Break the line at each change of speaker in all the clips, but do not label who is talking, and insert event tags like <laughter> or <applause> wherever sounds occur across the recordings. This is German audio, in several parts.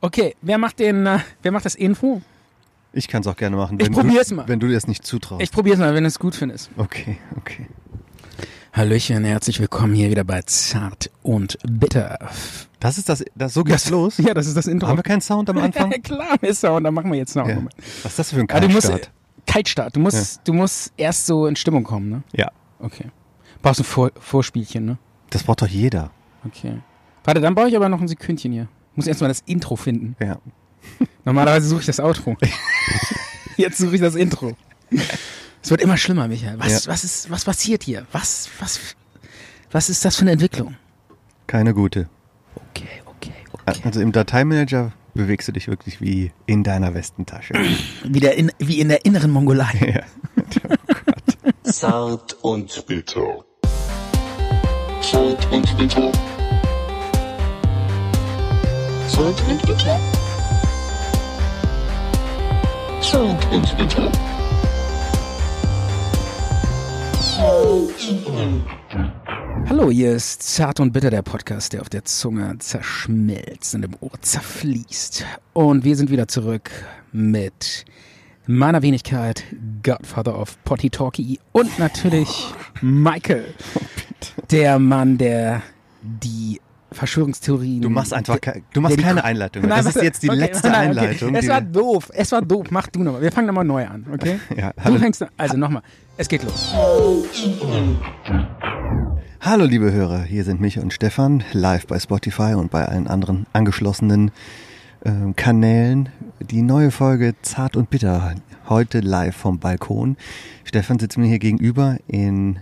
Okay, wer macht, den, äh, wer macht das Info?
Ich kann es auch gerne machen,
Ich
wenn, du,
probier's mal.
wenn du dir es nicht zutraust.
Ich probier's mal, wenn du es gut findest.
okay, okay.
Hallöchen, herzlich willkommen hier wieder bei Zart und Bitter.
Das ist das, das so geht's los?
<laughs> Ja, das ist das Intro.
Haben wir keinen Sound
<laughs>
<laughs> am Anfang?
Klar, ist er und dann machen wir jetzt noch.
ja.
einen genau, Moment.
Was ist das für ein
Ah, du musst,
Kaltstart?
Kaltstart. Du musst, du musst erst so in Stimmung kommen, ne?
Ja,
Okay. Brauchst ein Vor Vorspielchen, ne?
das braucht doch jeder.
Okay. Warte, dann brauche ich aber noch ein Sekündchen hier. Muss erstmal das Intro finden.
Ja.
Normalerweise suche ich das Outro. <laughs> Jetzt suche ich das Intro. Es wird immer schlimmer, Michael. Was, was, ist, was passiert hier? Was, was, was ist das für eine Entwicklung?
Keine gute.
Okay, okay, okay.
Also im Dateimanager bewegst du dich wirklich wie in deiner Westentasche. <laughs>
Wieder in, wie in der inneren Mongolei.
ja.
Zart und bitter. Zart und bitter. Zart und bitter. Zart und bitter.
Hallo, hier ist Zart und Bitter, der Podcast, der auf der Zunge zerschmilzt und im Ohr zerfließt. Und wir sind wieder zurück mit meiner Wenigkeit, Godfather of Potty Talkie und natürlich Michael, der Mann, der die Verschwörungstheorien...
Du machst einfach ke du
der
machst
die-
keine Einleitung. Mehr.
Nein,
Das ist
warte,
jetzt die
okay,
letzte
nein, okay.
Einleitung.
Es
die
war
wir-
doof, es war doof. Mach du nochmal. Wir fangen nochmal neu an, okay?
<laughs> Ja, hallo.
du fängst Also nochmal. Es geht los.
Hallo liebe Hörer, hier sind Micha und Stefan, live bei Spotify und bei allen anderen angeschlossenen ähm, Kanälen. Die neue Folge Zart und Bitter, heute live vom Balkon. Stefan sitzt mir hier gegenüber in,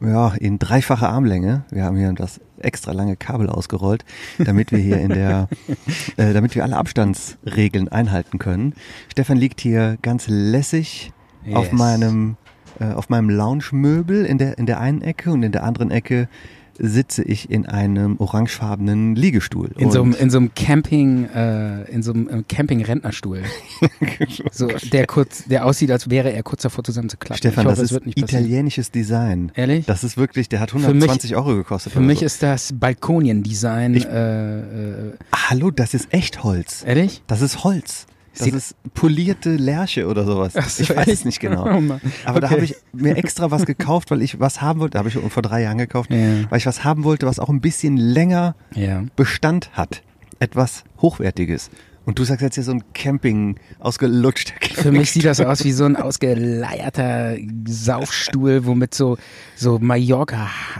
ja, in dreifacher Armlänge. Wir haben hier das extra lange Kabel ausgerollt, damit wir hier in der, äh, damit wir alle Abstandsregeln einhalten können. Stefan liegt hier ganz lässig auf
Yes.
meinem äh, auf meinem Lounge-Möbel in der, in der einen Ecke und in der anderen Ecke sitze ich in einem orangefarbenen Liegestuhl.
In
und
so einem, in so einem Camping, äh, in so einem äh,
<laughs>
Camping-Rentnerstuhl. so, der kurz, der aussieht, als wäre er kurz davor zusammenzuklappen.
Stefan,
ich hoffe,
das
es
ist
wird nicht passieren.
italienisches Design.
Ehrlich?
Das ist wirklich, der hat
mich-
120 Euro gekostet.
Für
oder
mich
so.
ist das Balkonien-Design,
Ich-
äh, äh,
Ah, Hallo, das ist echt Holz.
ehrlich?
Das ist Holz. Das
Sieht-
ist polierte Lärche oder sowas.
Ach so,
ich weiß
ehrlich?
es nicht genau.
<laughs> Oh Mann.
Aber da
Okay.
habe ich mir extra was gekauft, weil ich was haben wollte. Da habe ich vor drei Jahren gekauft,
Ja.
weil ich was haben wollte, was auch ein bisschen länger
Ja.
Bestand hat. Etwas Hochwertiges. Und du sagst jetzt hier so ein Camping ausgelutscht.
Für
<laughs>
mich sieht das aus wie so ein ausgeleierter Saufstuhl, womit so, so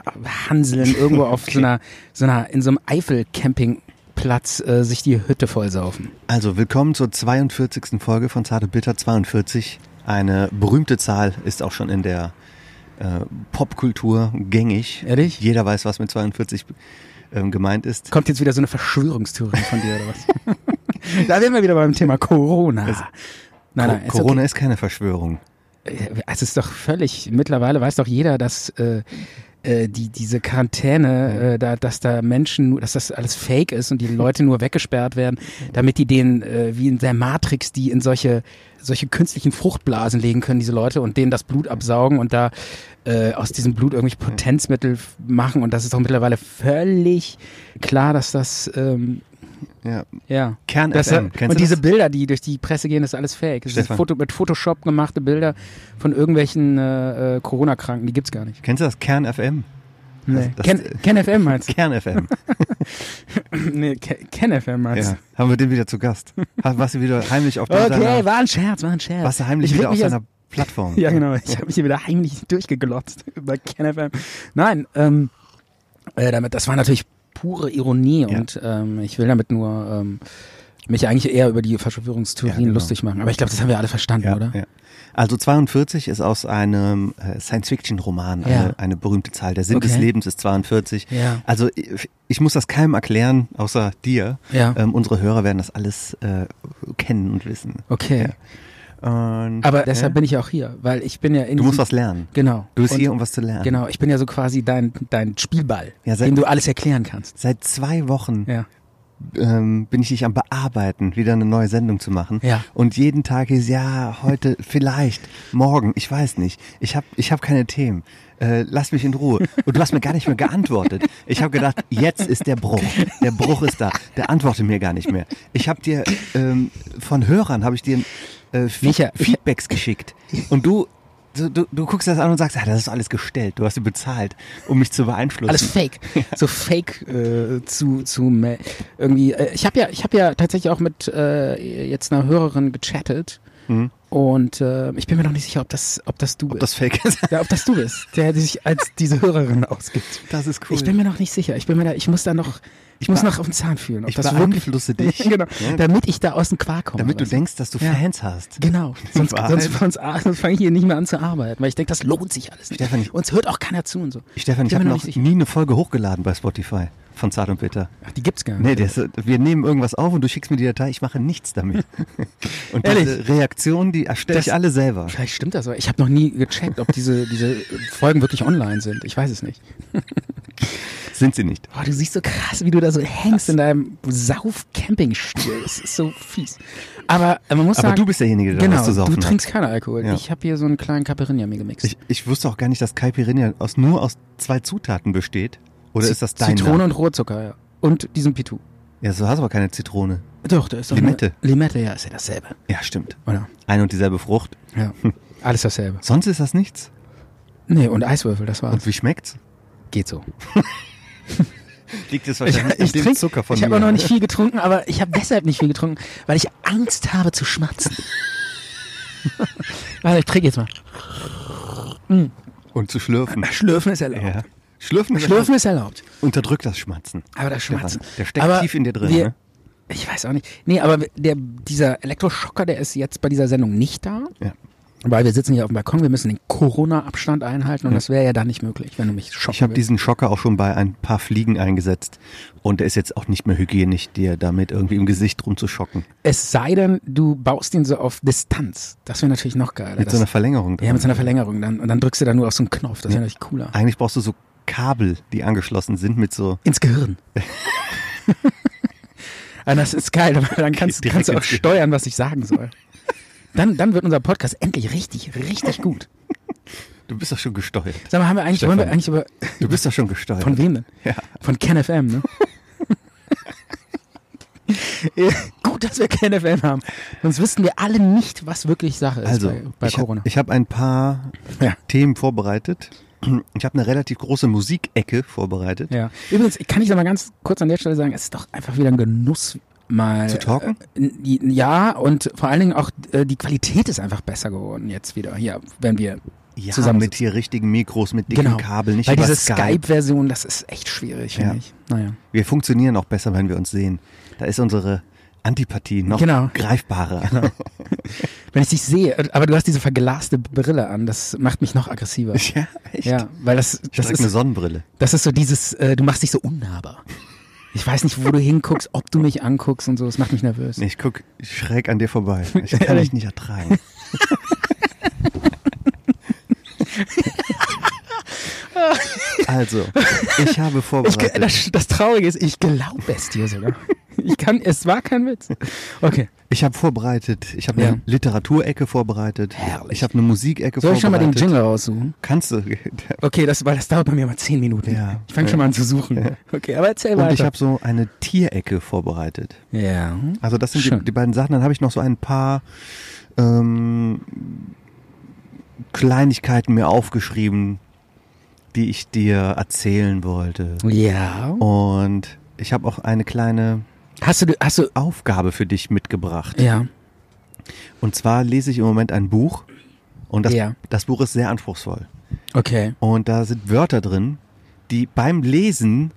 Mallorca-Hanseln irgendwo auf so einer, so einer, in so einem Eifel-Campingplatz äh, sich die Hütte vollsaufen.
Also willkommen zur 42. Folge von Zarte Bitter 42. Eine berühmte Zahl ist auch schon in der äh, Popkultur gängig.
Ehrlich?
Jeder weiß, was mit 42 ähm, gemeint ist.
Kommt jetzt wieder so eine Verschwörungstheorie von dir oder was? <laughs> da wären wir wieder beim Thema Corona. nein, nein,
Also, Co- Corona ist keine Verschwörung.
Ist okay. Es ist doch völlig, mittlerweile weiß doch jeder, dass äh, äh, die, diese Quarantäne, äh, da, dass da Menschen, nur- dass das alles fake ist und die Leute nur weggesperrt werden, damit die denen, äh, wie in der Matrix, die in solche, solche künstlichen Fruchtblasen legen können, diese Leute, und denen das Blut absaugen und da äh, aus diesem Blut irgendwelche Potenzmittel f- machen. Und das ist doch mittlerweile völlig klar, dass das, ähm,
Ja.
ja.
Kern
Das,
FM.
hat-
Kennst
und
du
diese
das?
Bilder, die durch die Presse gehen, das ist alles fake. Das sind
Stefan.
Foto, mit Photoshop gemachte Bilder von irgendwelchen äh, äh, Corona-Kranken, die gibt's gar nicht.
Kennst du das? Kern FM?
Nee.
das-
Ken, Ken FM
<laughs>
meinst <laughs>
Kern FM.
du? Nee, Ken, Ken FM meinst
ja.
du?
Haben wir den wieder zu Gast. Hat- Warst du wieder heimlich auf
Okay,
seiner,
war ein Scherz, war ein Scherz.
warst du heimlich
Ich
wieder
reg
auf
mich
seiner Plattform?
jetzt- <laughs> Ja, genau. Ich habe mich hier wieder heimlich durchgeglotzt <laughs> über Ken FM. Nein, ähm, äh, damit, das war natürlich pure Ironie
Ja.
und ähm, ich will damit nur ähm, mich eigentlich eher über die Verschwörungstheorien
Ja, genau.
lustig machen. Aber ich glaube, das haben wir alle verstanden,
Ja,
oder?
ja. Also 42 ist aus einem äh, Science-Fiction-Roman
Ja.
eine, eine berühmte Zahl. Der Sinn
Okay.
des Lebens ist 42.
Ja.
Also ich, ich muss das keinem erklären, außer dir.
Ja.
Ähm, unsere Hörer werden das alles äh, kennen und wissen.
Okay.
Und
Aber deshalb
ja?
bin ich auch hier, weil ich bin ja in
du musst
diesem-
was lernen.
Genau.
Du bist
Und-
hier, um was zu lernen.
Genau, ich bin ja so quasi dein, dein Spielball,
Ja, seit-
dem du alles erklären kannst.
Seit zwei Wochen
Ja.
ähm, bin ich nicht am Bearbeiten, wieder eine neue Sendung zu machen.
Ja.
Und jeden Tag ist ja
<laughs>
heute, vielleicht, morgen, ich weiß nicht. Ich habe ich hab keine Themen. Äh, lass mich in Ruhe. Und du hast mir gar nicht mehr geantwortet. Ich habe gedacht, jetzt ist der Bruch. Der Bruch ist da. Der antwortet mir gar nicht mehr. Ich habe dir ähm, von Hörern habe ich dir äh, Fe-
Micha, ich-
Feedbacks geschickt. Und du, du, du, du guckst das an und sagst, ah, das ist alles gestellt. Du hast sie bezahlt, um mich zu beeinflussen.
Alles fake.
<laughs>
So fake äh, zu, zu me- irgendwie. Äh, ich habe ja, ich habe ja tatsächlich auch mit äh, jetzt einer Hörerin gechattet. Und äh, ich bin mir noch nicht sicher, ob das, ob das du bist.
Mhm. das Fake <laughs> ist.
ja, ob das du bist, der sich als diese Hörerin ausgibt.
Das ist cool.
Ich bin mir noch nicht sicher. Ich bin mir da, ich muss da noch, ich muss noch auf den Zahn fühlen. Ob
ich
das <laughs>
beeinflusse
wirklich,
dich.
genau,
Ja.
damit ich da aus dem Quark komme.
damit du
weißt du?
denkst, dass du
Ja.
Fans hast. <laughs>
Genau, sonst,
Wahrheit.
sonst, sonst, ah, sonst fange ich hier nicht mehr an zu arbeiten, weil ich denke, das lohnt sich alles nicht.
Stefan, ich-
Uns hört auch keiner zu und so.
Stefan, ich
bin
habe
mir
noch
nicht sicher.
nie eine Folge hochgeladen bei Spotify von Zart und Peter.
Ach, die gibt's gar nicht.
Nee, das, wir nehmen irgendwas auf und du schickst mir die Datei, ich mache nichts damit. <laughs> Und
Ehrlich?
diese Reaktion, die erstelle ich
Das-
alle selber.
Vielleicht stimmt das, aber ich habe noch nie gecheckt, ob diese, diese Folgen wirklich online sind. Ich weiß es nicht.
Sind sie nicht.
Oh, du siehst so krass, wie du da so hängst in deinem Sauf-Camping-Stil. Das ist so fies. Aber äh, man muss
Aber
sagen...
du bist derjenige, der
genau,
was zu saufen
du
hat.
trinkst keinen Alkohol.
Ja.
Ich habe hier so einen kleinen Caipirinha mir gemixt.
Ich, ich wusste auch gar nicht, dass Caipirinha aus, nur aus zwei Zutaten besteht. Oder ist das dein
Zitrone
Name?
und Rohrzucker, ja. Und diesen Pitu.
Ja, du hast aber keine Zitrone.
Doch, da ist doch
Limette.
Eine, Limette, ja, ist ja dasselbe,
Ja, stimmt.
oder?
Ein und dieselbe Frucht.
<laughs> Ja, alles dasselbe.
Sonst ist das nichts.
Nee, und Eiswürfel, das war's.
Und wie schmeckt's?
Geht so.
Liegt es
Ich,
wahrscheinlich
ich,
an dem
trink,
Zucker von
ich habe
mir. ne?
auch noch nicht viel getrunken, aber ich habe deshalb nicht viel getrunken, weil ich Angst habe zu schmatzen. <laughs> Warte, ich trinke jetzt mal.
Und zu schlürfen.
Schlürfen ist erlaubt.
Ja. Schlürfen,
Schlürfen ist Ah, erlaubt.
unterdrückt das Schmatzen.
Aber das Schmatzen.
Der steckt
aber
tief in dir drin.
Wir,
ne?
Ich weiß auch nicht. Nee, aber der, dieser Elektroschocker, der ist jetzt bei dieser Sendung nicht da.
Ja.
Weil wir sitzen hier auf dem Balkon, wir müssen den Corona-Abstand einhalten und das wäre ja dann nicht möglich, wenn du mich schocken
Ich habe
willst.
diesen Schocker auch schon bei ein paar Fliegen eingesetzt und der ist jetzt auch nicht mehr hygienisch, dir damit irgendwie im Gesicht rumzuschocken.
Es sei denn, du baust ihn so auf Distanz. Das wäre natürlich noch geiler.
Mit
das,
so einer Verlängerung. dran.
ja, mit so einer Verlängerung. Dann, und dann drückst du da nur auf so einen Knopf. Das wäre natürlich cooler.
Eigentlich brauchst du so Kabel, die angeschlossen sind mit so
Ins
<laughs>
Gehirn. Ah, das ist geil, weil dann kannst,
Direkt
kannst du auch
ins Gehirn.
steuern, was ich sagen
<laughs>
soll. Dann, dann wird unser Podcast endlich richtig, richtig gut.
Du bist doch schon gesteuert.
Sag mal, haben wir eigentlich, wollen wir
Stefan.
eigentlich über,
Du bist doch schon gesteuert.
Von wem denn?
Ja.
Von KenFM, ne? Ja, <laughs> Gut, dass wir KenFM haben. Sonst wüssten wir alle nicht, was wirklich Sache ist
Also,
bei, bei
ich <laughs>
Corona.
habe hab ein paar
Ja.
Themen vorbereitet. Ich habe eine relativ große Musikecke vorbereitet.
ja. Übrigens, kann ich da mal ganz kurz an der Stelle sagen, es ist doch einfach wieder ein Genuss, mal.
Zu talken?
Äh, n- die- ja, und vor allen Dingen auch äh, die Qualität ist einfach besser geworden jetzt wieder, hier, wenn wir
Ja,
zusammen
mit hier richtigen Mikros, mit dicken
genau.
Kabel, nicht
Weil
über
diese
Skype.
Skype-Version, das ist echt schwierig, finde
Ja.
ich. Naja.
Wir funktionieren auch besser, wenn wir uns sehen. Da ist unsere Antipathie noch
Genau.
greifbarer. <laughs>
Wenn ich dich sehe, äh, aber du hast diese verglaste Brille an, das macht mich noch aggressiver.
Ja, echt.
Ja, weil das,
Ich
das,
trage eine
ist,
Sonnenbrille.
das ist so dieses, äh, du machst dich so unnahbar. Ich weiß nicht, wo du hinguckst, ob du mich anguckst und so, es macht mich nervös.
Nee, Ich guck schräg an dir vorbei. Ich kann dich
<laughs>
nicht ertragen. Also, ich habe
Ich, ge-
vorbereitet.
das, das Traurige ist, ich glaube es dir sogar. Ich kann, es war kein Witz. Okay,
Ich habe vorbereitet. Ich habe
Ja.
eine Literaturecke vorbereitet.
Herrlich.
Ich habe eine Musikecke
soll
vorbereitet.
ich schon mal den Jingle raussuchen?
Kannst du.
Okay, das, weil das dauert bei mir mal zehn Minuten.
Ja.
Ich fange schon mal an zu suchen. Okay, aber erzähl
Und ich
weiter.
habe so eine Tierecke vorbereitet.
ja.
Also das sind
Schön.
die, die beiden Sachen. Dann habe ich noch so ein paar ähm, Kleinigkeiten mir aufgeschrieben, die ich dir erzählen wollte.
Ja.
Und ich habe auch eine kleine
Hast du, hast du,
Aufgabe für dich mitgebracht.
ja.
Und zwar lese ich im Moment ein Buch. Und das,
Ja.
das Buch ist sehr anspruchsvoll.
Okay,
Und da sind Wörter drin, die beim Lesen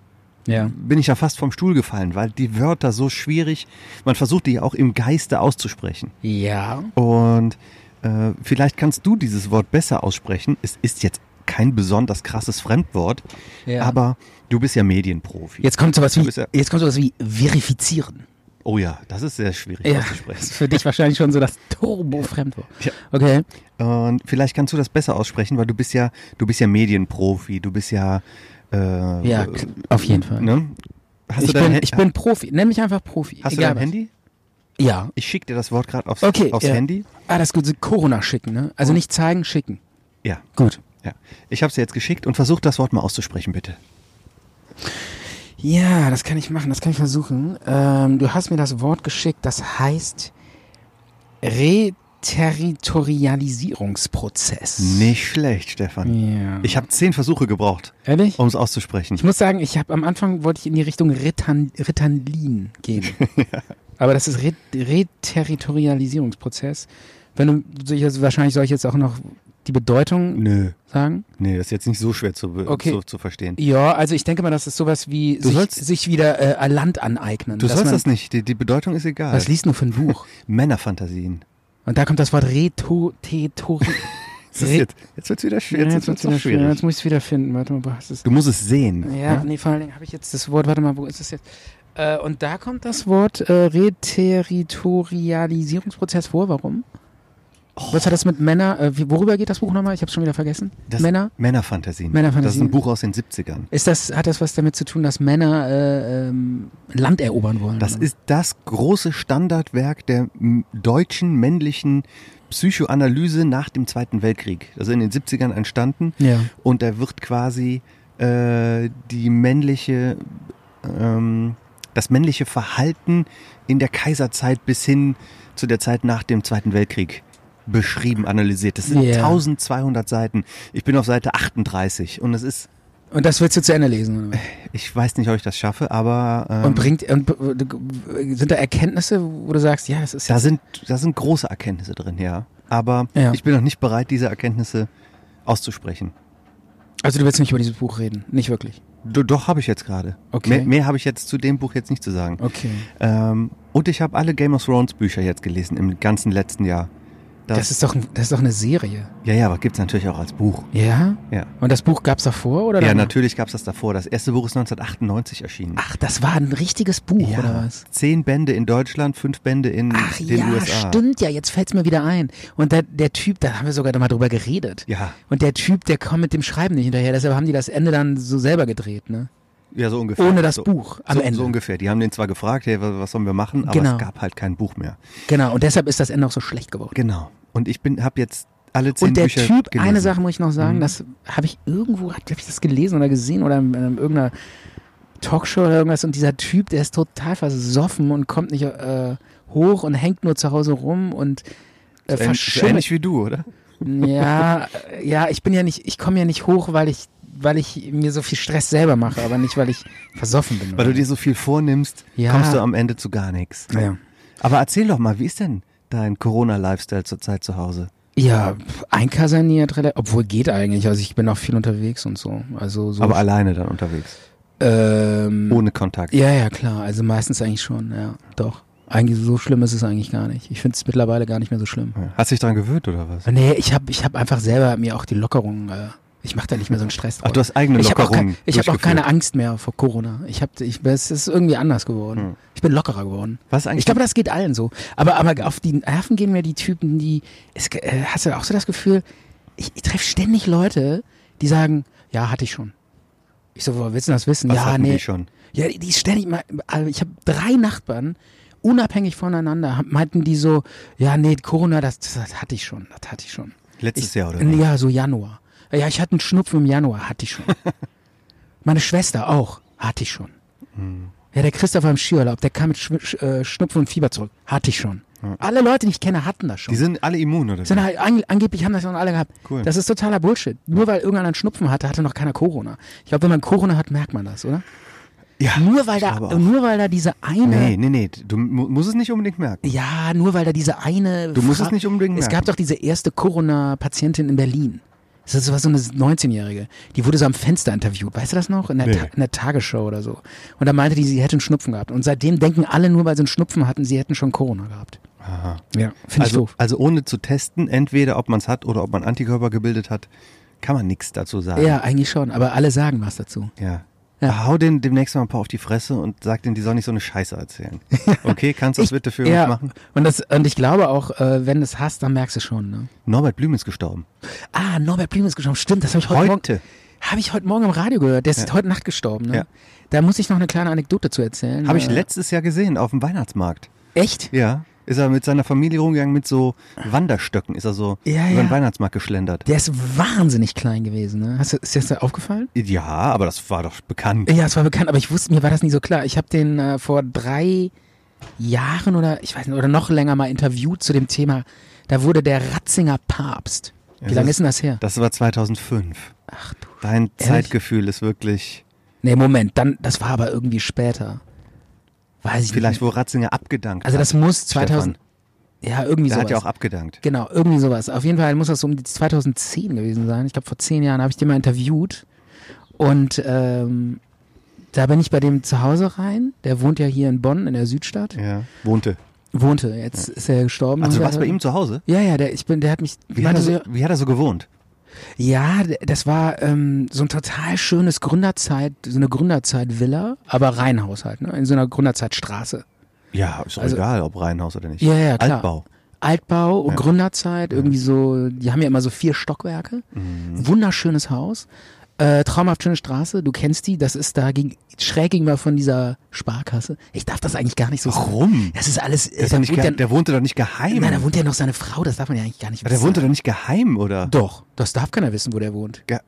ja.
bin ich ja fast vom Stuhl gefallen, weil die Wörter so schwierig, man versucht die ja auch im Geiste auszusprechen.
Ja.
Und äh, vielleicht kannst du dieses Wort besser aussprechen. Es ist jetzt kein besonders krasses Fremdwort,
Ja.
aber du bist ja Medienprofi.
Jetzt kommt sowas wie,
Du bist ja-
jetzt kommt sowas wie verifizieren.
Oh ja, das ist sehr schwierig
Ja, das ist
auszusprechen.
für dich wahrscheinlich schon so das Turbo-Fremdwort.
Ja.
Okay.
Und vielleicht kannst du das besser aussprechen, weil du bist ja, du bist ja Medienprofi, du bist ja, äh,
Ja,
äh,
auf jeden Fall.
ne? Hast
ich,
du dein
bin,
Hand-
ich bin Profi. Nenn mich einfach Profi.
Hast
Egal
du dein Handy?
Was. Ja.
Ich schicke dir das Wort gerade aufs,
Okay.
aufs
ja.
Handy. Oh.
Ah, das ist gut. so Corona schicken, ne? Also nicht zeigen, schicken.
Ja,
Gut.
ja. Ich habe es dir jetzt geschickt und versuch das Wort mal auszusprechen, bitte.
Ja, das kann ich machen, das kann ich versuchen. Ähm, du hast mir das Wort geschickt, das heißt Reterritorialisierungsprozess.
Nicht schlecht, Stefan.
Ja.
Ich habe zehn Versuche gebraucht,
Ehrlich?
um es auszusprechen.
Ich muss sagen, ich habe am Anfang wollte ich in die Richtung Ritan, Ritalin
<laughs>
gehen. Aber das ist Re- Reterritorialisierungsprozess. Wenn du soll ich jetzt- wahrscheinlich soll ich jetzt auch noch die Bedeutung
Nö,
sagen.
nee, das ist jetzt nicht so schwer zu, be-
Okay.
zu, zu verstehen.
Ja, also ich denke mal, das ist sowas wie
Du
sich,
sollst-
sich wieder äh, Land aneignen.
Du
dass
sollst
man-
das nicht, die, die Bedeutung ist egal.
Was liest du für ein
<laughs>
Buch?
Männerfantasien.
Und da kommt das Wort Retortetori.
Das ist jetzt jetzt wird es wieder, schwer,
Äh? Ja,
jetzt
jetzt,
wird's
wird's
noch
wieder schwierig.
schwierig.
jetzt muss ich es wieder finden. Warte mal, wo hast du es?
Du musst es sehen.
Ja,
ne?
nee, vor allen Dingen habe ich jetzt das Wort, warte mal, wo ist das jetzt? Äh, und da kommt das Wort äh, Reterritorialisierungsprozess vor. Warum?
Oh.
Was hat das mit Männer, äh, wie- worüber geht das Buch nochmal? Ich habe schon wieder vergessen.
Das-
Männer?
Männerfantasien.
Männerfantasien.
Das ist ein Buch aus den 70ern.
Ist das, hat das was damit zu tun, dass Männer äh, ähm, Land erobern wollen?
Das
Oder?
ist das große Standardwerk der m, deutschen männlichen Psychoanalyse nach dem Zweiten Weltkrieg. Also in den 70ern entstanden.
Ja.
Und da wird quasi äh, die männliche, ähm, das männliche Verhalten in der Kaiserzeit bis hin zu der Zeit nach dem Zweiten Weltkrieg beschrieben, analysiert. Das sind
Ja.
1200 Seiten. Ich bin auf Seite 38 und es ist,
Und das willst du zu Ende lesen? Oder? was?
ich weiß nicht, ob ich das schaffe, aber ähm,
Und bringt, und, b- sind da Erkenntnisse, wo du sagst, ja, das ist
Da
jetzt,
sind, da sind große Erkenntnisse drin, ja. Aber
Ja.
ich bin noch nicht bereit, diese Erkenntnisse auszusprechen.
also du willst nicht über dieses Buch reden, nicht wirklich.
Do, doch, habe ich jetzt gerade.
Okay.
Mehr, mehr habe ich jetzt zu dem Buch jetzt nicht zu sagen.
Okay.
Ähm, und ich habe alle Game of Thrones Bücher jetzt gelesen im ganzen letzten Jahr.
Das,
Das-
ist doch, ein- das ist doch eine Serie.
Ja, ja, aber gibt's natürlich auch als Buch.
Ja?
Ja.
Und das Buch gab's davor oder?
Ja,
danach?
natürlich gab's das davor. Das erste Buch ist 1998 erschienen.
Ach, das war ein richtiges Buch
ja.
oder was?
Zehn Bände in Deutschland, fünf Bände in
Ach
den
ja,
USA.
stimmt ja, jetzt fällt's mir wieder ein. Und der, der Typ, da haben wir sogar noch mal drüber geredet.
Ja,
Und der Typ, der kommt mit dem Schreiben nicht hinterher, deshalb haben die das Ende dann so selber gedreht, ne?
ja, so ungefähr.
Ohne das
so,
Buch am
so,
Ende.
So ungefähr. Die haben den zwar gefragt, hey, wa- was sollen wir machen, aber
Genau.
es gab halt kein Buch mehr.
Genau, und deshalb ist das Ende auch so schlecht geworden.
Genau. Und ich bin, habe jetzt alle zehn
Und der
Bücher
Typ,
gelesen. Mhm.
eine Sache muss ich noch sagen, das habe ich irgendwo, habe ich das gelesen oder gesehen oder in, in irgendeiner Talkshow oder irgendwas und dieser Typ, der ist total versoffen und kommt nicht äh, hoch und hängt nur zu Hause rum und äh,
Ähn- so
verschimmelt.
ähnlich wie du, oder?
Ja, äh, ja, ich bin ja nicht, ich komme ja nicht hoch, weil ich, weil ich mir so viel Stress selber mache, aber nicht, weil ich versoffen bin.
Weil du dir so viel vornimmst,
Ja.
kommst du am Ende zu gar nichts.
ja.
Aber erzähl doch mal, wie ist denn dein Corona-Lifestyle zurzeit zu Hause?
ja, pf, einkaserniert, rela- obwohl geht eigentlich, also ich bin auch viel unterwegs und so, also so.
Aber alleine dann unterwegs,
ähm,
ohne Kontakt.
Ja, ja, klar. Also meistens eigentlich schon, ja, doch. Eigentlich so schlimm ist es eigentlich gar nicht. Ich finde es mittlerweile gar nicht mehr so schlimm.
Hast dich daran gewöhnt oder was?
Nee, ich habe ich hab einfach selber mir auch die Lockerung, äh, ich mache da nicht mehr so einen Stress
Ach,
drauf.
du hast eigene
ich habe auch,
Lockerungen
kein, ich hab auch
durchgeführt.
keine Angst mehr vor Corona. Ich hab, ich, es ist irgendwie anders geworden.
Hm.
Ich bin lockerer geworden.
Was eigentlich?
Ich glaube, das geht allen so. Aber, aber auf die Nerven gehen mir die Typen, die. Es, äh, hast du auch so das Gefühl, ich, ich treffe ständig Leute, die sagen, ja, hatte ich schon. Ich so, woher willst du das wissen?
was
ja,
hatten
nee.
die schon?
Ja, die die ständig mal, also ich habe drei Nachbarn, unabhängig voneinander, haben- meinten die so, ja, nee, Corona, das, das hatte ich schon, das hatte ich schon.
Letztes
Ich,
Jahr oder
nee,
was?
Ja, so Januar. Ja, ich hatte einen Schnupfen im Januar, hatte
<laughs>
ich schon. Meine Schwester auch, hatte ich schon.
Hm.
Ja, der Christoph am Skiurlaub, der kam mit Schw- Sch äh, Schnupfen und Fieber zurück, hatte ich schon. Alle Leute, die ich kenne, hatten das schon.
Die sind alle immun oder
Sind
wie?
halt, ang- angeblich haben das schon alle gehabt.
Cool.
Das ist totaler Bullshit. Nur weil irgendeiner einen Schnupfen hatte, hatte noch keiner Corona. Ich glaube, wenn man Corona hat, merkt man das, oder?
Ja,
Nur weil,
ich
da,
glaube auch.
nur weil da diese eine.
Nee, nee, nee, du mu musst es nicht unbedingt merken.
Ja, nur weil da diese eine.
Du musst
Fra-
es nicht unbedingt
Es
merken.
gab doch diese erste Corona-Patientin in Berlin. Das war so eine 19-Jährige. Die wurde so am Fenster interviewt. Weißt du das noch? In der,
Nee.
Ta in der Tagesschau oder so. Und da meinte die, sie hätte einen Schnupfen gehabt. Und seitdem denken alle nur, weil sie einen Schnupfen hatten, sie hätten schon Corona gehabt.
Aha.
Ja, finde ich
Also,
doof.
also ohne zu testen, entweder ob man es hat oder ob man Antikörper gebildet hat, kann man nichts dazu sagen.
Ja, eigentlich schon. Aber alle sagen was dazu.
Ja.
Ja.
Hau den demnächst mal ein paar auf die Fresse und sag denen, die sollen nicht so eine
<laughs>
Scheiße erzählen. Okay, kannst du das bitte für
ja,
uns machen?
Und, das, und ich glaube auch, äh, wenn du es hast, dann merkst du schon. Ne?
Norbert Blüm ist gestorben.
Ah, Norbert Blüm ist gestorben. Stimmt, das habe ich heute,
Heute.
Morgen. Habe ich heute Morgen im Radio gehört. Der ist
Ja.
heute Nacht gestorben. Ne?
Ja.
Da muss ich noch eine kleine Anekdote zu erzählen.
Habe ich
Äh,
letztes Jahr gesehen auf dem Weihnachtsmarkt.
Echt?
Ja. Ist er mit seiner Familie rumgegangen mit so Wanderstöcken, ist er so
Ja,
über den
ja.
Weihnachtsmarkt geschlendert.
Der ist wahnsinnig klein gewesen. Ne? Hast du, ist dir das da aufgefallen?
Ja, aber das war doch bekannt.
Ja, es war bekannt, aber ich wusste, mir war das nie so klar. Ich habe den äh, vor drei Jahren oder ich weiß nicht, oder noch länger mal interviewt zu dem Thema. Da wurde der Ratzinger Papst. Wie
Ja,
lange
das-
ist denn das her?
Das war 2005.
Ach du.
Dein
Ehrlich?
Zeitgefühl ist wirklich
Nee, Moment, dann, das war aber irgendwie später. Weiß ich nicht.
vielleicht, wo Ratzinger abgedankt
Mhm. Also das
hat.
muss 2000. Ja, irgendwie
Der
sowas.
hat ja auch abgedankt.
Genau, irgendwie sowas. Auf jeden Fall muss das so um die 2010 gewesen sein. Ich glaube, vor zehn Jahren habe ich den mal interviewt. Und ähm, da bin ich bei dem zu Hause rein. Der wohnt ja hier in Bonn, in der Südstadt.
Ja. Wohnte.
Wohnte, jetzt ist er gestorben.
Also du
Und
warst
er-
bei ihm zu Hause?
Ja, ja, der, ich bin, der hat mich.
Wie hat,
meinte
er so,
so,
wie hat er so gewohnt?
ja, d- das war ähm, so ein total schönes Gründerzeit, so eine Gründerzeit-Villa, aber Reihenhaus halt, ne? In so einer Gründerzeitstraße.
Ja, ist doch
Also-
egal, ob Reihenhaus oder nicht.
Ja, ja, klar.
Altbau.
Altbau und
Ja. Mhm.
Gründerzeit, irgendwie so, die haben ja immer so vier Stockwerke. Wunderschönes Haus. Äh, traumhaft schöne Straße, du kennst die, das ist da gegen, schräg gegenüber von dieser Sparkasse. Ich darf das eigentlich gar nicht so
Warum?
Das ist alles. äh,
Der, ist doch nicht geheim, der wohnte doch nicht geheim.
nein, da wohnt ja noch seine Frau, das darf man ja eigentlich gar nicht
der
wissen.
wohnte doch nicht geheim, oder?
Doch, das darf keiner wissen, wo der wohnt.
Ge-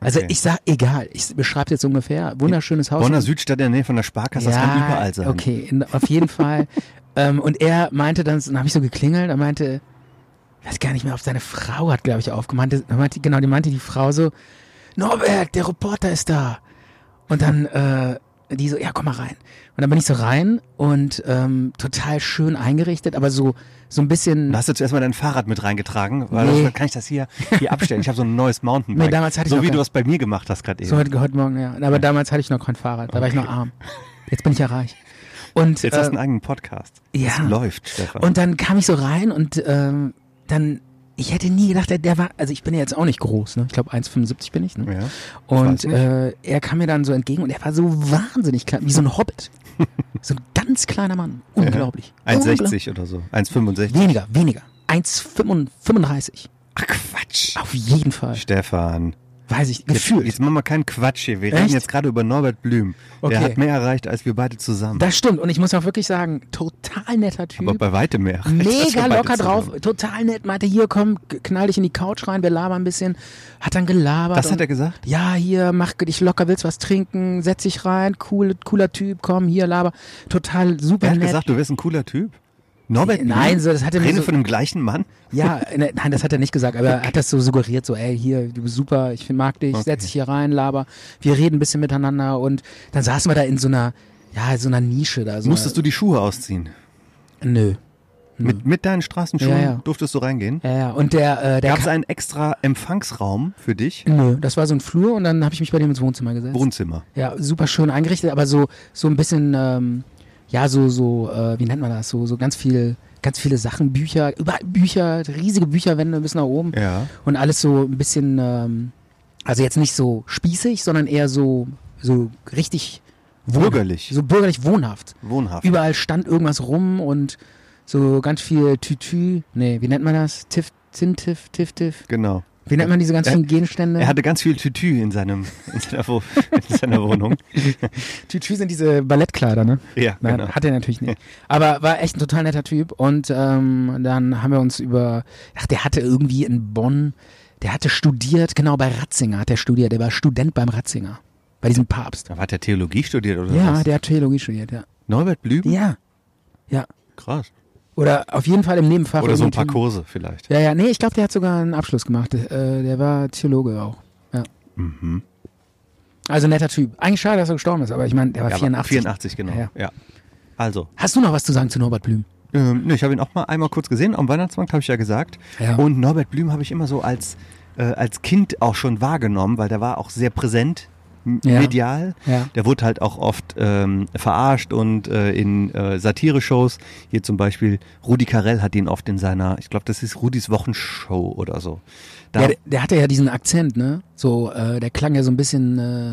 Also
Okay.
ich sag, egal, ich beschreibe jetzt ungefähr, wunderschönes Haus.
Bonner Südstadt in der Nähe von der Sparkasse, das kann überall sein.
Okay, in, auf jeden
<laughs>
Fall. ähm, und er meinte dann, dann habe ich so geklingelt, er meinte, ich weiß gar nicht mehr, ob seine Frau hat, glaube ich, aufgemacht. Er Meinte, genau, die meinte die Frau so, Norbert, der Reporter ist da. Und dann äh, die so, ja, komm mal rein. Und dann bin ich so rein und ähm, total schön eingerichtet, aber so so ein bisschen
Dann hast du zuerst mal dein Fahrrad mit reingetragen, weil
Nee.
dann kann ich das hier, hier abstellen. Ich habe so ein neues Mountainbike.
Nee, damals hatte ich
so
noch
wie
kein-
du es bei mir gemacht hast gerade eben.
So heute, heute Morgen, ja. Aber damals hatte ich noch kein Fahrrad, da war ich noch arm. Jetzt bin ich ja reich. Und,
Jetzt
äh,
hast du einen eigenen Podcast.
ja.
Das läuft, Stefan.
und dann kam ich so rein und ähm, dann, ich hätte nie gedacht, der, der war, also ich bin ja jetzt auch nicht groß, ne? Ich glaube 1,75 bin ich, ne?
ja.
und
weiß nicht.
äh, er kam mir dann so entgegen und er war so wahnsinnig klein, wie so ein
<laughs>
Hobbit. so ein ganz kleiner Mann. Unglaublich.
1,60 oder so. 1,65.
Weniger, weniger. 1,35.
Ach, Quatsch.
Auf jeden Fall.
Stefan.
Weiß ich,
Jetzt,
gefühlt.
jetzt machen wir keinen Quatsch hier. Wir
Echt?
reden jetzt gerade über Norbert Blüm.
Okay.
Der hat mehr erreicht als wir beide zusammen.
Das stimmt. Und ich muss auch wirklich sagen, total netter Typ.
Aber bei weitem mehr. erreicht als
Mega
wir beide
locker
zusammen.
drauf, total nett. Meinte, hier komm, k- knall dich in die Couch rein, wir labern ein bisschen. Hat dann gelabert.
Das hat
und-
er gesagt?
Ja, hier, mach dich locker, willst was trinken, setz dich rein, cool, cooler Typ, komm, hier, laber. Total super
Er hat
nett.
gesagt, du wärst ein cooler Typ. Norbert
Nein,
Blüm?
so, das hat er mir
Reden
so-
von dem gleichen Mann?
ja, ne, nein, das hat er nicht gesagt, aber er hat das so suggeriert, so, ey, hier, du bist super, ich mag dich, setz dich hier rein, laber. Wir reden ein bisschen miteinander und dann saßen wir da in so einer, ja, in so einer Nische da. So
Musstest du die Schuhe ausziehen?
du? Nö.
Mit, mit deinen Straßenschuhen
Ja, ja.
durftest du reingehen?
Ja, ja, Hm. und der, äh, der,
Gab es einen extra Empfangsraum für dich?
nö, das war so ein Flur und dann habe ich mich bei dem ins Wohnzimmer gesetzt.
Wohnzimmer.
Ja, super schön eingerichtet, aber so so ein bisschen ähm, ja so so äh, wie nennt man das so so ganz viel ganz viele Sachen Bücher über Bücher riesige Bücherwände bis nach oben
Ja.
und alles so ein bisschen ähm, also jetzt nicht so spießig, sondern eher so so richtig wohn-
Bürgerlich.
so bürgerlich wohnhaft.
Wohnhaft.
Überall stand irgendwas rum und so ganz viel Tütü, nee, wie nennt man das? Tiff, Tintiff, Tiff, Tiff.
genau.
Wie nennt man diese ganzen Gegenstände?
Er hatte ganz viel Tütü in, seinem, in, seiner, Wo <laughs> in seiner Wohnung.
Tütü sind diese Ballettkleider, ne?
Ja,
Nein,
genau.
hat er natürlich
<laughs>
nicht. Aber war echt ein total netter Typ. Und ähm, dann haben wir uns über, ach, der hatte irgendwie in Bonn, der hatte studiert, genau bei Ratzinger hat er studiert. Der war Student beim Ratzinger, bei diesem Papst.
Da hat er Theologie studiert oder
Ja,
was?
der hat Theologie studiert, ja.
Norbert Blüm?
Ja, ja.
Krass.
Oder auf jeden Fall im Nebenfach.
Oder so ein
irgendwie-
paar Kurse vielleicht.
Ja, ja, nee, ich glaube, der hat sogar einen Abschluss gemacht. Äh, der war Theologe auch. Ja.
Mhm.
Also netter Typ. Eigentlich schade, dass er gestorben ist, aber ich meine, der war
Ja, aber
84.
84, genau.
Ja, ja.
Ja. Also,
Hast du noch was zu sagen zu Norbert Blüm?
ähm, ne, ich habe ihn auch mal einmal kurz gesehen. Am Weihnachtsmarkt habe ich ja gesagt.
Ja.
Und Norbert Blüm habe ich immer so als, äh, als Kind auch schon wahrgenommen, weil der war auch sehr präsent. m-
Ja.
Medial.
Ja.
Der wurde halt auch oft ähm, verarscht und äh, in äh, Satire-Shows. Hier zum Beispiel Rudi Carell hat ihn oft in seiner, ich glaube, das ist Rudis Wochenshow oder so. Da,
Ja, der, der hatte ja diesen Akzent, ne? So, äh, der klang ja so ein bisschen. Äh,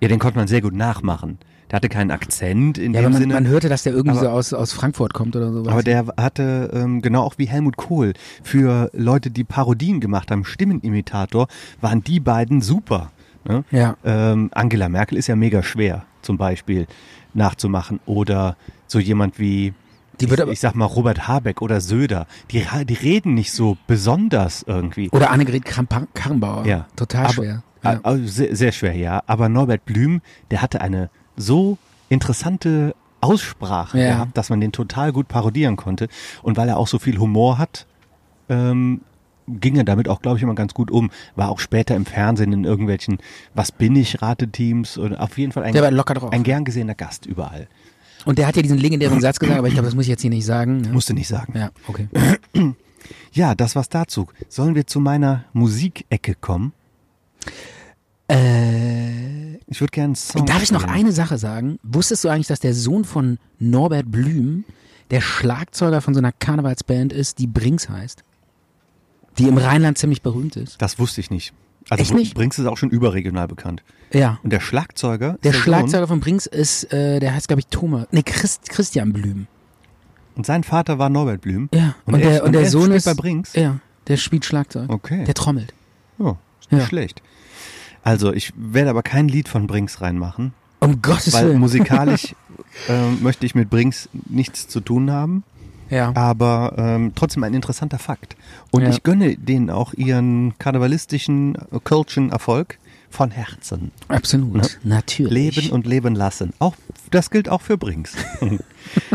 ja, den konnte man sehr gut nachmachen. Der hatte keinen Akzent in
ja, aber
dem
man,
Sinne.
man hörte, dass der irgendwie
aber-
so aus, aus Frankfurt kommt oder sowas.
Aber der hatte, ähm, genau auch wie Helmut Kohl, für Leute, die Parodien gemacht haben, Stimmenimitator, waren die beiden super. Ne?
Ja.
Ähm, Angela Merkel ist ja mega schwer, zum Beispiel nachzumachen. Oder so jemand wie,
Die wird
ich,
aber-
ich sag mal, Robert Habeck oder Söder. Die, ra- die reden nicht so besonders irgendwie.
Oder Annegret Kramp- Karrenbauer.
Ja.
Oh, Total
Aber-
schwer.
Ah,
Ja.
ah, Sehr, sehr schwer, ja. Aber Norbert Blüm, der hatte eine so interessante Aussprache
Ja.
gehabt, dass man den total gut parodieren konnte. Und weil er auch so viel Humor hat, ähm, ging er damit auch, glaube ich, immer ganz gut um. War auch später im Fernsehen in irgendwelchen Was bin ich Rateteams und auf jeden Fall ein,
Der war locker drauf.
ein gern gesehener Gast überall.
Und der hat ja diesen legendären Satz gesagt, aber ich glaube, das muss ich jetzt hier nicht sagen. Ne?
Musste nicht sagen.
Ja,
<laughs>
okay.
Ja, das war's dazu. Sollen wir zu meiner Musikecke kommen?
äh,
Ich würde gerne Song.
darf ich noch
spielen.
eine Sache sagen? Wusstest du eigentlich, dass der Sohn von Norbert Blüm der Schlagzeuger von so einer Karnevalsband ist, die Brings heißt? Die im Rheinland ziemlich berühmt ist.
Das wusste ich nicht. Also
Echt
du
nicht?
bringst es auch schon überregional bekannt.
Ja.
Und der Schlagzeuger? ist
Der
Sohn.
Schlagzeuger von Brings ist, äh, der heißt, glaube ich, Thomas. Nee, Christ, Christian Blüm.
Und sein Vater war Norbert Blüm.
Ja. Und,
er-
der, und der
er
Sohn
spielt
ist.
bei Brings.
Ja. Der spielt Schlagzeug.
Okay.
Der trommelt.
Ja, ist Oh, nicht
Ja.
schlecht. Also, ich werde aber kein Lied von Brings reinmachen,
Um Gottes
weil
Willen. <laughs>
musikalisch ähm, möchte ich mit Brings nichts zu tun haben,
Ja.
aber ähm, trotzdem ein interessanter Fakt. Und
Ja.
ich gönne denen auch ihren karnevalistischen, äh, kölschen Erfolg von Herzen.
Absolut. Natürlich.
Leben und leben lassen. Auch das gilt auch für
<laughs>
Brings.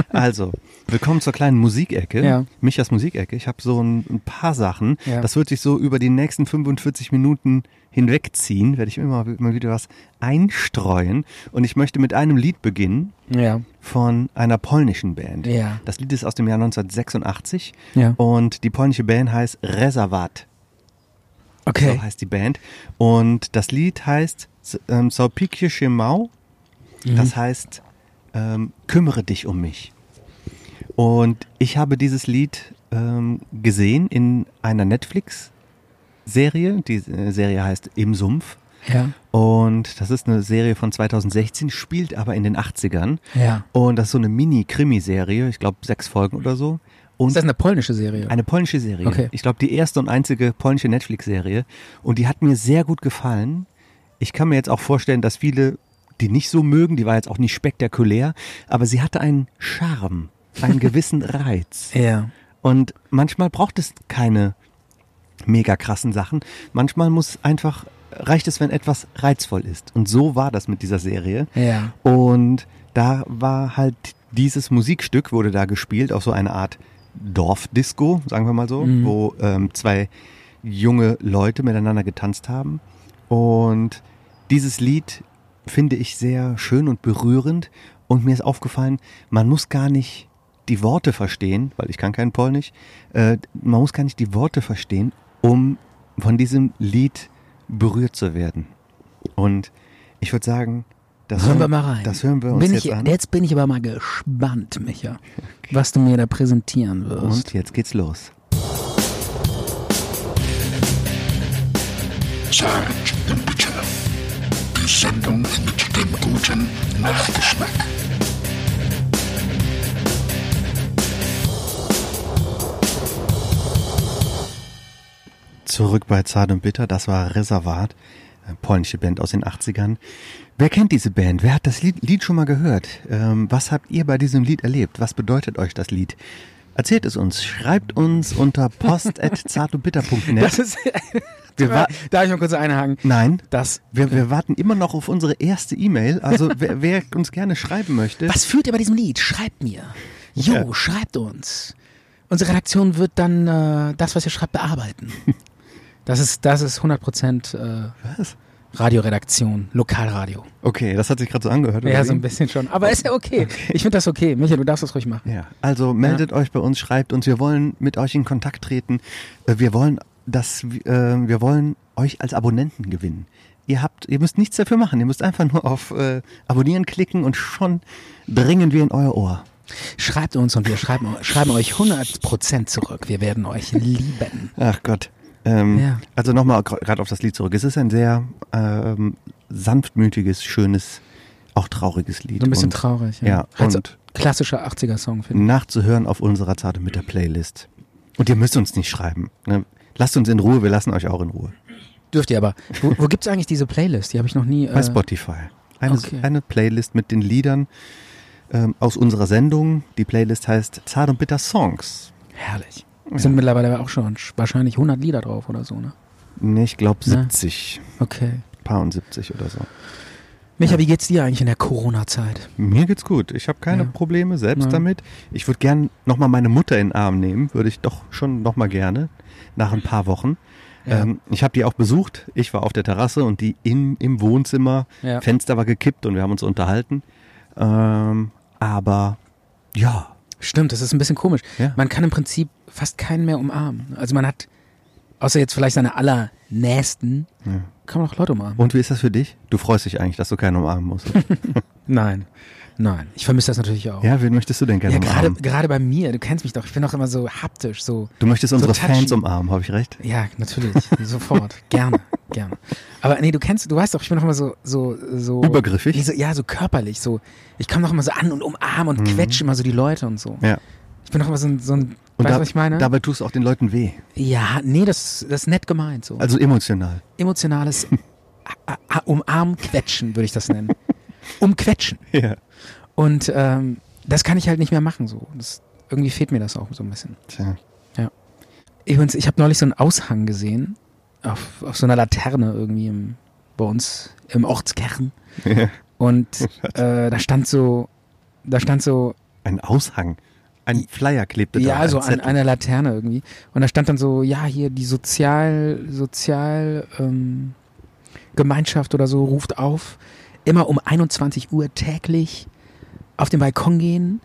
also, willkommen zur kleinen Musikecke.
Ja.
Michas Musikecke. Ich habe so ein, ein paar Sachen.
Ja.
Das wird sich so über die nächsten 45 Minuten hinwegziehen. Werde ich immer mal wieder was einstreuen. Und ich möchte mit einem Lied beginnen
Ja.
von einer polnischen Band.
Ja.
Das Lied ist aus dem Jahr 1986
Ja.
und die polnische Band heißt Reservat.
Okay.
So heißt die Band. Und das Lied heißt ähm, Saupikje Schemau.
Mhm.
Das heißt, ähm, kümmere dich um mich. Und ich habe dieses Lied ähm, gesehen in einer Netflix-Serie. Die äh, Serie heißt Im Sumpf.
ja.
Und das ist eine Serie von 2016, spielt aber in den 80ern.
Ja.
Und das ist so eine Mini-Krimi-Serie, ich glaube sechs Folgen oder so. Und
Ist das eine polnische Serie?
eine polnische Serie.
Okay.
Ich glaube, die erste und einzige polnische Netflix-Serie. Und die hat mir sehr gut gefallen. Ich kann mir jetzt auch vorstellen, dass viele die nicht so mögen, die war jetzt auch nicht spektakulär, aber sie hatte einen Charme,
<laughs>
einen gewissen Reiz.
ja.
Und manchmal braucht es keine mega krassen Sachen. Manchmal muss einfach, reicht es, wenn etwas reizvoll ist. Und so war das mit dieser Serie.
Ja.
Und da war halt dieses Musikstück, wurde da gespielt, auf so eine Art Dorfdisco, sagen wir mal so, wo ähm, zwei junge Leute miteinander getanzt haben. Und dieses Lied finde ich sehr schön und berührend. Und mir ist aufgefallen, man muss gar nicht die Worte verstehen, weil ich kann kein Polnisch, äh, man muss gar nicht die Worte verstehen, um von diesem Lied berührt zu werden. Und ich würde sagen, das
Hören wir mal rein.
Das hören wir uns
bin
jetzt
ich,
an.
Jetzt bin ich aber mal gespannt, Micha, was du mir da präsentieren wirst.
Und jetzt geht's los.
Zart und bitter. Die Sendung mit dem guten Nachgeschmack.
Zurück bei Zart und Bitter, das war Reservat, eine polnische Band aus den 80ern. Wer kennt diese Band? Wer hat das Lied, Lied schon mal gehört? Ähm, was habt ihr bei diesem Lied erlebt? Was bedeutet euch das Lied? Erzählt es uns, schreibt uns unter
<laughs>
post.zartundbitter.net.
ist.
Wir wa-
<laughs> Darf ich mal kurz einhaken?
Nein,
Das.
wir, wir warten immer noch auf unsere erste E-Mail. Also wer, wer uns gerne schreiben möchte,
Was fühlt ihr bei diesem Lied? Schreibt mir. Jo,
Ja.
schreibt uns. Unsere Redaktion wird dann äh, das, was ihr schreibt, bearbeiten.
<laughs>
Das ist, das ist 100% äh,
was?
Radioredaktion, Lokalradio.
Okay, das hat sich gerade so angehört.
Ja,
oder
so ein
wie?
bisschen schon. Aber ist ja okay. Ich finde das okay. Micha, du darfst das ruhig machen.
Ja, also meldet euch bei uns, schreibt uns, wir wollen mit euch in Kontakt treten. Äh, Wir wollen, dass w- äh, wir wollen euch als Abonnenten gewinnen. Ihr habt, ihr müsst nichts dafür machen, ihr müsst einfach nur auf äh, Abonnieren klicken und schon dringen wir in euer Ohr.
Schreibt uns und wir schreiben, schreiben euch 100% zurück. Wir werden euch lieben.
Ach Gott. Ähm,
Ja.
Also nochmal gerade auf das Lied zurück. Es ist ein sehr ähm, sanftmütiges, schönes, auch trauriges Lied.
So ein bisschen
und
traurig.
ja,
Halt so
und-
klassischer 80er-Song, finde
nachzuhören auf unserer Zarte mit der Playlist. Und ihr müsst uns nicht schreiben. Ne? Lasst uns in Ruhe, wir lassen euch auch in Ruhe.
Dürft ihr aber. Wo, wo gibt's eigentlich diese Playlist? Die habe ich noch nie. Äh,
Bei Spotify. Eine,
okay.
eine Playlist mit den Liedern ähm, aus unserer Sendung. Die Playlist heißt Zart und Bitter Songs.
Herrlich. Sind mittlerweile auch schon sch- wahrscheinlich 100 Lieder drauf oder so, ne?
Nee, ich glaube
Ja.
70,
Okay.
paar und 70 oder so.
Micha, wie geht's dir eigentlich in der Corona-Zeit?
Mir geht's gut. Ich habe keine
Ja.
Probleme selbst
Ja.
damit. Ich würde gern nochmal meine Mutter in den Arm nehmen. Würde ich doch schon nochmal gerne. Nach ein paar Wochen.
Ja.
Ähm, ich habe die auch besucht. Ich war auf der Terrasse und die in, im Wohnzimmer.
Ja.
Fenster war gekippt und wir haben uns unterhalten. Ähm, aber ja,
Stimmt, das ist ein bisschen komisch.
Ja.
Man kann im Prinzip fast keinen mehr umarmen. Also man hat, außer jetzt vielleicht seine allernächsten, kann man auch Leute umarmen.
Und wie ist das für dich? Du freust dich eigentlich, dass du keinen
<laughs>
umarmen musst.
Nein. Nein. Ich vermisse das natürlich auch.
ja, wen möchtest du denn gerne
Ja, gerade,
umarmen?
gerade bei mir, du kennst mich doch, ich bin doch immer so haptisch, so.
Du möchtest
so
unsere
touchy.
Fans umarmen, habe ich recht?
Ja, natürlich, <laughs> sofort, gerne, gerne. Aber nee, du kennst, du weißt doch, ich bin doch immer so, so, so.
Übergriffig?
Nee, so, ja, so körperlich, so. Ich komme doch immer so an und umarme und quetsche immer so die Leute und so.
Mhm. Ja.
Ich bin doch immer so ein, so ein
Und
weißt
da-
du, was ich meine?
dabei tust du auch den Leuten weh.
ja, nee, das, das ist nett gemeint, so.
Also emotional. <laughs>
Emotionales A- A- Umarmquetschen würde ich das nennen. Umquetschen.
Ja.
Und ähm, das kann ich halt nicht mehr machen, so. Das, irgendwie fehlt mir das auch so ein bisschen.
Tja.
Übrigens, ich habe neulich so einen Aushang gesehen, auf, auf so einer Laterne irgendwie im, bei uns im Ortskern.
Ja. <laughs>
Und äh, da stand so, da stand so,
Ein Aushang. Ein Flyer klebte da.
ja,
ein
so an
Zettel.
einer Laterne irgendwie. Und da stand dann so, ja, hier die Sozial, Sozial, ähm, Gemeinschaft oder so ruft auf, immer um 21 Uhr täglich auf den Balkon gehen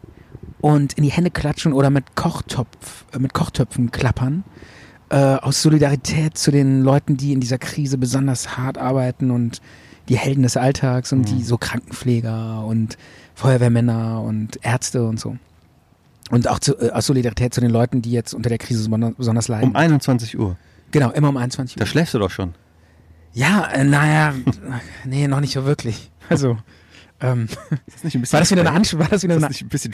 und in die Hände klatschen oder mit Kochtopf, äh, mit Kochtöpfen klappern. Äh, aus Solidarität zu den Leuten, die in dieser Krise besonders hart arbeiten und die Helden des Alltags und
Mhm.
die so Krankenpfleger und Feuerwehrmänner und Ärzte und so. Und auch zu, äh, aus Solidarität zu den Leuten, die jetzt unter der Krise so besonders- besonders leiden.
Um 21 Uhr.
genau, immer um 21 Uhr.
Da schläfst du doch schon.
Ja, <laughs> äh, naja, nee, noch nicht so wirklich. Also, ähm,
Ist nicht ein bisschen
war das wieder eine
spät?
Anspielung? War das wieder
Ist
eine,
das nicht ein <laughs> bisschen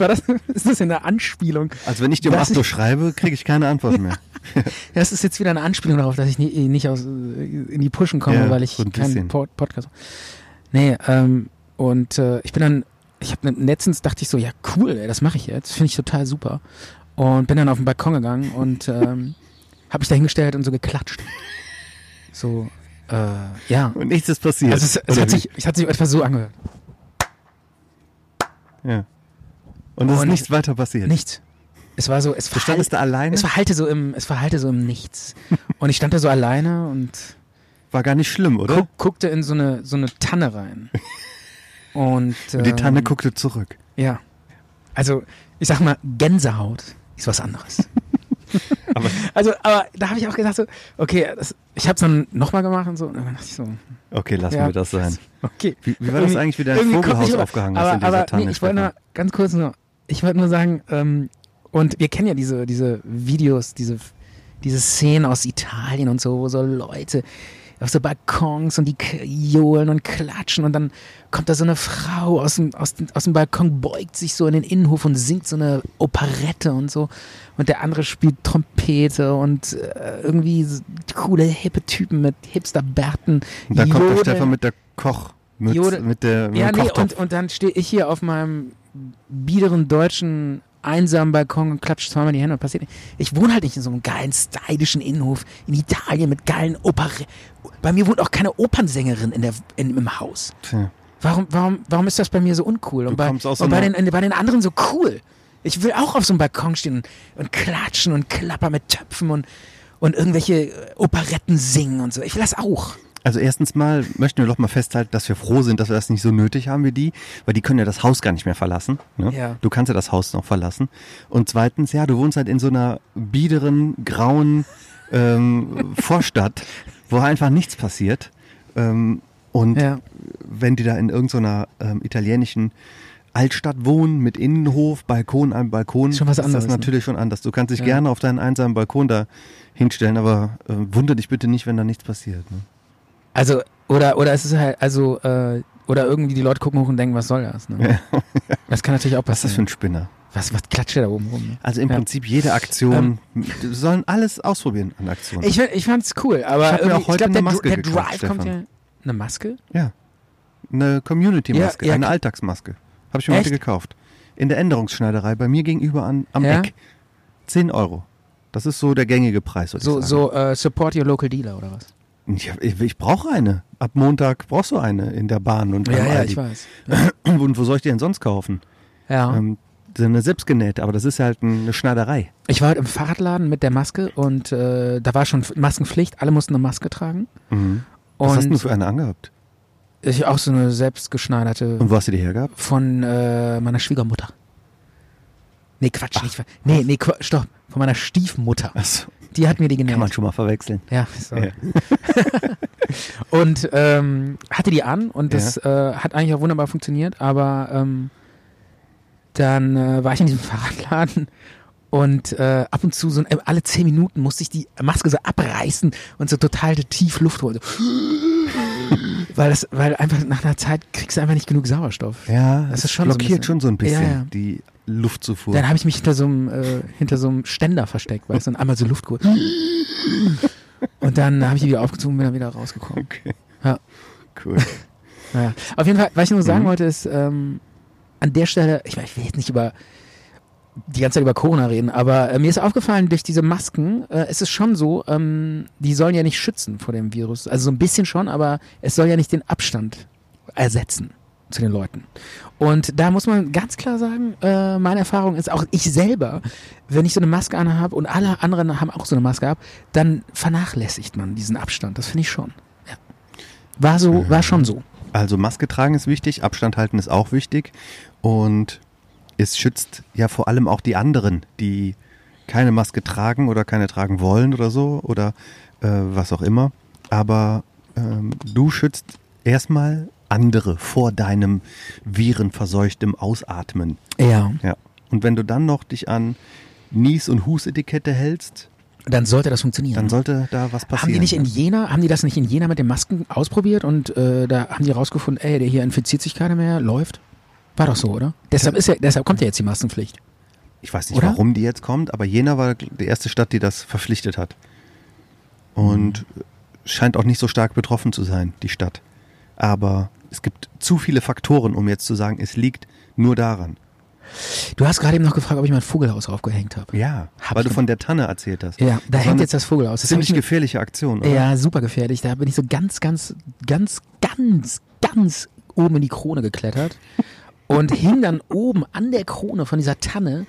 <laughs> war das, ist das eine Anspielung?
Also wenn ich dir um
Das
8 Uhr schreibe, kriege ich keine
<laughs>
Antwort mehr.
Das ist jetzt wieder eine Anspielung darauf, dass ich nie, nicht aus, äh, in die Pushen komme,
Ja,
weil ich
so ein bisschen.
keinen Pod Podcast Nee, ähm, und äh, ich bin dann, ich habe letztens dachte ich so, ja cool, ey, das mache ich jetzt, finde ich total super. Und bin dann auf den Balkon gegangen und
<laughs>
ähm, habe mich da hingestellt und so geklatscht. So, äh, ja.
Und nichts ist passiert.
Also es, es,
Oder
hat
wie?
sich, es hat sich etwa so angehört.
ja. Und es ist
Und-
nichts weiter passiert.
Nichts. Es war so, es
Du standest
verhall-
da alleine?
Es verhallte so im, es verhallte so im
<laughs>
Nichts. Und ich stand da so alleine und
War gar nicht schlimm, oder?
guck, guckte in so eine, so eine Tanne
<laughs>
rein. Und,
Und die
ähm,
Tanne guckte zurück.
Ja. Also, ich sag mal, Gänsehaut ist was anderes.
<laughs> Aber-
also, aber da habe ich auch gedacht so, okay, das, ich habe es dann nochmal gemacht und so. Und dann dachte ich so,
Okay, lassen
Ja.
wir das sein.
okay.
Wie- wie war das
Irgendwie-
eigentlich, wie dein
irgendwie kommt
Vogelhaus
nicht rüber.
aufgehangen hast
aber,
in dieser
aber,
Tanne,
Nee, ich wollte
Stefan?
nur ganz kurz nur, ich wollte nur sagen, ähm, und wir kennen ja diese, diese Videos, diese, diese Szenen aus Italien und so, wo so Leute auf so Balkons und die k- johlen und klatschen und dann kommt da so eine Frau aus dem, aus, dem, aus dem Balkon, beugt sich so in den Innenhof und singt so eine Operette und so und der andere spielt Trompete und äh, irgendwie so coole, hippe Typen mit Hipsterbärten.
Und dann kommt der
jodeln.
Stefan mit der Kochmütze,
Jodel-
mit der mit
Ja,
dem
nee,
Kochtopf.
und, und dann stehe ich hier auf meinem biederen deutschen einsamen Balkon und klatsche zweimal die Hände und passiert nicht. Ich wohne halt nicht in so einem geilen, stylischen Innenhof in Italien mit geilen Oper. Bei mir wohnt auch keine Opernsängerin in der, in, im Haus.
Tja.
Warum, warum, warum ist das bei mir so uncool?
Du
Und, bei,
kommst aus so
und bei,
einer-
den, bei den anderen so cool. Ich will auch auf so einem Balkon stehen und, und klatschen und klapper mit Töpfen und, und irgendwelche äh, Operetten singen und so. Ich will das auch.
Also erstens mal möchten wir doch mal festhalten, dass wir froh sind, dass wir das nicht so nötig haben wie die, weil die können ja das Haus gar nicht mehr verlassen. Ne?
Ja.
Du kannst ja das Haus noch verlassen. Und zweitens, ja, du wohnst halt in so einer biederen, grauen
<laughs>
ähm, Vorstadt, wo einfach nichts passiert. Ähm, und
Ja.
wenn die da in irgendeiner ähm, italienischen Altstadt wohnen, mit Innenhof, Balkon an Balkon,
Schon was
ist
anderes,
das
ne?
natürlich schon anders. Du kannst dich gerne auf deinen einsamen Balkon da hinstellen, aber äh, wundere dich bitte nicht, wenn da nichts passiert. Ne?
Also, oder, oder es ist halt, also, äh, oder irgendwie die Leute gucken hoch und denken, was soll das? Ne? Das kann natürlich auch
Was ist das
passieren.
für ein Spinner?
Was, was klatscht der da oben rum? ne?
Also im
Ja. Ähm.
Prinzip jede Aktion, wir sollen alles ausprobieren an Aktionen.
Ich, find- ich fand's cool, aber
Ich hab mir
irgendwie-
auch heute
glaub, der,
eine Maske
der
gekauft,
Drive kommt ja.
Stefan.
Eine Maske?
ja. Eine Community-Maske,
Ja, ja,
eine
k-
Alltagsmaske. Habe ich mir heute
Echt?
gekauft. In der Änderungsschneiderei bei mir gegenüber an, am
Ja?
Eck. 10 Euro. Das ist so der gängige Preis. würd
So,
ich sagen.
so äh, support your local dealer oder was?
Ich, hab- ich, ich brauche eine. Ab Montag brauchst du eine in der Bahn und am Aldi.
weiß. Ah.
Und wo soll ich die denn sonst kaufen?
Ja.
Ähm, so eine selbstgenähte, aber das ist halt eine Schneiderei.
Ich war heute im Fahrradladen mit der Maske und äh, da war schon F- Maskenpflicht, alle mussten eine Maske tragen.
Mhm. Was hast
Und
denn du für eine angehabt?
ich auch so eine selbstgeschneiderte
Und wo hast du die hergehabt?
von äh, meiner Schwiegermutter. Nee, Quatsch, nicht. von- Nee, nee, Qu- stopp. Von meiner Stiefmutter.
Achso,
Die hat mir die genäht.
kann man schon mal verwechseln.
Ja, so.
<laughs> Ja.
und ähm, hatte die an und
Ja.
das äh, hat eigentlich auch wunderbar funktioniert, aber ähm, dann äh, war ich in diesem <laughs> Fahrradladen und äh, ab und zu so äh, alle zehn Minuten musste ich die Maske so abreißen und so total tief Luft holen. So. <laughs> weil das, weil einfach nach einer Zeit kriegst du einfach nicht genug Sauerstoff.
Ja,
Das
es
ist schon so ein
blockiert
bisschen-
schon so ein bisschen
Ja, ja.
die Luftzufuhr. <laughs>
Dann habe ich mich hinter so einem, äh, hinter so einem Ständer versteckt, weißt du, und einmal so Luft geholt. Und dann habe ich die wieder aufgezogen und bin dann wieder rausgekommen.
Okay,
Ja.
cool.
Naja. Auf jeden Fall, was ich nur sagen wollte, ist, ähm, an der Stelle, ich, mein, ich will jetzt nicht über die ganze Zeit über Corona reden, aber äh, mir ist aufgefallen, durch diese Masken äh, ist es schon so, ähm, die sollen ja nicht schützen vor dem Virus. Also so ein bisschen schon, aber es soll ja nicht den Abstand ersetzen zu den Leuten. Und da muss man ganz klar sagen, äh, meine Erfahrung ist auch ich selber, wenn ich so eine Maske anhabe und alle anderen haben auch so eine Maske ab, dann vernachlässigt man diesen Abstand. Das finde ich schon. Ja. War so, war schon so.
Also Maske tragen ist wichtig, Abstand halten ist auch wichtig und es schützt ja vor allem auch die anderen, die keine Maske tragen oder keine tragen wollen oder so oder äh, was auch immer. Aber ähm, du schützt erstmal andere vor deinem virenverseuchtem Ausatmen.
Ja.
Ja. Und wenn du dann noch dich an Nies- und Husetikette hältst,
Dann sollte das funktionieren.
dann sollte da was passieren. ne?
haben die nicht in Jena, haben die das nicht in Jena mit den Masken ausprobiert und äh, da haben die rausgefunden, ey, der hier infiziert sich keiner mehr, läuft? War doch so, oder? Deshalb ist ja, deshalb kommt ja jetzt die Maskenpflicht.
Ich weiß nicht,
Oder?
warum die jetzt kommt, aber Jena war die erste Stadt, die das verpflichtet hat. Und
Mhm.
scheint auch nicht so stark betroffen zu sein, die Stadt. Aber es gibt zu viele Faktoren, um jetzt zu sagen, es liegt nur daran.
Du hast gerade eben noch gefragt, ob ich mein Vogelhaus aufgehängt habe.
Ja,
Hab
weil
ich
du von der Tanne erzählt hast.
Ja, da
war
hängt
eine
jetzt das Vogelhaus. Das hab
Ziemlich
ich mir-
gefährliche Aktion, oder?
Ja, super gefährlich. Da bin ich so ganz, ganz, ganz, ganz, ganz oben in die Krone
<laughs>
geklettert und hing dann oben an der Krone von dieser Tanne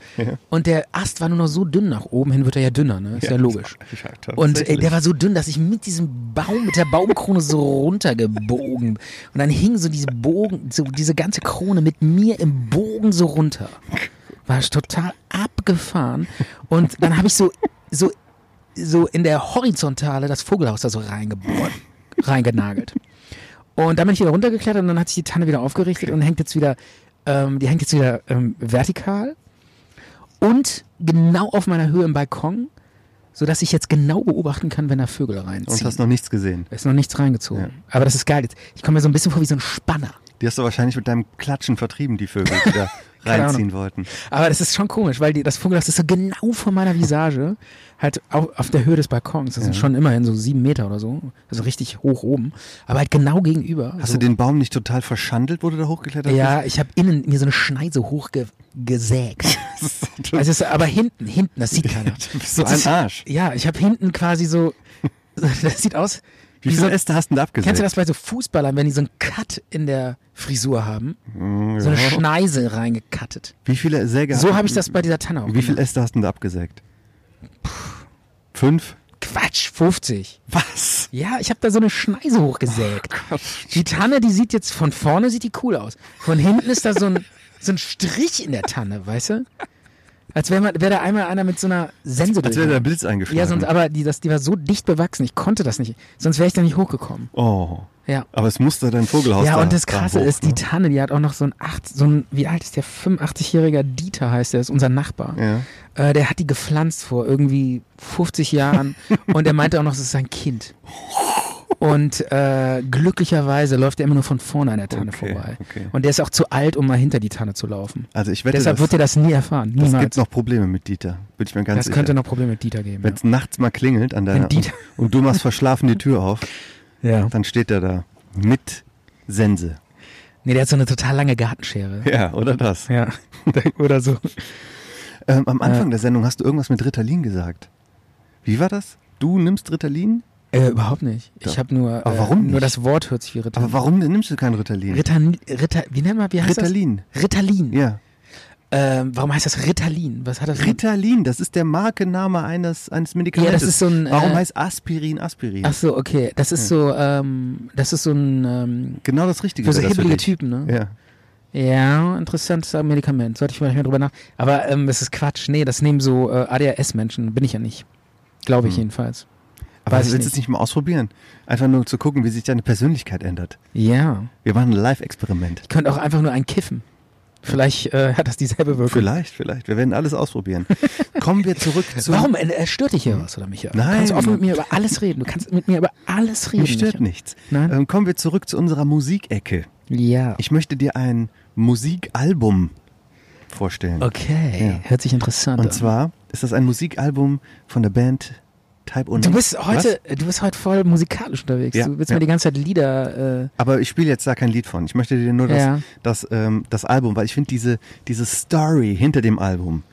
und der Ast war nur noch so dünn nach oben hin, wird er ja dünner, ne? Ist ja, logisch.
das- ja, tatsächlich.
und äh, der war so dünn, dass ich mit diesem Baum, mit der Baumkrone so runtergebogen und dann hing so diese Bogen, so diese ganze Krone mit mir im Bogen so runter. War total abgefahren und dann habe ich so, so so in der Horizontale das Vogelhaus da so reingebohrt, reingenagelt. Und dann bin ich wieder runtergeklettert und dann hat sich die Tanne wieder aufgerichtet und hängt jetzt wieder, ähm, die hängt jetzt wieder ähm, vertikal und genau auf meiner Höhe im Balkon, sodass ich jetzt genau beobachten kann, wenn da Vögel
Und
reinziehen.
hast noch nichts gesehen.
ist noch nichts reingezogen.
Ja.
Aber das ist geil. Jetzt, ich komme mir so ein bisschen vor wie so ein Spanner.
Die hast du wahrscheinlich mit deinem Klatschen vertrieben, die Vögel, die
<laughs>
da
Keine
reinziehen wollten.
Aber das ist schon komisch, weil die, das Vogelhaus ist so genau vor meiner Visage, halt auf, auf der Höhe des Balkons. Das sind schon immerhin so sieben Meter oder so, also richtig hoch oben, aber halt genau gegenüber.
Hast
so.
du den Baum nicht total verschandelt, wo du da hochgeklettert
Ja, ich habe innen mir so eine Schneise
<laughs>
hochgesägt.
bist?
also es ist aber hinten, hinten, das
<laughs>
sieht keiner.
Du bist so
Das ist-
ein Arsch.
Ja, ich habe hinten quasi so, <laughs> das sieht aus
Wie
wie so
viel Äste hast du denn da abgesägt?
Kennst du das bei so Fußballern, wenn die so einen Cut in der Frisur haben?
Hm,
So eine Schneise reingekattet.
Wie viele Säge
So
hat-
habe ich das bei dieser Tanne auch
Wie viel
gemacht.
Äste hast du denn da abgesägt? Fünf?
Quatsch, 50.
Was?
Ja, ich habe da so eine Schneise hochgesägt.
Oh
die Tanne, die sieht jetzt von vorne sieht die cool aus. Von hinten ist da so ein, <laughs> so ein Strich in der Tanne, weißt du? Als wäre wär da einmal einer mit so einer Sense
Als wäre der
durchgegangen.
Blitz eingeschlagen.
Ja, sonst, aber die, das, die war so dicht bewachsen, ich konnte das nicht. Sonst wäre ich da nicht hochgekommen.
oh.
Ja.
Aber es musste dein Vogelhaus
Ja,
da,
und das
da
Krasse
hoch,
ist, die Tanne, die hat auch noch so ein, acht, so ein wie alt ist der? 85-jähriger Dieter heißt der, ist unser Nachbar.
Ne?
Äh, der hat die
<laughs>
gepflanzt vor irgendwie 50 Jahren und er meinte auch noch, es ist sein Kind. Und äh, glücklicherweise läuft er immer nur von vorne an der Tanne
Okay,
vorbei.
okay.
Und der ist auch zu alt, um mal hinter die Tanne zu laufen.
Also ich wette,
Deshalb
das,
wird er das nie erfahren. Niemals.
das gibt noch Probleme mit Dieter. Bin ich mir ganz
das
sicher.
könnte noch Probleme mit Dieter geben.
Wenn es nachts mal klingelt an deiner
Dieter-
und du machst verschlafen die Tür auf,
ja. ja.
dann steht er da mit Sense.
Nee, der hat so eine total lange Gartenschere.
Ja, oder das?
Ja. <laughs> Äh. Oder
<laughs>
so.
Ähm, am Anfang
Ja.
der Sendung hast du irgendwas mit Ritalin gesagt. Wie war das? Du nimmst Ritalin?
Äh, überhaupt nicht.
Doch.
Ich habe nur.
Aber
äh,
warum
Nur
nicht?
das Wort hört sich wie Ritalin.
Aber warum nimmst du kein Ritalin?
Ritalin, Rital, wie nennt man, wie heißt
Ritalin.
das? Ritalin.
Ja.
Ähm, warum heißt das Ritalin? Was hat das?
Ritalin, das ist der Markenname eines, eines Medikamentes.
Ja, das ist so ein,
Warum
äh,
heißt Aspirin Aspirin?
Ach so, okay. Das ist so, ähm, das ist so ein ähm,
genau das Richtige.
für so
wäre das
hibbelige
dich.
Typen, ne?
Ja.
Ja, interessantes Medikament. Sollte ich vielleicht mal drüber nach. Aber ähm, es ist Quatsch. Nee, das nehmen so äh, ADHS-Menschen. Bin ich ja nicht. Glaube ich
Hm.
jedenfalls.
Aber
Weiß
du
ich
willst
nicht.
es nicht mal ausprobieren. Einfach nur zu gucken, wie sich deine Persönlichkeit ändert.
Ja.
Wir machen ein Live-Experiment.
Ich könnte auch einfach nur einen kiffen. Vielleicht äh, <laughs> hat das dieselbe Wirkung.
Vielleicht, vielleicht. Wir werden
<laughs>
alles ausprobieren. Kommen wir zurück zu.
Warum? Äh, äh, stört dich hier was, oder Micha?
Nein.
Du kannst offen mit mir über alles reden. Du kannst mit mir über alles reden.
Mich stört
Micha.
nichts.
Nein?
Ähm, kommen wir zurück zu unserer Musikecke.
Ja.
Ich möchte dir ein Musikalbum vorstellen.
okay.
Ja.
Hört sich interessant
Und
an.
zwar ist das ein Musikalbum von der Band Type O
Du bist heute, du bist heute voll musikalisch unterwegs.
Ja,
du willst
ja.
mir die ganze Zeit Lieder. Äh,
Aber ich spiele jetzt da kein Lied von. Ich möchte dir nur das,
Ja.
das, ähm, das Album, weil ich finde diese, diese Story hinter dem Album,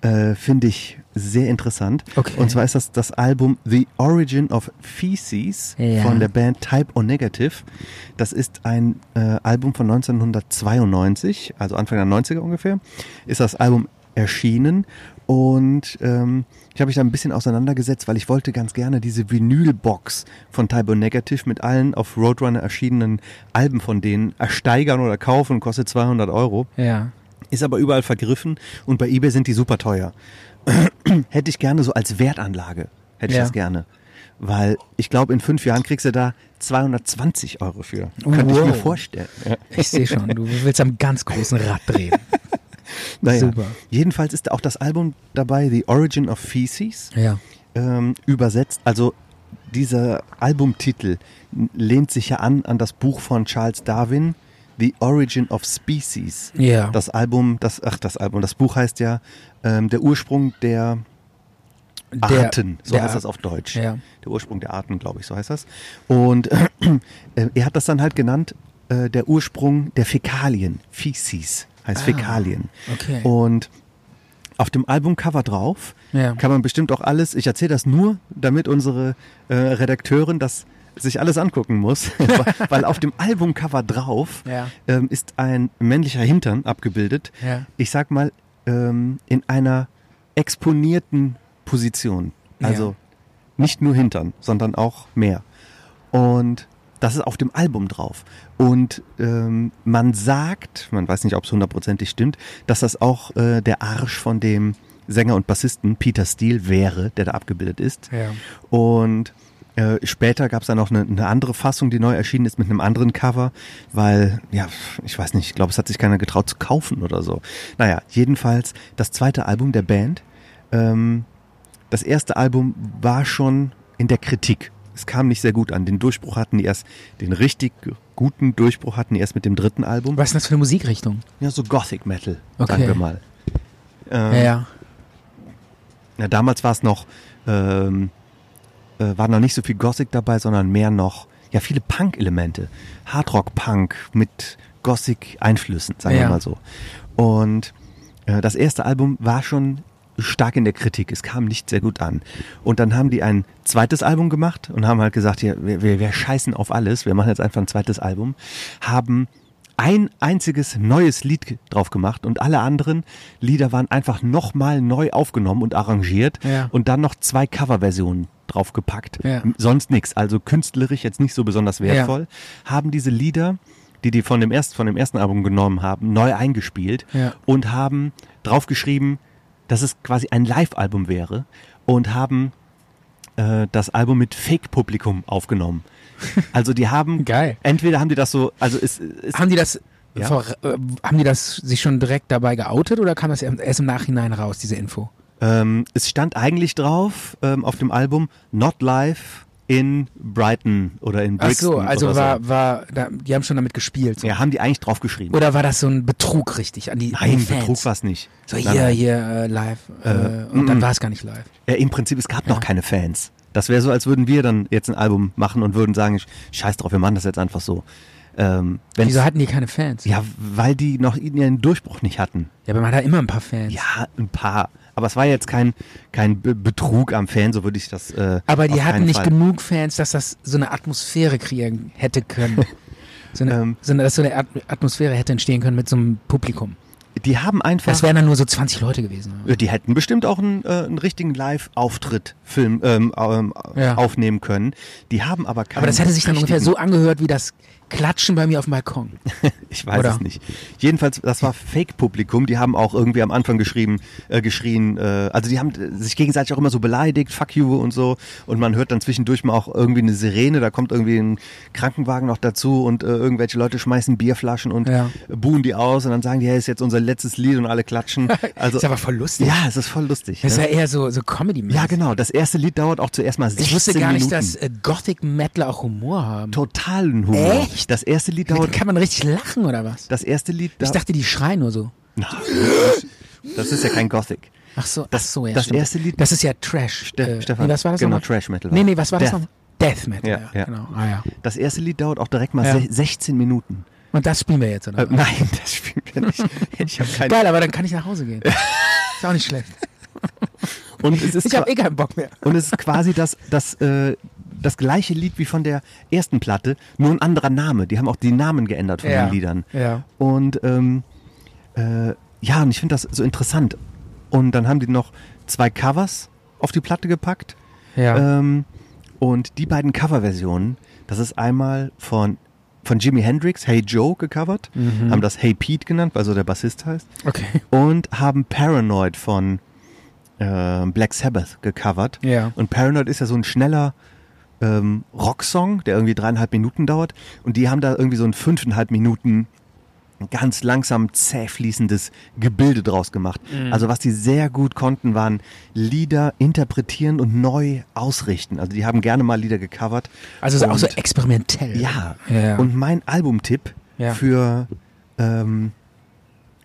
äh, finde ich sehr interessant.
Hm. Okay.
Und zwar ist das das Album The Origin of Feces
Ja.
von der Band Type O Negative. Das ist ein äh, Album von 1992, also Anfang der 90er ungefähr, ist das Album erschienen. Und ähm, ich habe mich da ein bisschen auseinandergesetzt, weil ich wollte ganz gerne diese Vinylbox von Type O Negative mit allen auf Roadrunner erschienenen Alben von denen ersteigern oder kaufen, kostet 200 Euro
ja.
ist aber überall vergriffen und bei eBay sind die super teuer. <clears throat> Hätte ich gerne so als Wertanlage, hätte ich
Ja.
das gerne. Weil ich glaube, in fünf Jahren kriegst du da 220 Euro für. Könnte ich mir
Wow.
vorstellen. Ja.
Ich sehe schon. Du willst am ganz großen Rad drehen.
Naja.
Super.
Jedenfalls ist da auch das Album dabei, The Origin of Feces,
<laughs> Ja.
ähm, übersetzt. Also dieser Albumtitel lehnt sich ja an an das Buch von Charles Darwin, The Origin of Species.
Ja.
Das Album, das, ach, das Album, das Buch heißt ja ähm, Der Ursprung der Arten, so
der
heißt das
Ar-
auf Deutsch.
Ja.
Der Ursprung der Arten, glaube ich, so heißt das. Und <clears throat> äh, er hat das dann halt genannt, äh, der Ursprung der Fäkalien, Feces, heißt Fäkalien.
Ah, okay.
Und auf dem Albumcover drauf
Ja.
kann man bestimmt auch alles, ich erzähle das nur, damit unsere äh, Redakteurin das sich alles angucken muss, <laughs> weil- weil auf dem Albumcover drauf
Ja.
ähm, ist ein männlicher Hintern abgebildet.
Ja.
Ich sag mal, ähm, in einer exponierten Position. Also
Ja.
nicht nur Hintern, sondern auch mehr. Und das ist auf dem Album drauf. Und ähm, man sagt, man weiß nicht, ob es hundertprozentig stimmt, dass das auch äh, der Arsch von dem Sänger und Bassisten Peter Steele wäre, der da abgebildet ist.
Ja.
Und äh, später gab es dann noch eine, eine andere Fassung, die neu erschienen ist mit einem anderen Cover, weil, ja, ich weiß nicht, ich glaube, es hat sich keiner getraut zu kaufen oder so. Naja, jedenfalls das zweite Album der Band. Ähm, das erste Album war schon in der Kritik. Es kam nicht sehr gut an. Den Durchbruch hatten die erst, den richtig guten Durchbruch hatten die erst mit dem dritten Album.
Was ist denn das für eine Musikrichtung?
Ja, so Gothic Metal, sagen
Okay.
wir mal. Ähm,
ja.
na, damals war es noch, ähm, äh, war noch nicht so viel Gothic dabei, sondern mehr noch, ja, viele Punk-Elemente. Hardrock-Punk mit Gothic-Einflüssen, sagen wir
Ja.
mal so. Und äh, das erste Album war schon stark in der Kritik. Es kam nicht sehr gut an. Und dann haben die ein zweites Album gemacht und haben halt gesagt, hier, wir, wir, wir scheißen auf alles, wir machen jetzt einfach ein zweites Album. Haben ein einziges neues Lied ge- drauf gemacht und alle anderen Lieder waren einfach nochmal neu aufgenommen und arrangiert
Ja.
und dann noch zwei Coverversionen draufgepackt.
Ja.
M- Sonst nichts, also künstlerisch jetzt nicht so besonders wertvoll. Haben diese Lieder, die die von dem, erst, von dem ersten Album genommen haben, neu eingespielt
Ja.
und haben draufgeschrieben, dass es quasi ein Live-Album wäre und haben äh, das Album mit Fake-Publikum
<laughs>
aufgenommen. Also die haben
Geil.
entweder haben die das so, also es, es
Haben die das.
Ja.
Vor, äh, haben die das sich schon direkt dabei geoutet oder kam das erst im Nachhinein raus, diese Info?
Ähm, es stand eigentlich drauf ähm, auf dem Album Not Live in Brighton oder in
Ach
Brixton.
so, also
oder
war,
so.
war, da, die haben schon damit gespielt. So.
Ja, haben die eigentlich draufgeschrieben.
Oder war das so ein Betrug richtig an die an die
Nein,
Fans?
Betrug war es nicht.
So,
Nein,
hier,
nein.
hier, äh, live. Äh, und dann war es gar nicht live.
Ja, Im Prinzip, es gab noch keine Fans. Das wäre so, als würden wir dann jetzt ein Album machen und würden sagen, sch- scheiß drauf, wir machen das jetzt einfach so. Ähm, wenn's-
Wieso hatten die keine Fans?
ja, weil die noch ihren Durchbruch nicht hatten.
Ja, aber man hat ja immer ein paar Fans.
Ja, ein paar. Aber es war jetzt kein, kein Be Betrug am Fan, so würde ich das. Äh,
Aber die
auf
hatten
keinen
nicht
Fall.
genug Fans, dass das so eine Atmosphäre kreieren hätte
<laughs>
können. So eine,
Ähm.
so eine, dass so eine At Atmosphäre hätte entstehen können mit so einem Publikum.
Die haben einfach.
Das wären dann nur so 20 Leute gewesen.
Ja, Die hätten bestimmt auch einen, äh, einen richtigen Live-Auftritt Film ähm, ähm,
Ja.
aufnehmen können. Die haben aber keinen.
Aber das hätte sich dann ungefähr
richtigen-
so angehört wie das Klatschen bei mir auf dem Balkon.
Ich weiß
Oder?
es nicht. Jedenfalls, das war Fake-Publikum. Die haben auch irgendwie am Anfang geschrieben, äh, geschrien, äh, also die haben äh, sich gegenseitig auch immer so beleidigt, fuck you und so. Und man hört dann zwischendurch mal auch irgendwie eine Sirene, da kommt irgendwie ein Krankenwagen noch dazu und äh, irgendwelche Leute schmeißen Bierflaschen und
Ja.
buhen die aus und dann sagen die, hey, ist jetzt unser letztes Lied und
<laughs>
alle klatschen. Also,
ist aber voll lustig.
ja, es ist voll lustig.
Das ist
ne?
ja eher so, so comedy -mäßig.
ja, genau. Das erste Lied dauert auch zuerst mal 16
Ich wusste gar nicht,
Minuten.
dass äh, Gothic Metal auch Humor haben.
Totalen Humor.
Echt?
Das erste Lied
Damit
dauert...
kann man richtig lachen oder was?
Das erste Lied
Ich
dauert...
dachte, die schreien nur so.
Das ist ja kein Gothic.
Ach so,
Das-
ach so, ja,
das
stimmt.
erste Lied-
Das ist ja Trash. Äh,
Ste- Stefan,
nee, was war das
genau,
nochmal?
Trash Metal war
Nee,
das.
nee, was war das
Death.
nochmal? Death Metal.
Ja,
Ja,
ja.
genau. Ah, ja.
Das erste Lied dauert auch direkt mal
Ja.
sech- 16 Minuten.
Und das spielen wir jetzt, oder?
<laughs> Äh, nein, das spielt wir nicht. Ich habe keine.
Geil, aber dann kann ich nach Hause
<laughs>
gehen. ist auch nicht schlecht.
Und es ist,
Ich habe
qua-
eh keinen Bock mehr.
und es ist quasi das, das, äh, das gleiche Lied wie von der ersten Platte, nur ein anderer Name. Die haben auch die Namen geändert von
Ja.
den Liedern.
Ja.
Und ähm, äh, ja, und ich finde das so interessant. Und dann haben die noch zwei Covers auf die Platte gepackt.
Ja.
Ähm, und die beiden Coverversionen, das ist einmal von, von Jimi Hendrix, Hey Joe, gecovert, haben das Hey Pete genannt, weil so der Bassist heißt,
Okay.
und haben Paranoid von ähm, Black Sabbath gecovert.
Ja.
Und Paranoid ist ja so ein schneller ähm, Rocksong, der irgendwie dreieinhalb Minuten dauert. Und die haben da irgendwie so ein fünfeinhalb Minuten ganz langsam zäh fließendes Gebilde draus gemacht.
Mhm.
Also was die sehr gut konnten, waren Lieder interpretieren und neu ausrichten. Also die haben gerne mal Lieder gecovert.
Also ist auch so
Und-
experimentell.
ja.
Ja.
Und mein Albumtipp
Ja.
für, ähm,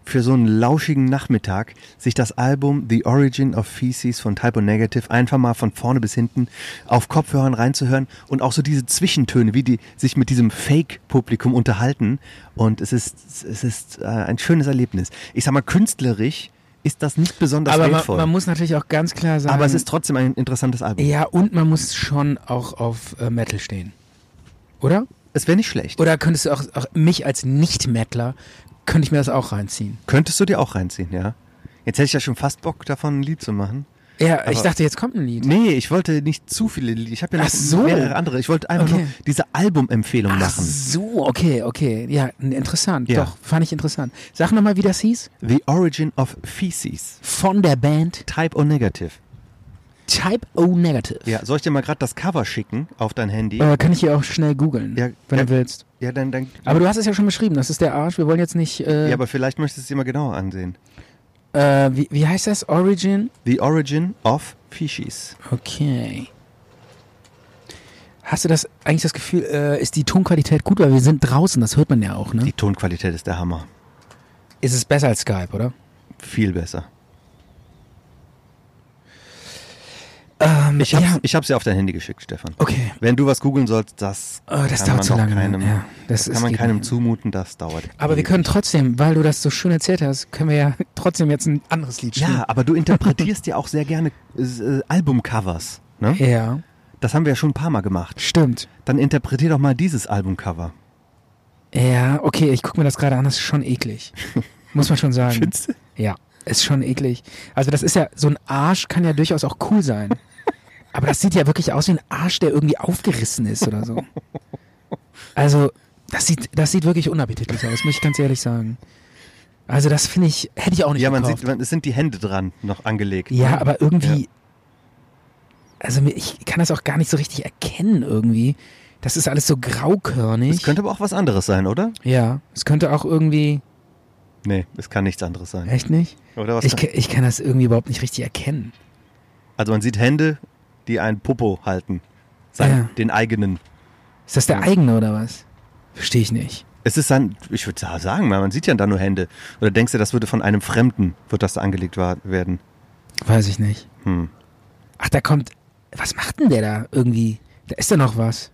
für so einen lauschigen Nachmittag, sich das Album The Origin of Feces von Typo Negative einfach mal von vorne bis hinten auf Kopfhörern reinzuhören und auch so diese Zwischentöne, wie die sich mit diesem Fake-Publikum unterhalten. Und es ist, es ist äh, ein schönes Erlebnis. Ich sag mal, künstlerisch ist das nicht besonders
aber man,
wertvoll.
man muss natürlich auch ganz klar sagen.
aber es ist trotzdem ein interessantes Album.
Ja, und man muss schon auch auf äh, Metal stehen. Oder?
Es wäre nicht schlecht.
Oder könntest du auch, auch mich als Nicht-Mettler, könnte ich mir das auch reinziehen?
Könntest du dir auch reinziehen, ja. Jetzt hätte ich ja schon fast Bock, davon ein Lied zu machen.
Ja, ich
Aber-
dachte, jetzt kommt ein Lied.
Nee, ich wollte nicht zu viele Lieder. Ich habe ja noch
Ach so.
mehrere andere. Ich wollte einfach
Okay.
nur diese Albumempfehlung
Ach
machen.
so, okay, okay. Ja, n- interessant.
Ja.
Doch, fand ich interessant. Sag nochmal, wie das hieß.
The Origin of Feces.
Von der Band
Type O Negative.
Type O Negative.
Ja, soll ich dir mal gerade das Cover schicken auf dein Handy?
Äh, kann ich hier auch schnell googeln,
Ja,
wenn
ja.
du willst.
Ja, dann, dann.
Aber du hast es ja schon beschrieben, das ist der Arsch. Wir wollen jetzt nicht. Äh,
Ja, aber vielleicht möchtest du es dir mal genauer ansehen.
äh, wie, wie heißt das? Origin?
The Origin of Feces.
Hm? Okay. Hast du das eigentlich das Gefühl, äh, ist die Tonqualität gut, weil wir sind draußen, das hört man ja auch, ne?
Die Tonqualität ist der Hammer.
Ist es besser als Skype, oder?
Viel besser.
Ähm,
Ich hab's,
ja.
ich hab's dir auf dein Handy geschickt, Stefan.
Okay.
Wenn du was googeln sollst, das,
Oh, das dauert
kann man
zu
doch
lange, ne?
Keinem,
Ja, das
das
ist-
kann man
geht
keinem
nicht.
zumuten, das dauert.
Aber wir
ewig.
können trotzdem, weil du das so schön erzählt hast, können wir ja <laughs> trotzdem jetzt ein anderes Lied spielen.
Ja, aber du interpretierst ja auch sehr gerne äh, Albumcovers. Ne?
Ja,
Das haben wir ja schon ein paar Mal gemacht.
stimmt.
Dann interpretier doch mal dieses Albumcover.
Ja, okay, ich gucke mir das gerade an, das ist schon
<laughs>
eklig. Muss man schon sagen.
Findest du?
Ja, ist schon eklig. Also das ist ja, so ein Arsch kann ja durchaus auch cool
<laughs>
sein. Aber das sieht ja wirklich aus wie ein Arsch, der irgendwie aufgerissen ist oder so. Also, das sieht, das sieht wirklich unappetitlich aus, muss ich ganz ehrlich sagen. Also das finde ich, hätte ich auch nicht
Ja, man
gekauft.
sieht, man, es sind die Hände dran noch angelegt.
Ja,
ne?
aber irgendwie. Also mir- ich kann das auch gar nicht so richtig erkennen irgendwie. Das ist alles so graukörnig.
Es könnte aber auch was anderes sein, oder?
ja, es könnte auch irgendwie.
Nee, es kann nichts anderes sein.
Echt nicht?
Oder was?
Äh, Ich,
kann,
ke- ich kann das irgendwie überhaupt nicht richtig erkennen.
also man sieht Hände, die einen Popo halten. Sein,
Ja.
Den eigenen.
Ist das der eigene oder was? Verstehe ich nicht.
Es ist sein, ich würde sagen, man sieht ja da nur Hände. Oder denkst du, das würde von einem Fremden, wird das da angelegt wa- werden?
Weiß ich nicht.
Hm. <laughs>
Ach, da kommt. Was macht denn der da irgendwie? Da ist da noch was.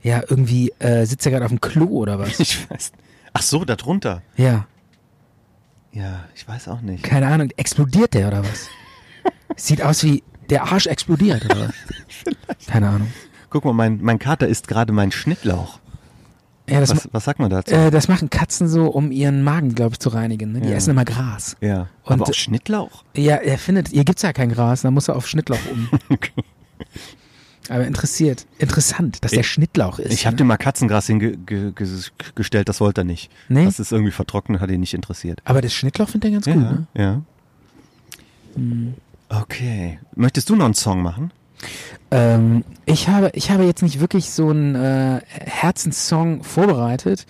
Ja, irgendwie äh, sitzt er gerade auf dem Klo oder
<laughs>
was?
Ich weiß. Ach so, da drunter.
ja,
Ja, ich weiß auch nicht.
keine Ahnung. Explodiert der oder was? Sieht aus wie der Arsch explodiert oder was? Keine Ahnung.
Guck mal, mein, mein Kater ist gerade mein Schnittlauch.
Ja, das,
Was, was sagt man
ma-
dazu?
äh, das machen Katzen so, um ihren Magen, glaube ich, zu reinigen. Ne? Die
Ja.
essen immer Gras.
ja.
und-
Aber auch Schnittlauch?
Ja, er findet, hier gibt's ja kein Gras, dann muss er auf Schnittlauch
<laughs>
um. Aber interessiert, interessant, dass der
Ich-
Schnittlauch ist.
Ich habe
ne?
dir mal Katzengras hingestellt, das wollte er nicht.
Nee.
Das ist irgendwie vertrocknet, hat ihn nicht interessiert.
Aber das Schnittlauch findet er ganz
Ja,
gut, ne? Mhm.
ja. Okay. Möchtest du noch einen Song machen?
Ähm, ich, habe, ich habe jetzt nicht wirklich so einen äh, Herzenssong vorbereitet,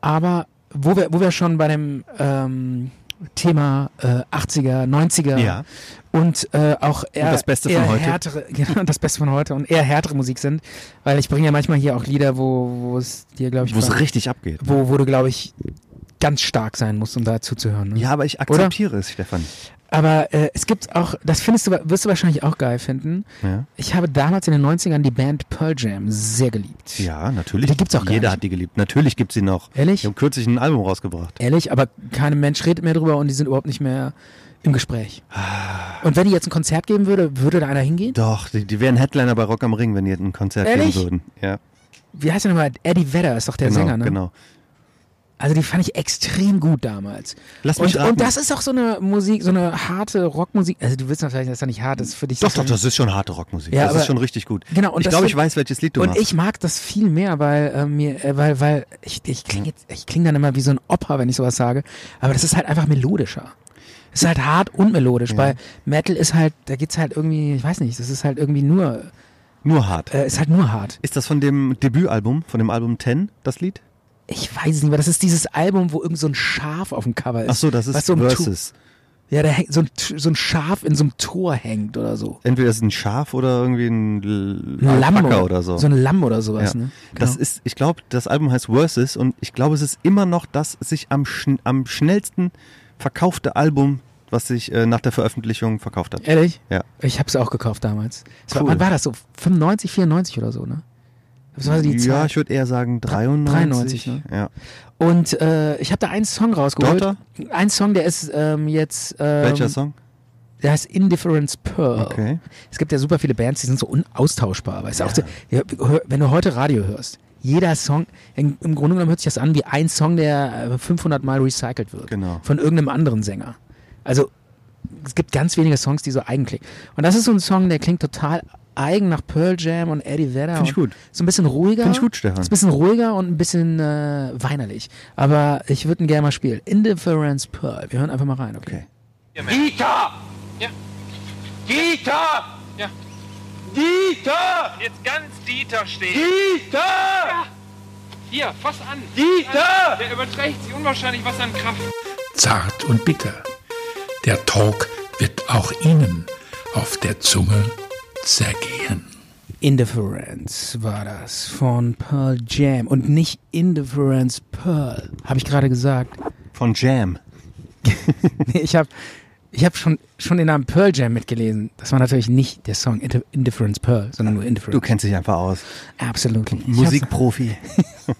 aber wo wir, wo wir schon bei dem ähm, Thema äh, 80er, 90er
Ja.
und äh, auch eher,
das Beste von
eher
heute.
härtere, <laughs> genau, das Beste von heute und eher härtere Musik sind, weil ich bringe ja manchmal hier auch Lieder, wo wo es dir, glaube ich,
Wo es
ver-
richtig abgeht.
wo, wo du, glaube ich, ganz stark sein musst, um da zuzuhören. Ne?
Ja, aber ich akzeptiere es, Stefan.
Aber äh, es gibt auch, das findest du, wirst du wahrscheinlich auch geil finden.
Ja,
Ich habe damals in den 90ern die Band Pearl Jam sehr geliebt.
ja natürlich.
Die gibt's auch gar
Jeder
nicht.
hat die geliebt. Natürlich gibt's sie noch.
Ehrlich?
Die haben kürzlich ein Album rausgebracht.
Ehrlich, aber kein Mensch redet mehr drüber und die sind überhaupt nicht mehr im Gespräch.
Ah.
Und wenn die jetzt ein Konzert geben würde, würde da einer hingehen?
Doch, die, die wären Headliner bei Rock am Ring, wenn die ein Konzert
Ehrlich?
geben würden. Ja,
Wie heißt der nochmal? Eddie Vedder ist doch der
genau,
Sänger, ne?
genau.
Also die fand ich extrem gut damals.
Lass mich
und,
raten.
und das ist auch so eine Musik, so eine harte Rockmusik. Also du willst natürlich, dass das nicht hart ist für dich.
Doch,
ist das
doch, das ist schon harte Rockmusik.
Ja,
das
aber-
ist schon richtig gut.
Genau, und
ich
das
glaube, ich
find-
weiß, welches Lied du
Und
machst.
ich mag das viel mehr, weil äh, mir, äh, weil, weil ich, ich klinge jetzt, ich klinge dann immer wie so ein Opa, wenn ich sowas sage. Aber das ist halt einfach melodischer. Es ist halt hart und melodisch. Bei Metal ist halt, da geht's halt irgendwie, ich weiß nicht, das ist halt irgendwie nur,
Nur hart.
äh, ist halt nur hart.
Ist das von dem Debütalbum, von dem Album Ten, das Lied?
Ich weiß es nicht mehr. Das ist dieses Album, wo irgend so ein Schaf auf dem Cover ist.
Ach so, das ist
was so ein Tu-
Versus.
Ja, da hängt so ein, Tu- so ein Schaf in so einem Tor hängt oder so.
Entweder ist es ein Schaf oder irgendwie ein L-
Ein Lamm
Alpaka oder so.
So ein Lamm oder sowas,
ja.
ne?
Das ist, ich glaube, das Album heißt Versus und ich glaube, es ist immer noch das sich am, schn am schnellsten verkaufte Album, was sich äh, nach der Veröffentlichung verkauft hat.
Ehrlich?
Ja.
Ich hab's auch gekauft damals. Es
Cool.
war, wann war das so? 95, 94 oder so, ne? Das war so die
ja,
Zeit.
ich würde eher sagen 93.
93, ne?
ja.
Und äh, ich habe da einen Song rausgeholt.
Daughter?
Ein Song, der ist ähm, jetzt. Ähm,
Welcher Song?
Der heißt Indifference Pearl.
Okay.
Es gibt ja super viele Bands, die sind so unaustauschbar. Weißt du, auch so, ja, hör- wenn du heute Radio hörst, jeder Song, im im Grunde genommen hört sich das an wie ein Song, der äh, 500 Mal recycelt wird.
Genau.
Von irgendeinem anderen Sänger. Also es gibt ganz wenige Songs, die so eigen klingen. Und das ist so ein Song, der klingt total eigen nach Pearl Jam und Eddie Vedder.
Find ich
und
gut.
So ein bisschen ruhiger.
Find ich gut, Stefan.
Ist ein bisschen ruhiger und ein bisschen äh, weinerlich. Aber ich würde ihn gerne mal spielen. Indifference Pearl. Wir hören einfach mal rein, okay?
Okay.
Dieter!
Ja.
Dieter!
Ja.
Dieter!
Jetzt ganz Dieter stehen.
Dieter!
Hier, fass an.
Dieter!
Der überträgt sich unwahrscheinlich was an Kraft.
zart und bitter. Der Talk wird auch Ihnen auf der Zunge zergehen.
Indifference war das von Pearl Jam. Und nicht Indifference Pearl. Habe ich gerade gesagt. <laughs>
Von Jam.
Nee, ich habe ich hab schon, schon den Namen Pearl Jam mitgelesen. Das war natürlich nicht der Song Indif- Indifference Pearl, sondern nur
Du
Indifference.
kennst dich einfach aus.
Absolut. Ich hab's- <laughs>
Musikprofi.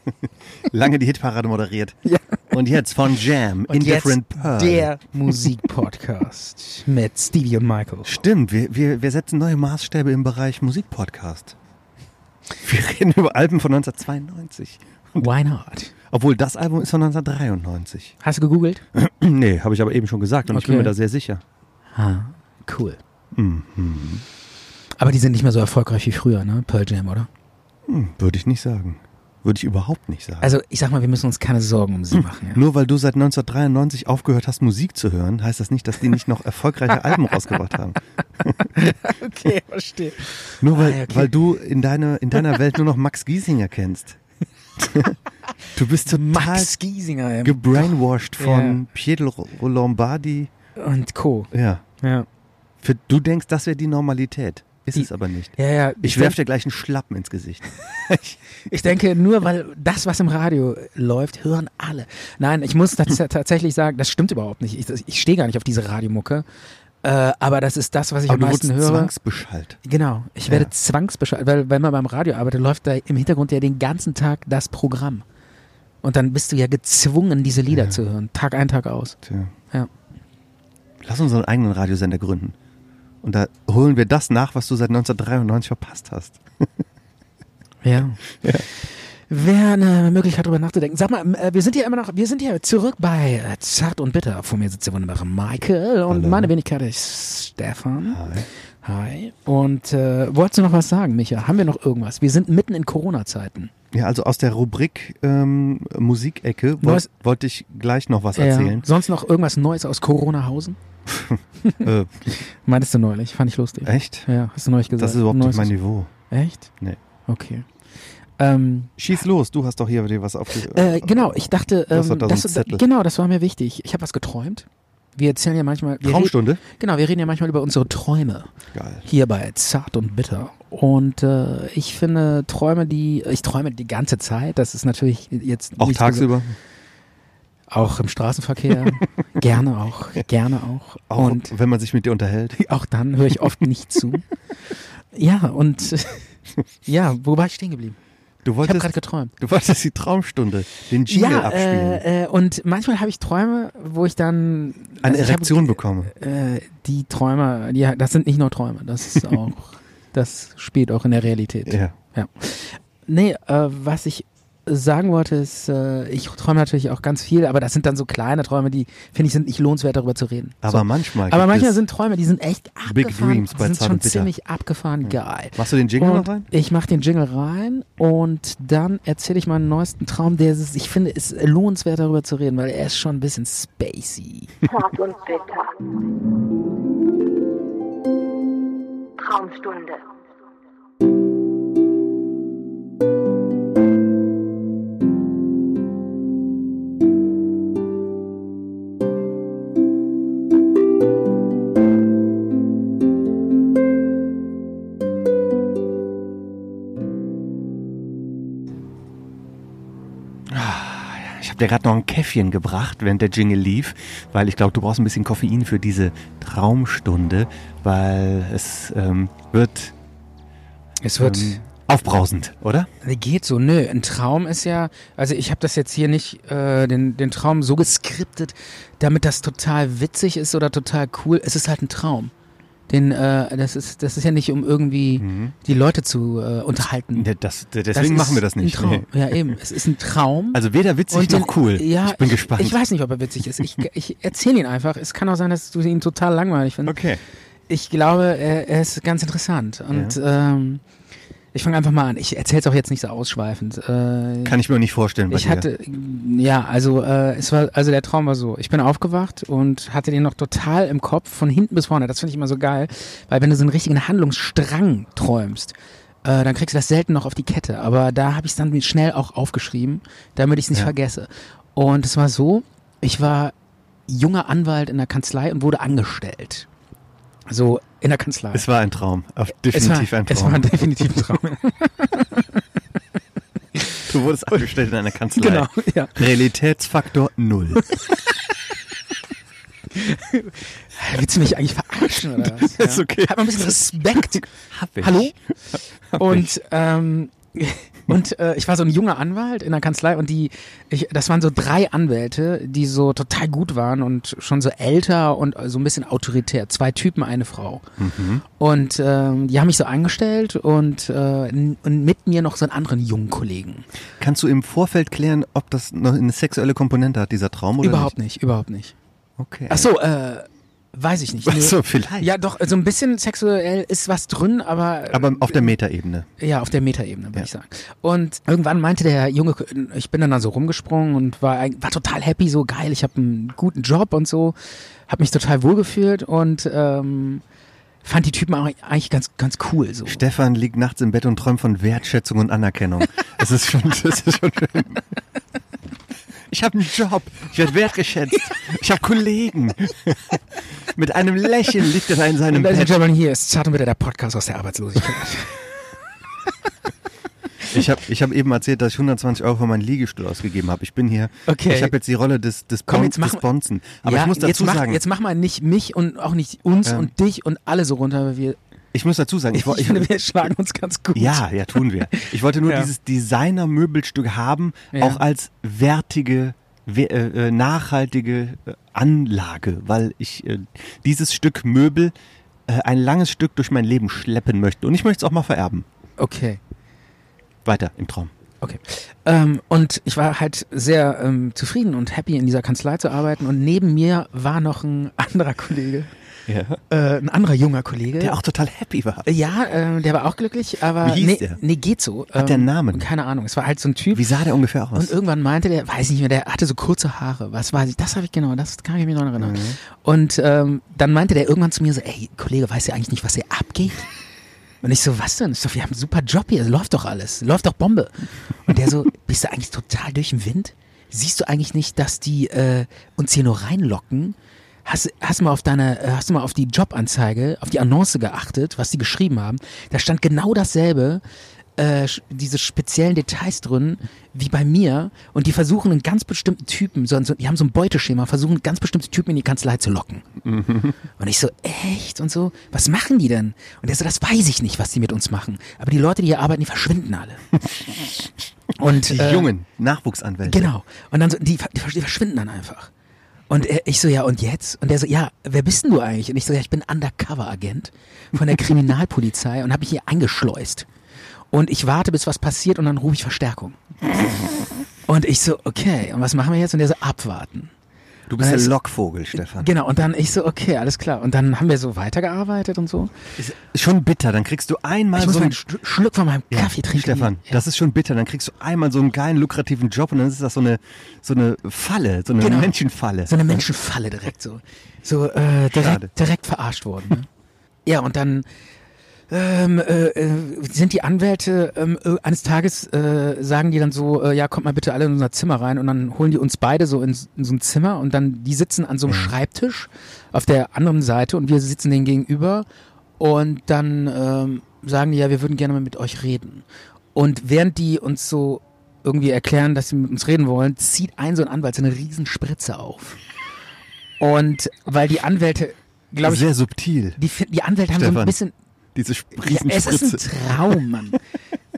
<laughs> Lange die Hitparade moderiert. Ja. Und jetzt von Jam,
Und
Indifferent
jetzt
Pearl.
der
<laughs>
Musikpodcast mit Stevie und Michael.
Stimmt, wir, wir, wir setzen neue Maßstäbe im Bereich Musikpodcast. Wir reden über Alben von 1992.
Why not?
Obwohl das Album ist von 1993.
Hast du gegoogelt?
nee, habe ich aber eben schon gesagt und ich bin
Okay.
mir da sehr sicher.
Ah, cool. Mhm. Aber die sind nicht mehr so erfolgreich wie früher, ne? Pearl Jam, oder?
Hm, Würde ich nicht sagen. Würde ich überhaupt nicht sagen.
Also ich sag mal, wir müssen uns keine Sorgen um
<laughs>
sie machen. Ja.
Nur weil du seit 1993 aufgehört hast, Musik zu hören, heißt das nicht, dass die nicht
<laughs>
noch erfolgreiche Alben rausgebracht haben.
Okay, verstehe.
Nur weil,
Ah, okay.
weil du in, deine, in deiner Welt nur noch Max
<laughs>
Giesinger kennst. du bist total
Max Giesinger ey.
gebrainwashed von
Ja.
Pietro Lombardi.
und Co.
Ja.
Ja.
Für, du denkst, das wäre die Normalität. Ist
Die-
es aber nicht.
Ja, ja.
Ich werf dir gleich einen Schlappen ins Gesicht.
ich, ich denke, nur weil das, was im Radio läuft, hören alle. Nein, ich muss tats
<laughs>
tatsächlich sagen, das stimmt überhaupt nicht. Ich, das- ich stehe gar nicht auf diese Radiomucke. Äh, aber das ist das, was ich
Aber du
am meisten
wurdest
höre.
zwangsbeschallt.
genau. Ich werde zwangsbeschaltet, weil wenn man beim Radio arbeitet, läuft da im Hintergrund ja den ganzen Tag das Programm. Und dann bist du ja gezwungen, diese Lieder zu hören. Tag ein, Tag aus.
Tja.
Ja.
Lass uns unseren eigenen Radiosender gründen. Und da holen wir das nach, was du seit 1993 verpasst hast.
Ja. Wer eine Möglichkeit darüber nachzudenken. Sag mal, m- äh, wir sind hier immer noch, wir sind hier zurück bei äh, Zart und Bitter. Vor mir sitzt der wunderbare Michael und
Hallo.
meine Wenigkeit ist Stefan. Hi. Und äh, wolltest du noch was sagen, Micha? Haben wir noch irgendwas? Wir sind mitten in Corona-Zeiten.
Ja, also aus der Rubrik ähm, Musikecke wollte
Neues-
wollt ich gleich noch was erzählen.
Sonst noch irgendwas Neues aus Corona-Hausen?
Äh,
Meintest du neulich? Fand ich lustig.
echt?
Ja, hast du neulich gesagt.
Das ist überhaupt
Neues
nicht mein Niveau.
Echt?
Nee.
Okay. Ähm,
Schieß los, du hast doch hier dir was aufge...
Äh, genau, ich dachte,
Das
ähm,
hat da so
das,
einen Zettel.
genau, das war mir wichtig. Ich habe was geträumt. Wir erzählen ja manchmal. Wir reden,
Äh, Traumstunde?
genau, wir reden ja manchmal über unsere Träume
Geil.
hier bei Zart und Bitter. Und äh, ich finde Träume, die ich träume die ganze Zeit. Das ist natürlich jetzt
Auch
nicht
tagsüber?
so- auch im Straßenverkehr
<laughs>
gerne auch, gerne auch.
Auch
und
wenn man sich mit dir unterhält?
auch dann höre ich oft nicht
<laughs>
zu. Ja und <laughs> ja, wo war ich stehen geblieben? Ich
Du
habe
wolltest,
gerade geträumt.
du wolltest die Traumstunde, den Jingle
ja,
abspielen,
Äh, äh, und manchmal habe ich Träume, wo ich dann
eine
also ich hab-
Erektion bekommen.
Äh, die Träume, die, das sind nicht nur Träume, das
<laughs>
ist auch, das spielt auch in der Realität.
Ja.
Nee, äh, was ich sagen wollte ist, äh, ich träume natürlich auch ganz viel, aber das sind dann so kleine Träume, die finde ich sind nicht lohnenswert darüber zu reden.
Aber
so.
manchmal
aber
gibt
manchmal
es-
sind Träume, die sind echt abgefahren,
Big Dreams
die
bei
sind
Zart
schon
und Bitter. Hm.
ziemlich abgefahren geil.
Machst du den Jingle
Und
noch rein?
Ich mache den Jingle rein und dann erzähle ich meinen neuesten Traum, der ist, ich finde, ist lohnenswert darüber zu reden, weil er ist schon ein bisschen spacey.
Zart und bitter. Traumstunde.
Ich habe dir gerade noch ein Käffchen gebracht, während der Jingle lief, weil ich glaube, du brauchst ein bisschen Koffein für diese Traumstunde, weil es ähm, wird
Es
ähm, aufbrausend, oder?
Geht so, nö. Ein Traum ist ja, also ich habe das jetzt hier nicht, äh, den, den Traum so geskriptet, damit das total witzig ist oder total cool. Es ist halt ein Traum. Den, äh, das ist, das ist ja nicht, um irgendwie
Mhm.
die Leute zu äh, unterhalten.
Ja, Das, d-
Das
deswegen
ist
machen wir das nicht.
Ein Traum.
Nee.
Ja, eben. Es ist ein Traum.
Also weder witzig
Und
noch
den-
cool.
Ja,
ich bin gespannt.
Ich weiß nicht, ob er witzig ist. Ich, ich erzähle ihn einfach. Es kann auch sein, dass du ihn total langweilig findest.
Okay.
Ich glaube, er, er ist ganz interessant. Und ähm, ich fange einfach mal an. Ich erzähle es auch jetzt nicht so ausschweifend. Äh,
Kann ich mir nicht vorstellen bei
ich
dir.
hatte, ja, also äh, es war, also der Traum war so. Ich bin aufgewacht und hatte den noch total im Kopf, von hinten bis vorne. Das finde ich immer so geil, weil wenn du so einen richtigen Handlungsstrang träumst, äh, dann kriegst du das selten noch auf die Kette. Aber da habe ich es dann schnell auch aufgeschrieben, damit ich es nicht
Ja.
vergesse. Und es war so, ich war junger Anwalt in der Kanzlei und wurde angestellt. So in der Kanzlei.
es war ein Traum. Auf-
es
Definitiv
war,
ein Traum.
Es war definitiv ein Traum.
du wurdest angestellt in einer
<laughs>
Kanzlei.
genau, ja.
Realitätsfaktor
<laughs>
null.
Willst du mich eigentlich verarschen oder was?
Ist
Ja.
okay.
Hat mal ein bisschen Respekt.
<laughs> Hab ich.
Hallo?
Hab ich.
Und, ähm, <laughs> und äh, ich war so ein junger Anwalt in der Kanzlei und die, ich, das waren so drei Anwälte, die so total gut waren und schon so älter und äh, so ein bisschen autoritär. Zwei Typen, eine Frau.
Mhm.
Und ähm, die haben mich so angestellt und, äh, n- und mit mir noch so einen anderen jungen Kollegen.
Kannst du im Vorfeld klären, ob das noch eine sexuelle Komponente hat, dieser Traum oder
überhaupt nicht? überhaupt nicht.
nicht? Okay.
Ach so, äh, weiß ich nicht.
Ach so, vielleicht.
Ja, doch, so ein bisschen sexuell ist was drin, aber
Aber auf der Metaebene.
Ja, auf der Metaebene, würde ich sagen. Und irgendwann meinte der Junge, ich bin dann da so rumgesprungen und war, eig- war total happy, so geil, ich habe einen guten Job und so, habe mich total wohlgefühlt und ähm, fand die Typen auch eigentlich ganz, ganz cool. So.
Stefan liegt nachts im Bett
<laughs>
und träumt von Wertschätzung und Anerkennung. Das ist schon, das ist schon schön. Ich habe einen Job. Ich werde wertgeschätzt. Ich habe
<laughs>
Kollegen. Mit einem Lächeln liegt er in seinem
Ladies and
Bett.
Gentlemen, hier ist Zart und Bitter, der Podcast aus der Arbeitslosigkeit.
Ich habe ich hab eben erzählt, dass ich 120 Euro für meinen Liegestuhl ausgegeben habe. Ich bin hier.
Okay.
Ich habe jetzt die Rolle des, des,
Komm,
Bon-
jetzt mach-
des Bonzen. <laughs> Aber
Ja,
ich muss dazu
jetzt mach,
sagen,
Jetzt mach mal nicht mich und auch nicht uns
Ähm.
und dich und alle so runter, weil wir,
ich muss dazu sagen, ich,
<laughs> ich,
wo- ich,
finde, wir schlagen uns ganz gut.
Ja, ja, tun wir. Ich wollte nur
Ja.
dieses Designer-Möbelstück haben,
Ja.
auch als wertige, we- äh, äh, nachhaltige äh, Anlage, weil ich äh, dieses Stück Möbel äh, ein langes Stück durch mein Leben schleppen möchte. Und ich möchte es auch mal vererben.
Okay.
Weiter im Traum.
Okay. Ähm, und ich war halt sehr ähm, zufrieden und happy, in dieser Kanzlei zu arbeiten. Und neben mir war noch ein anderer Kollege, äh, ein anderer junger Kollege.
Der auch total happy war.
ja, ähm, der war auch glücklich, aber
Wie hieß
nee,
der?
nee, geht so. Ähm,
Hat der einen Namen?
Keine Ahnung. Es war halt so ein Typ.
Wie sah der ungefähr aus?
Und irgendwann meinte der, weiß nicht mehr, der hatte so kurze Haare. Was weiß ich? Das habe ich genau, das kann ich mich noch erinnern.
Mhm.
Und ähm, dann meinte der irgendwann zu mir so, ey, Kollege, weißt du eigentlich nicht, was hier abgeht? Und ich so, was denn? Ich so, wir haben einen super Job hier, läuft doch alles, läuft doch Bombe. Und der so, <laughs> bist du eigentlich total durch den Wind? Siehst du eigentlich nicht, dass die äh, uns hier nur reinlocken? Hast, hast, mal auf deine, äh, hast du mal auf die Jobanzeige, auf die Annonce geachtet, was die geschrieben haben? Da stand genau dasselbe, äh, sch- diese speziellen Details drin, wie bei mir. Und die versuchen einen ganz bestimmten Typen, so, so, die haben so ein Beuteschema, versuchen ganz bestimmte Typen in die Kanzlei zu locken. Und ich so, echt? Und so, was machen die denn? Und er so, das weiß ich nicht, was die mit uns machen. Aber die Leute, die hier arbeiten, die verschwinden alle.
<laughs>
Und,
die
äh,
jungen Nachwuchsanwälte.
Genau. Und dann so, die, ver- die versch- die verschwinden dann einfach. Und äh, ich so, ja, und jetzt? Und der so, ja, wer bist denn du eigentlich? Und ich so, ja, ich bin Undercover-Agent von der Kriminalpolizei und habe mich hier eingeschleust. Und ich warte, bis was passiert und dann rufe ich Verstärkung. Und ich so, okay, und was machen wir jetzt? Und der so, abwarten.
Du bist
Und
der
er so-
Lockvogel, Stefan.
Genau, und dann ich so, okay, alles klar. Und dann haben wir so weitergearbeitet und so.
Ist schon bitter, dann kriegst du einmal
Ich muss
so
mal
ein
einen Sch- Schluck von meinem
Also Ja,
Kaffee trinken.
Stefan, das ist schon bitter. Dann kriegst du einmal so einen geilen, lukrativen Job und dann ist das so eine, so eine Falle, so eine
Genau.
Menschenfalle.
So eine Menschenfalle direkt so. So äh,
Schade.
direkt, direkt verarscht worden.
<laughs>
Ne? ja, und dann ähm, äh, äh, sind die Anwälte ähm, äh, eines Tages äh, sagen die dann so, äh, ja, kommt mal bitte alle in unser Zimmer rein und dann holen die uns beide so in, s- in so ein Zimmer und dann die sitzen an
Mhm.
so einem Schreibtisch auf der anderen Seite und wir sitzen denen gegenüber und dann ähm, sagen die, ja, wir würden gerne mal mit euch reden. Und während die uns so irgendwie erklären, dass sie mit uns reden wollen, zieht ein so ein Anwalt so eine riesen Spritze auf. Und weil die Anwälte, glaube ich,
Sehr subtil,
die, fin- die Anwälte haben so
Stefan.
ein bisschen
diese
ja,
Riesenspritze.
es ist ein Traum, Mann.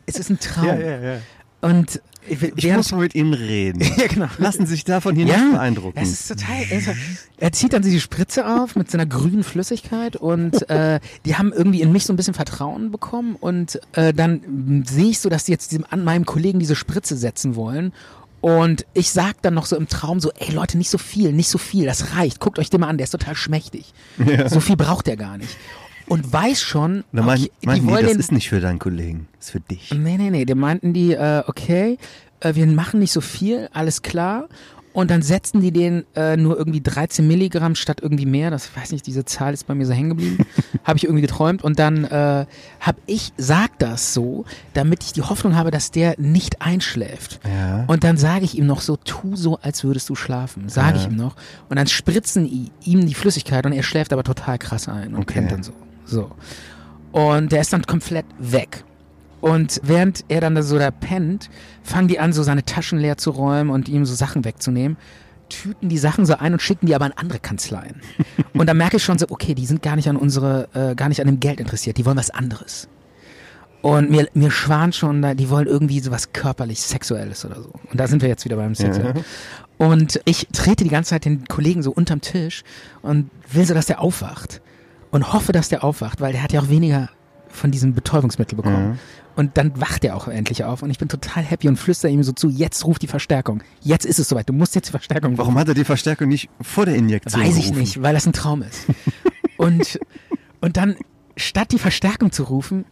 es ist ein Traum.
ja, ja, ja.
Und ich,
Ich muss mal mit Ihnen reden.
<laughs> ja, genau.
Lassen Sie sich davon hier nicht beeindrucken.
Es ist total. Es ist, er zieht dann die Spritze auf mit seiner grünen Flüssigkeit und äh, die haben irgendwie in mich so ein bisschen Vertrauen bekommen und äh, dann mh, sehe ich so, dass die jetzt diesem, an meinem Kollegen diese Spritze setzen wollen. Und ich sag dann noch so im Traum so, ey Leute, nicht so viel, nicht so viel, das reicht. Guckt euch den mal an, der ist total schmächtig. So viel braucht der gar nicht. Und weiß schon,
Na, mein,
okay, die
mein, nee,
wollen
das
den-
ist nicht für deinen Kollegen, das ist für dich.
Nee, nee, nee. Die meinten die, äh, okay, äh, wir machen nicht so viel, alles klar. Und dann setzten die den äh, nur irgendwie 13 Milligramm statt irgendwie mehr. Das ich weiß nicht, diese Zahl ist bei mir so hängen
<laughs>
geblieben. habe ich irgendwie geträumt. Und dann äh, hab ich, sag das so, damit ich die Hoffnung habe, dass der nicht einschläft.
Ja.
Und dann sage ich ihm noch so, tu so, als würdest du schlafen. Sage ich ihm noch. Und dann spritzen i- ihm die Flüssigkeit und er schläft aber total krass ein und
Okay.
kennt dann so. So. Und der ist dann komplett weg. Und während er dann da so da pennt, fangen die an, so seine Taschen leer zu räumen und ihm so Sachen wegzunehmen, tüten die Sachen so ein und schicken die aber in andere Kanzleien. und da merke ich schon so, okay, die sind gar nicht an unsere, äh, gar nicht an dem Geld interessiert, die wollen was anderes. Und mir, mir schwan schon, da, die wollen irgendwie sowas körperlich Sexuelles oder so. Und da sind wir jetzt wieder beim Sexuellen. Und ich trete die ganze Zeit den Kollegen so unterm Tisch und will so, dass der aufwacht. Und hoffe, dass der aufwacht, weil der hat ja auch weniger von diesem Betäubungsmittel bekommen. Und dann wacht er auch endlich auf und ich bin total happy und flüster ihm so zu, jetzt ruft die Verstärkung. Jetzt ist es soweit, du musst jetzt die Verstärkung rufen.
Warum hat er die Verstärkung nicht vor der Injektion
Weiß ich
gerufen?
nicht, weil das ein Traum ist. Und, und dann, statt die Verstärkung zu rufen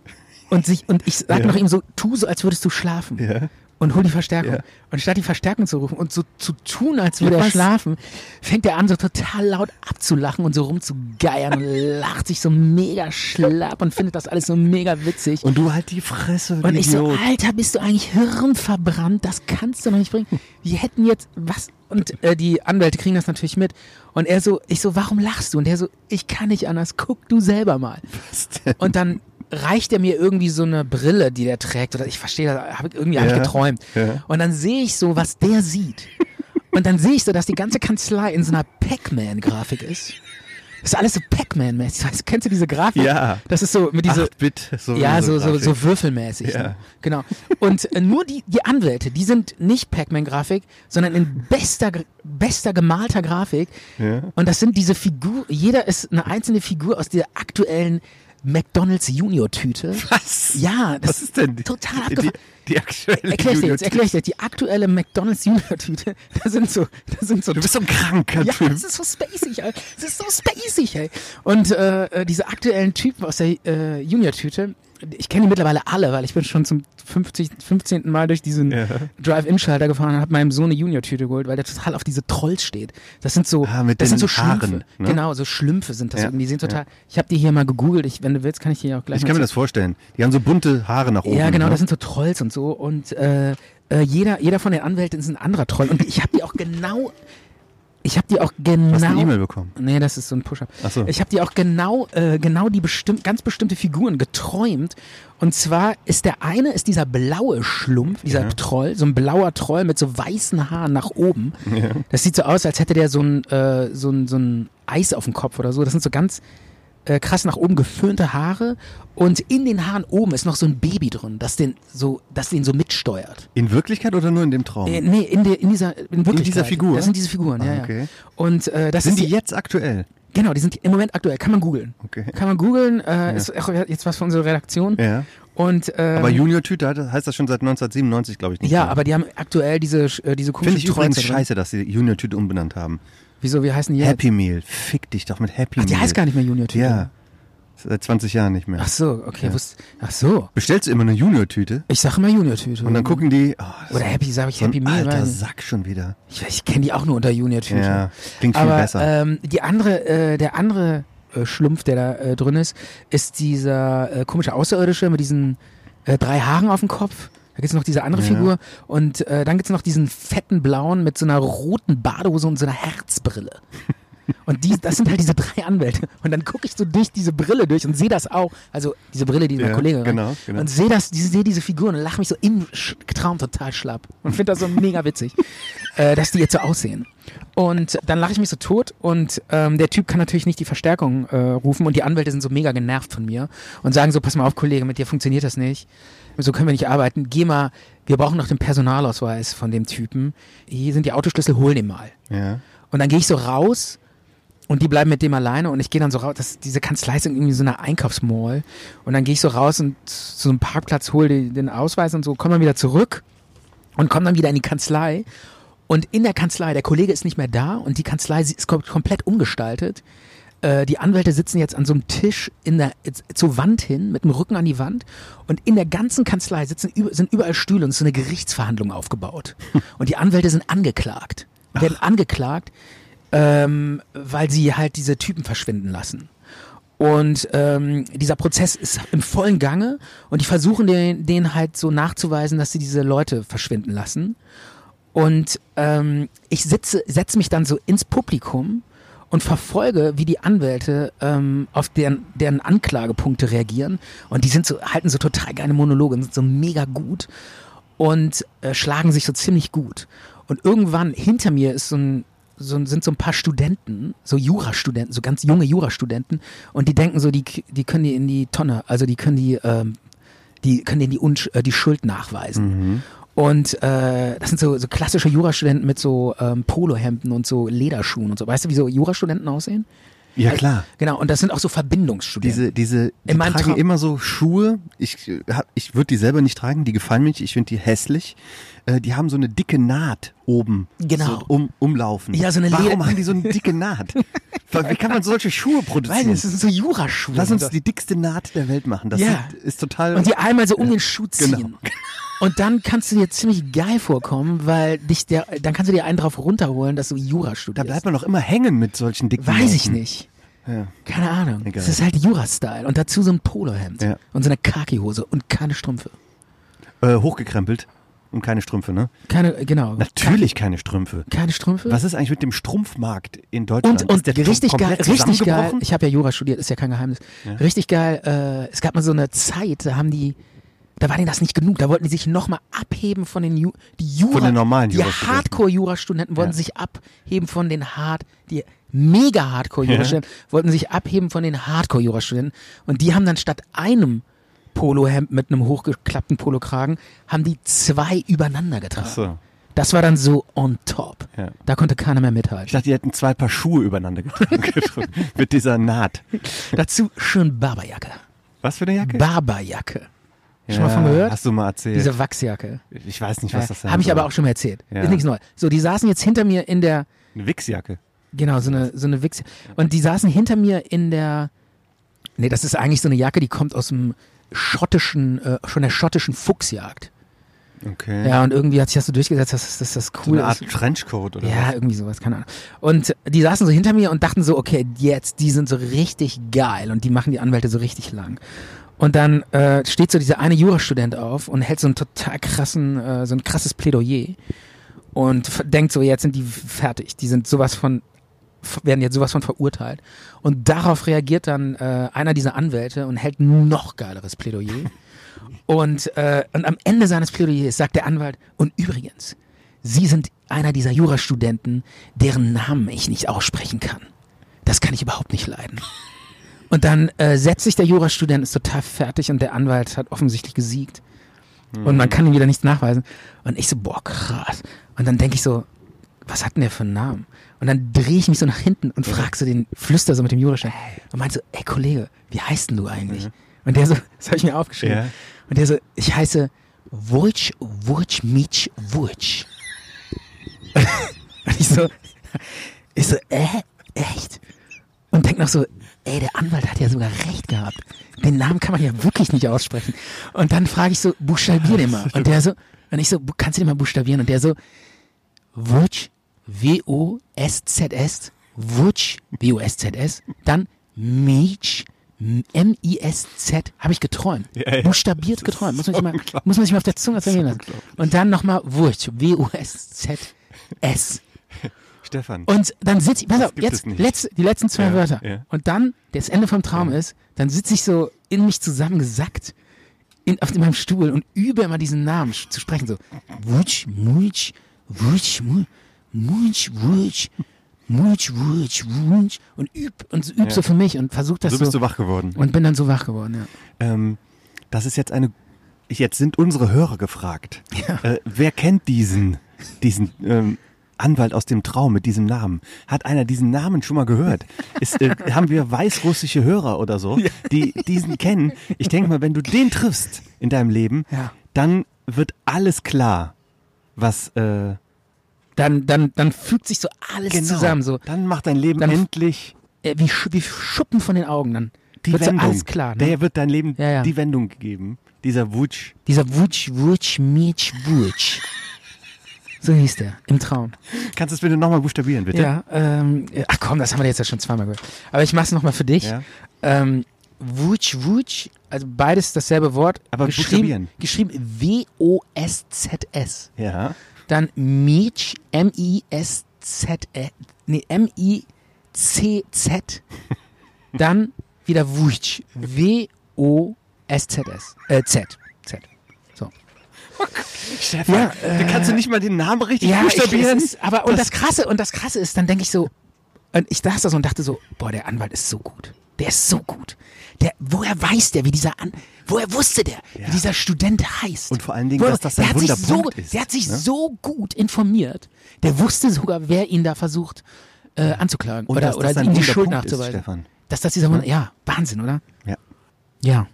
und sich, und ich sag noch ihm so, tu so, als würdest du schlafen.
Ja.
und hol die Verstärkung.
Ja.
Und statt die Verstärkung zu rufen und so zu tun, als würde er
Was?
schlafen, fängt er an, so total laut abzulachen und so rumzugeiern und lacht sich so mega schlapp und findet das alles so mega witzig.
Und du halt die Fresse,
Und
du
ich so,
Idiot.
Alter, bist du eigentlich hirnverbrannt? Das kannst du noch nicht bringen. Wir hätten jetzt was. Und äh, die Anwälte kriegen das natürlich mit. Und er so, ich so, warum lachst du? Und er so, ich kann nicht anders. Guck du selber
<laughs>
mal. Und dann reicht er mir irgendwie so eine Brille, die der trägt. Oder ich verstehe, das, hab, ich- irgendwie habe ich
Ja,
geträumt.
ja.
Und dann sehe ich so, was der sieht. Und dann sehe ich so, dass die ganze Kanzlei in so einer Pac-Man-Grafik ist. Das ist alles so Pac-Man-mäßig. Weißt du, Kennst du diese Grafik?
Ja.
Das ist so mit
<laughs>
diese
8-Bit, so
ja,
diese
so, so,
Grafik.
so würfelmäßig.
Ja.
Ne? Genau. Und äh, nur die, die Anwälte, die sind nicht Pac-Man-Grafik, sondern in bester, gr- bester gemalter Grafik.
Ja.
Und das sind diese Figur, jeder ist eine einzelne Figur aus der aktuellen McDonalds Junior-Tüte.
Was?
Ja, das
Was ist denn die,
total
die,
abgefahren.
die aktuelle
Erklär ich dir jetzt,
Junior-
erklär ich dir. Die aktuelle McDonalds Junior-Tüte, <laughs> da sind so, da sind so
Du bist so ein kranker
ja, also,
Typ.
es ist so spacig, ey. Es ist so spacig, ey. Und äh, äh, diese aktuellen Typen aus der äh, Junior-Tüte, ich kenne die mittlerweile alle, weil ich bin schon zum 50, 15. Mal durch diesen
Ja.
Drive-In-Schalter gefahren und habe meinem Sohn eine Junior-Tüte geholt, weil der total auf diese Trolls steht. Das sind so,
Ah, mit
das sind
den
so Schlümpfe.
Haaren, ne?
Genau, so Schlümpfe sind das.
Ja,
irgendwie. Die sind total. Ich habe die hier mal gegoogelt. Ich, wenn du willst, kann ich die auch gleich.
Ich
mal
kann mir
zeigen.
das vorstellen. Die haben so bunte Haare nach oben.
Ja, genau,
ne?
das sind so Trolls und so. Und äh, äh, jeder, jeder von den Anwälten ist ein anderer Troll. Und ich habe die auch genau. Ich habe die auch genau.
hast eine E-Mail bekommen?
Nee, das ist so ein Push-Up.
Ach so.
Ich habe die auch genau, äh, genau die bestimmt, ganz bestimmte Figuren geträumt. Und zwar ist der eine ist dieser blaue Schlumpf, dieser Troll, so ein blauer Troll mit so weißen Haaren nach oben. Das sieht so aus, als hätte der so ein, äh, so ein, so ein Eis auf dem Kopf oder so. Das sind so ganz äh, krass nach oben geföhnte Haare und in den Haaren oben ist noch so ein Baby drin, das den so, das den so mitsteuert.
In Wirklichkeit oder nur in dem Traum?
Äh, nee, in, der, in dieser, in, Wirklichkeit.
Oh. Figur?
Das sind diese Figuren, ja,
Ah,
ja.
okay.
Und äh, das
sind
ist
die jetzt aktuell?
Genau, die sind im Moment aktuell. Kann man googeln.
Okay.
Kann man googeln. Äh, Ist auch jetzt was für unsere Redaktion.
Ja.
Und, ähm,
Aber Junior Tüte hat- heißt das schon seit 1997, glaube ich. Nicht
ja,
mehr.
aber die haben aktuell diese, äh, diese komische
Finde ich übrigens
Kreuze drin.
scheiße, dass sie Junior Tüte umbenannt haben.
Wieso, wie heißen die jetzt?
Happy Meal. Fick dich doch mit Happy
Ach,
Meal.
die heißt gar nicht mehr Junior-Tüte.
Ja. Seit 20 Jahren nicht mehr.
Ach so, okay. wusst- Ach so.
Bestellst du immer eine Junior Tüte
Ich sage immer Junior-Tüte.
und dann gucken die. Oh, das
Mhm. Oder
ist
Happy, sage ich
so ein
Happy Meal.
Alter
weil-
Sack schon wieder.
Ich, ich kenne die auch nur unter Junior-Tüte.
Ja, klingt viel
aber,
besser.
Ähm, die andere, äh, der andere äh, Schlumpf, der da äh, drin ist, ist dieser äh, komische Außerirdische mit diesen äh, drei Haaren auf dem Kopf. Da gibt's noch diese andere
Ja.
Figur. Und äh, dann gibt's noch diesen fetten Blauen mit so einer roten Badehose und so einer Herzbrille. Und die, das sind halt diese drei Anwälte. Und dann gucke ich so durch diese Brille durch und sehe das auch. Also diese Brille, die mein
Ja,
Kollege hat.
genau, genau.
Und sehe das, sehe diese Figuren und lache mich so im Sch- Traum total schlapp. Und finde das so mega
<laughs>
witzig, äh, dass die jetzt so aussehen. Und dann lache ich mich so tot und ähm, der Typ kann natürlich nicht die Verstärkung äh, rufen und die Anwälte sind so mega genervt von mir und sagen so, pass mal auf, Kollege, mit dir funktioniert das nicht. So können wir nicht arbeiten. Geh mal, wir brauchen noch den Personalausweis von dem Typen. Hier sind die Autoschlüssel, hol den mal.
Ja.
Und dann gehe ich so raus und die bleiben mit dem alleine und ich gehe dann so raus, das, diese Kanzlei ist irgendwie so eine Einkaufsmall und dann gehe ich so raus und zu einem Parkplatz hole die- den Ausweis und so, komme dann wieder zurück und komme dann wieder in die Kanzlei und in der Kanzlei, der Kollege ist nicht mehr da und die Kanzlei sie ist kom komplett umgestaltet. Äh, Die Anwälte sitzen jetzt an so einem Tisch in der, zur Wand hin, mit dem Rücken an die Wand. Und in der ganzen Kanzlei sitzen, über- sind überall Stühle und es ist so eine Gerichtsverhandlung aufgebaut. Und die Anwälte sind angeklagt. Und werden angeklagt, ähm, weil sie halt diese Typen verschwinden lassen. Und ähm, dieser Prozess ist im vollen Gange und die versuchen den, denen halt so nachzuweisen, dass sie diese Leute verschwinden lassen. Und ähm, ich sitze, setze mich dann so ins Publikum und verfolge, wie die Anwälte ähm, auf deren, deren Anklagepunkte reagieren. Und die sind so, halten so total geile Monologe und sind so mega gut und äh, schlagen sich so ziemlich gut. Und irgendwann hinter mir ist so ein, so ein, sind so ein paar Studenten, so Jurastudenten, so ganz junge Jurastudenten, und die denken so, die, k- die können die in die Tonne, also die können die, ähm, die können denen die, Unsch äh, die Schuld nachweisen.
Mhm.
Und äh, das sind so, so klassische Jurastudenten mit so ähm, Polohemden und so Lederschuhen und so. Weißt du, wie so Jurastudenten aussehen?
Ja, klar.
Genau, und das sind auch so Verbindungsstudenten.
Diese, diese, die
In meinem
tragen
Traum-
immer so Schuhe. Ich, äh, hab- ich würde die selber nicht tragen, die gefallen mir nicht, ich finde die hässlich. Äh, die haben so eine dicke Naht oben.
Genau.
So um, umlaufen.
Ja, so eine
Warum
Leder-
haben die so eine
<laughs>
dicke Naht? Wie kann man solche Schuhe
Weil
produzieren?
das sind so Juraschuhe.
Lass uns
Und-
die dickste Naht der Welt machen. Das
Ja.
ist, ist total.
Und die einmal so um den Schuh
Genau.
ziehen. <laughs> Und dann kannst du dir ziemlich geil vorkommen, weil dich der, dann kannst du dir einen drauf runterholen, dass du Jura
Da
studierst.
bleibt man doch immer hängen mit solchen dicken
Weiß ich
Leuten.
nicht.
Ja.
Keine Ahnung.
Egal.
Es ist halt Jura-Style. Und dazu so ein Polohemd.
Ja.
Und so eine Khaki-Hose und keine Strümpfe.
Äh, hochgekrempelt und keine Strümpfe, ne?
Keine, genau.
Natürlich keine Strümpfe.
Keine Strümpfe.
Was ist eigentlich mit dem Strumpfmarkt in Deutschland?
und, und
ist der Trumpf
richtig geil,
komplett
richtig geil.
zusammengebrochen?
Ich habe ja Jura studiert, ist ja kein Geheimnis. Richtig geil. Äh, es gab mal so eine Zeit, da haben die, da war denen das nicht genug. Da wollten die sich nochmal abheben von den Ju die Jura,
Von den normalen
die
Jurastudenten.
Hardcore-Jurastudenten wollten
Ja.
sich abheben von den Hard, die mega Hardcore-Jurastudenten wollten sich abheben von den Hardcore-Jurastudenten. Und die haben dann statt einem Polohemd mit einem hochgeklappten Polokragen, haben die zwei übereinander getragen.
Ach so.
Das war dann so on top.
Ja.
Da konnte keiner mehr mithalten.
Ich dachte, die hätten zwei Paar Schuhe übereinander getragen.
<laughs>
mit dieser Naht.
Dazu schön Barberjacke.
Was für eine Jacke?
Barberjacke. Schon mal
Ja,
von gehört?
Hast du mal erzählt.
Diese Wachsjacke.
ich weiß nicht, was das
Äh,
sein
Habe ich
soll.
aber auch schon mal erzählt.
Ja.
Ist nichts Neues. So, die saßen jetzt hinter mir in der,
Eine Wichsjacke.
genau, so eine, so eine Wichs. Und die saßen hinter mir in der, nee, das ist eigentlich so eine Jacke, die kommt aus dem schottischen, äh, schon der schottischen Fuchsjagd.
Okay.
Ja, und irgendwie hat sich das so durchgesetzt, dass, dass das
so
cool
eine Art
ist.
Trenchcoat oder
Ja, irgendwie sowas, keine Ahnung. Und die saßen so hinter mir und dachten so, okay, jetzt, die sind so richtig geil und die machen die Anwälte so richtig lang. Und dann äh, steht so dieser eine Jurastudent auf und hält so einen total krassen, äh, so ein krasses Plädoyer und f- denkt so, jetzt sind die fertig, die sind sowas von, f- werden jetzt sowas von verurteilt. Und darauf reagiert dann äh, einer dieser Anwälte und hält ein noch geileres Plädoyer. Und, äh, und am Ende seines Plädoyers sagt der Anwalt, und übrigens, Sie sind einer dieser Jurastudenten, deren Namen ich nicht aussprechen kann. Das kann ich überhaupt nicht leiden. Und dann äh, setzt sich der Jurastudent, ist total fertig und der Anwalt hat offensichtlich gesiegt. Und man kann ihm wieder nichts nachweisen. Und ich so, boah, krass. Und dann denke ich so, was hat denn der für einen Namen? Und dann drehe ich mich so nach hinten und frag so den Flüster so mit dem Juraschein und meinte so, ey Kollege, wie heißt denn du eigentlich? Und der so, <laughs> das habe ich mir aufgeschrieben.
Ja.
Und der so, ich heiße Wurch, Wurch, Mitch, Wurch. <laughs> und ich so, ich so, äh, echt? Und denk noch so, ey, der Anwalt hat ja sogar recht gehabt. Den Namen kann man ja wirklich nicht aussprechen. Und dann frage ich so, buchstabier den mal. Und der so, und ich so, "Bu- kannst du den mal buchstabieren? Und der so, Wutsch, W-O-S-Z-S, Wutsch, W-O-S-Z-S, dann Meech, M-I-S-Z, habe ich geträumt.
Ja, ja.
Buchstabiert geträumt. Muss man, sich mal,
unglaublich.
muss man sich mal auf der Zunge zergehen lassen. Und dann nochmal Wutsch, W-O-S-Z-S.
Stefan.
Und dann sitze ich, pass auf,
gibt es
jetzt
nicht.
letzte, die letzten zwei
Ja,
Wörter.
ja.
Und dann, das Ende vom Traum ist, dann sitze ich so in mich zusammengesackt in, auf meinem Stuhl und übe immer diesen Namen sch- zu sprechen. So, Wutsch, Mulch, Wutsch, Mulch, Mulch, Wutsch, Mulch, Wutsch, Wutsch. Und üb, und so üb so für mich und versuch das
so
so.
bist du wach geworden.
und bin dann so wach geworden, ja.
Ähm, das ist jetzt eine. Jetzt sind unsere Hörer gefragt. Äh, wer kennt diesen, diesen ähm, Anwalt aus dem Traum mit diesem Namen? Hat einer diesen Namen schon mal gehört? Ist, äh, haben wir weißrussische Hörer oder so, die diesen kennen? Ich denke mal, wenn du den triffst in deinem Leben,
Ja.
dann wird alles klar, was äh,
Dann, dann, dann fügt sich so alles
Genau.
zusammen, so
Dann macht dein Leben
Dann-
endlich
äh, wie, Sch- wie Schuppen von den Augen dann.
die
Wird so
Wendung.
alles klar. Ne?
Der wird dein Leben
Ja, ja.
die Wendung geben. Dieser Wutsch.
Dieser Wutsch, Wutsch, Mietsch, Wutsch. So hieß der, im Traum.
Kannst du es bitte nochmal buchstabieren, bitte?
Ja, ähm, ja, ach komm, das haben wir jetzt ja schon zweimal gehört. Aber ich mach's nochmal für dich.
Ja.
Ähm, Wutsch, Wutsch, also beides dasselbe Wort.
Aber
geschrieben,
buchstabieren.
geschrieben W-O-S-Z-S.
Ja.
Dann Mietsch, M-I-S-Z-S. E. Nee,
<laughs>
M-I-C-Z. Dann wieder Wutsch, W-O-S-Z-S. Äh, Z. Z. So.
Stefan,
Ja, äh,
da kannst du nicht mal den Namen richtig
ja, ich,
buchstabieren.
es ist, aber und das, krasse und das krasse ist, dann denke ich so, und ich dachte das und dachte so, boah, der Anwalt ist so gut, der ist so gut, der, woher weiß der, wie dieser An, woher wusste der, wie dieser Student heißt?
Und vor allen Dingen,
Woher-
dass das
der
sein
hat sich so,
Wunderpunkt ist,
Der hat sich
ne?
so gut informiert, der wusste sogar, wer ihn da versucht äh, anzuklagen
Und
oder,
dass das
oder
sein
ihm die Schuld
Wunderpunkt ist,
nachzuweisen.
Stefan.
Dass das dieser Wunder, ja, Wahnsinn, oder?
Ja.
Ja.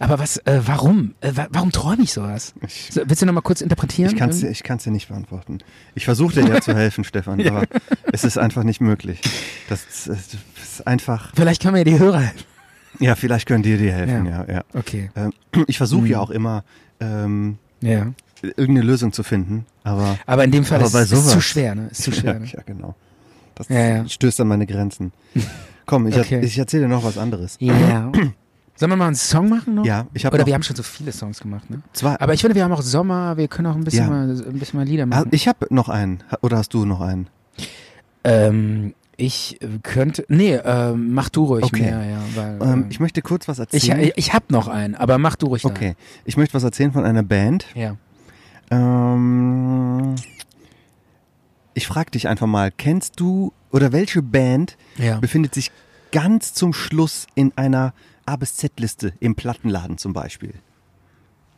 Aber was, äh, warum? Äh, wa warum träume ich sowas? So, willst du noch mal kurz interpretieren?
Ich kann es
Irgendwie?
ich kann's dir nicht beantworten. Ich versuche dir
<laughs>
ja zu helfen, Stefan, aber es ist einfach nicht möglich. Das ist, das ist einfach.
Vielleicht können wir ja die Hörer helfen.
Ja, vielleicht können dir die helfen,
Ja.
ja. ja, <clears throat>
Okay. Mhm.
Ähm, Ich versuche ja auch immer, ähm,
Ja.
irgendeine Lösung zu finden. Aber
Aber in dem Fall
Aber
ist
bei
es ist zu
sowas-
schwer, ne? Ist zu
<laughs> ja,
schwer. Ne?
ja, genau. Das
Ja, ja.
stößt an
<laughs>
meine Grenzen. Komm, ich,
Okay.
ich erzähle dir noch was anderes.
Ja. Sollen wir mal einen Song machen noch?
Ja, ich hab
Oder
noch-
wir haben schon so viele Songs gemacht, ne?
Zwar,
Aber ich finde, wir haben auch Sommer, wir können auch ein bisschen,
Ja.
mal, ein bisschen mal Lieder
Ah,
machen.
ich habe noch einen. Ha- Oder hast du noch einen?
ähm, ich könnte. Nee, ähm, mach du ruhig
Okay.
mehr, ja. Weil,
Ähm,
ähm,
ich möchte kurz was
ich,
erzählen.
ich, ich hab noch einen, aber mach du ruhig dann.
okay, ich möchte was erzählen von einer Band.
Ja.
Ähm, ich frage dich einfach mal, kennst du oder welche Band
Ja.
befindet sich ganz zum Schluss in einer A bis Z-Liste im Plattenladen zum Beispiel?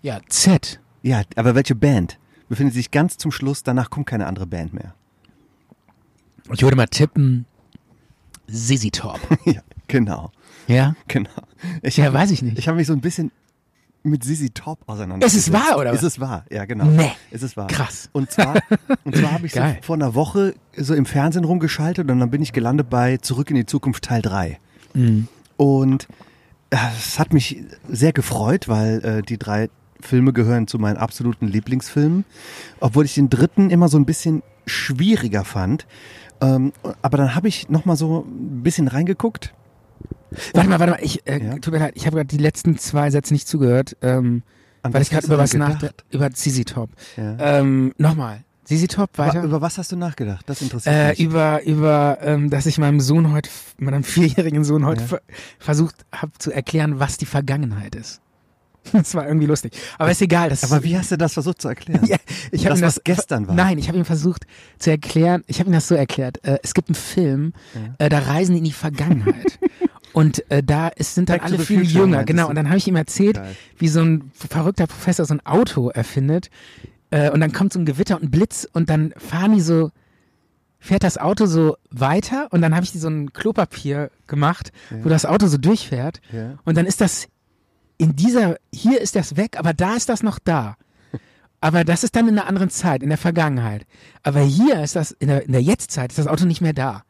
Ja, Z.
Ja, aber welche Band befindet sich ganz zum Schluss? Danach kommt keine andere Band mehr.
Ich würde mal tippen. Sissy
<laughs>
Top.
ja, genau,
ja?
<laughs> genau. Ich,
Ja, weiß ich nicht.
ich habe mich so ein bisschen mit Sissy Top
Es
auseinandergesetzt.
ist wahr, oder
Ist
was?
es wahr, ja, genau.
Nee.
Es ist wahr.
Krass.
Und zwar, und
<laughs>
zwar habe ich so
Geil.
vor einer Woche so im Fernsehen rumgeschaltet und dann bin ich gelandet bei Zurück in die Zukunft Teil 3.
Mhm.
Und äh, es hat mich sehr gefreut, weil äh, die drei Filme gehören zu meinen absoluten Lieblingsfilmen. Obwohl ich den dritten immer so ein bisschen schwieriger fand. Ähm, aber dann habe ich nochmal so ein bisschen reingeguckt.
Warte mal, warte mal. Ich, äh,
Ja?
Tut mir leid, ich habe gerade die letzten zwei Sätze nicht zugehört, ähm,
An
weil ich gerade
hast du
über was
denn
nachdachte.
gedacht?
Über Sissy Top.
Ja.
Ähm, Nochmal. Sissy Top,
Wa-
weiter.
Über was hast du nachgedacht? Das interessiert mich.
Äh, über, über ähm, dass ich meinem Sohn heute, meinem vierjährigen Sohn heute
Ja.
ver versucht habe zu erklären, was die Vergangenheit ist. <laughs> Das war irgendwie lustig. Aber ist egal. Das
Aber wie hast du das versucht zu
<laughs>
erklären?
Ja, ich hab
das,
ihm
was gestern war.
Nein, ich habe ihm versucht zu erklären, ich habe ihm das so erklärt. Äh, es gibt einen Film, äh, da reisen die in die
<laughs>
Vergangenheit. Und äh, da ist, sind dann
Back to
alle
the
viel
Future,
jünger,
meintest
genau.
du?
Und dann habe ich ihm erzählt,
Geil.
wie so ein verrückter Professor so ein Auto erfindet. Äh, und dann kommt so ein Gewitter und ein Blitz und dann fahren die so, fährt das Auto so weiter und dann habe ich so ein Klopapier gemacht, wo das Auto so durchfährt.
Ja.
Und dann ist das in dieser, hier ist das weg, aber da ist das noch da. Aber das ist dann in einer anderen Zeit, in der Vergangenheit. Aber hier ist das, in der, in der Jetztzeit ist das Auto nicht mehr da.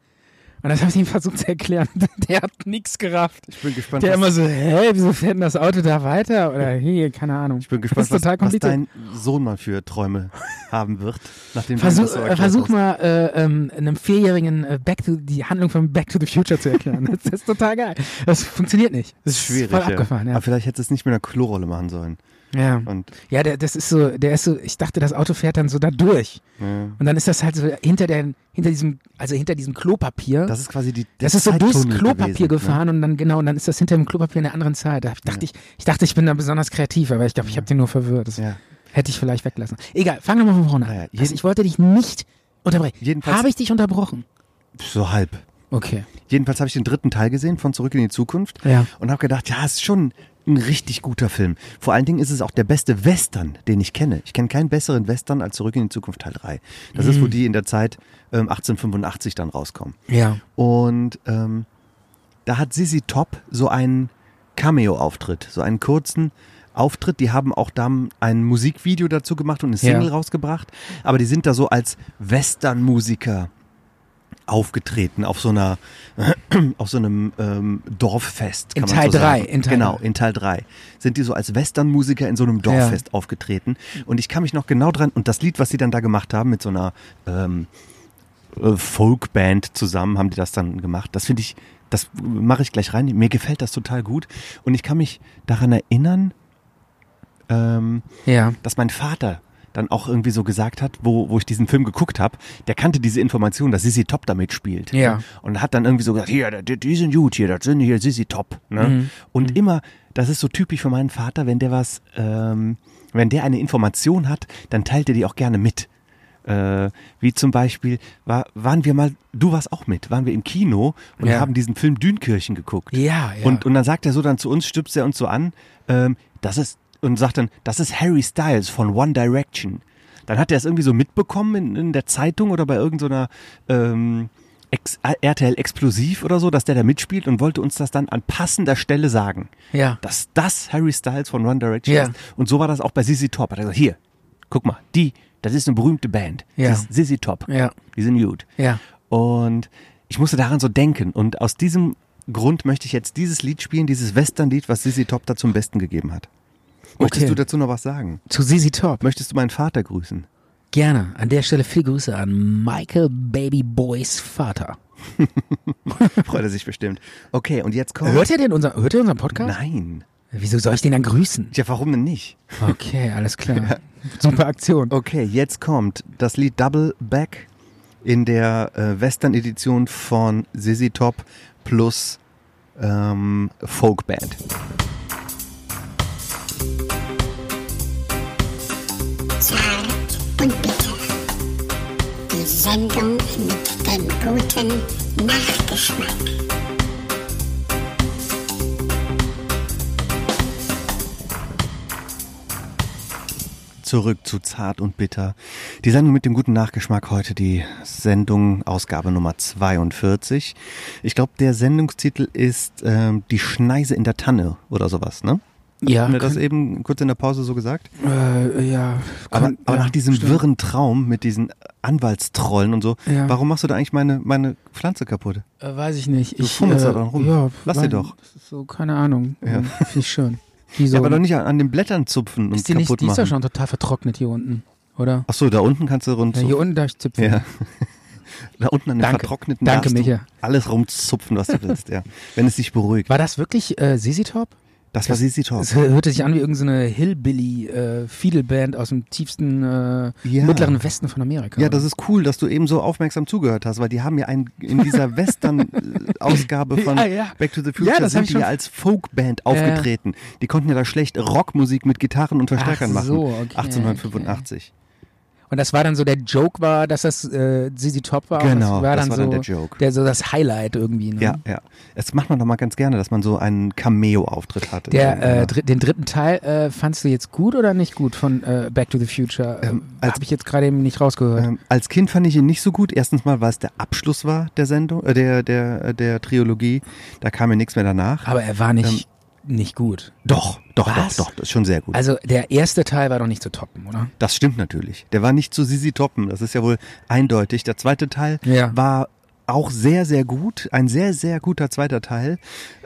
Und das habe ich ihm versucht zu erklären. <laughs> Der hat nichts gerafft.
Ich bin gespannt,
Der
was-
immer so, hä, wieso fährt denn das Auto da weiter? Oder hey, keine Ahnung.
Ich bin
das
gespannt,
ist total
was, was
kompliziert.
dein Sohn mal für Träume <laughs> haben wird, nachdem du ihm
Versuch,
das so
äh,
erklärt
versuch
hast.
mal äh, ähm, einem Vierjährigen äh, Back to, die Handlung von Back to the Future zu erklären. Das, ist total geil. Das funktioniert nicht. Das ist
Schwierig.
voll
ja.
abgefahren, ja.
Aber vielleicht hättest du es nicht mit einer Klorolle machen sollen.
Ja,
Und
ja der, das ist so, der ist so, ich dachte, das Auto fährt dann so da durch.
Ja.
Und dann ist das halt so hinter, der, hinter diesem, also hinter diesem Klopapier.
das ist quasi die. der
Das ist so durchs
Zeittunnel
Klopapier
gewesen, ne?
gefahren und dann genau und dann ist das hinter dem Klopapier in der anderen Zeit. Da hab ich- dachte ich, ich dachte, ich bin da besonders kreativ, aber ich glaube, ich habe den nur verwirrt. Das
Ja.
hätte ich vielleicht weglassen. Egal, fang doch mal von vorne an.
Naja, jeden-
also ich wollte dich nicht unterbrechen.
Jedenfalls-
habe ich dich unterbrochen?
Ne? So halb.
Okay.
Jedenfalls habe ich den dritten Teil gesehen von Zurück in die Zukunft
Ja.
und habe gedacht, ja, ist schon ein richtig guter Film. Vor allen Dingen ist es auch der beste Western, den ich kenne. Ich kenne keinen besseren Western als Zurück in die Zukunft Teil 3. Das ist, wo die in der Zeit ähm, 1885 dann rauskommen.
Mm. Ja.
Und ähm, da hat Sissy Top so einen Cameo-Auftritt, so einen kurzen Auftritt. Die haben auch dann ein Musikvideo dazu gemacht und eine Single
Ja.
rausgebracht. Aber die sind da so als Western-Musiker aufgetreten auf so einer <clears throat> auf so einem ähm, Dorffest kann
In
man
Teil
so
drei,
sagen.
in Teil
genau
drei.
in Teil 3 sind die so als Westernmusiker in so einem Dorffest aufgetreten und ich kann mich noch genau dran und das Lied was sie dann da gemacht haben mit so einer ähm, äh, Folkband zusammen haben die das dann gemacht. Das finde ich, das mache ich gleich rein. Mir gefällt das total gut. Und ich kann mich daran erinnern, ähm,
Ja.
dass mein Vater dann auch irgendwie so gesagt hat, wo, wo ich diesen Film geguckt habe, der kannte diese Information, dass Sissy Top da mitspielt.
Ja.
Und hat dann irgendwie so gesagt, hier, die, die sind gut hier, das sind hier Sissy Top. Ne?
Mhm.
Und immer, das ist so typisch für meinen Vater, wenn der was, ähm, wenn der eine Information hat, dann teilt er die auch gerne mit. Äh, wie zum Beispiel, war, waren wir mal, du warst auch mit, waren wir im Kino und
Ja.
haben diesen Film Dünkirchen geguckt.
Ja, ja.
Und, und dann sagt er so dann zu uns, stüpst er uns so an, ähm, das ist, und sagt dann, das ist Harry Styles von One Direction. Dann hat er es irgendwie so mitbekommen in, in der Zeitung oder bei irgendeiner ähm, Ex RTL Explosiv oder so, dass der da mitspielt und wollte uns das dann an passender Stelle sagen.
Ja.
Dass das Harry Styles von One Direction
Ja.
ist. Und so war das auch bei Sissy Top. Hat er gesagt, hier, guck mal, die, das ist eine berühmte Band.
Ja.
Das ist Sissy Top.
Ja.
Die sind gut.
Ja.
Und ich musste daran so denken. Und aus diesem Grund möchte ich jetzt dieses Lied spielen, dieses Western-Lied, was Sissy Top da zum Besten gegeben hat. Möchtest
Okay.
du dazu noch was sagen?
Zu Sisi Top.
Möchtest du meinen Vater grüßen? <laughs>
Gerne. An der Stelle viel Grüße an Michael Baby Boys Vater.
Freut er sich bestimmt. Okay, und jetzt kommt.
Hört er denn unser, hört er unseren Podcast?
Äh? Nein.
Wieso soll ich den dann
<laughs>
grüßen?
Ja, warum denn nicht?
Okay, alles klar. Super Aktion.
Okay, jetzt kommt das Lied Double Back in der äh, Western-Edition von Sissy Top plus ähm, Folkband.
Zart und bitter. Die Sendung mit dem guten Nachgeschmack.
Zurück zu Zart und Bitter. Die Sendung mit dem guten Nachgeschmack heute, die Sendung Ausgabe Nummer 42. Ich glaube, der Sendungstitel ist ähm, Die Schneise in der Tanne oder sowas, ne?
Ja,
Haben wir das
kann-
eben kurz in der Pause so gesagt?
äh, ja.
Aber,
kann-
aber
ja,
nach diesem
stimmt.
wirren Traum mit diesen Anwaltstrollen und so,
Ja.
warum machst du da eigentlich meine, meine Pflanze kaputt?
Äh, weiß ich nicht.
Du
Ich, äh,
fummelst da dran rum.
Ja,
Lass
weil-
sie doch.
das ist So, keine Ahnung.
Ja.
Ja. Finde ich
<laughs>
schön. Die so,
Ja, aber doch nicht an, an den Blättern zupfen und
ist die
kaputt
nicht, die ist
machen.
doch schon total vertrocknet hier unten, oder?
Ach so, da unten kannst du rund
Ja, hier unten darf ich zupfen.
Ja. <laughs> Da unten an den
Danke.
vertrockneten
Danke,
darfst du
Micha.
alles rumzupfen, was du willst, ja. Wenn es dich beruhigt.
War das wirklich äh, Sisi Top?
Das war Sisi Top.
Es hörte sich an wie irgendeine Hillbilly-Fiddle-Band äh, aus dem tiefsten äh,
Ja.
mittleren Westen von Amerika.
Ja, das ist cool, dass du eben so aufmerksam zugehört hast, weil die haben ja einen, in
<laughs>
dieser Western-Ausgabe von
Ja, ja.
Back to the Future
Ja, das hab
sind
ich
die
schon-
ja als Folkband aufgetreten. Die konnten ja da schlecht Rockmusik mit Gitarren und Verstärkern
Ach so,
machen.
okay,
1885.
Und das war dann so, der Joke war, dass das äh, Sisi Top war. und
Genau,
das war
das
dann
war
so,
dann der Joke.
Der, so das Highlight irgendwie. Ne?
Ja, ja. Das macht man doch mal ganz gerne, dass man so einen Cameo-Auftritt hat. in
Der, äh,
irgendeiner-
dr den dritten Teil äh, fandst du jetzt gut oder nicht gut von äh, Back to the Future? Ähm,
als-
Habe ich jetzt gerade eben nicht rausgehört.
Ähm, als Kind fand ich ihn nicht so gut. Erstens mal, weil es der Abschluss war der Sendung, äh, der, der, äh, der Trilogie. Da kam mir nichts mehr danach.
Aber er war nicht,
ähm,
nicht gut.
doch, doch,
Was?
doch, doch, das ist schon sehr gut.
Also der erste Teil war doch nicht zu toppen, oder?
das stimmt natürlich. Der war nicht zu Sisi Toppen, das ist ja wohl eindeutig. Der zweite Teil
Ja.
war auch sehr, sehr gut. Ein sehr, sehr guter zweiter Teil.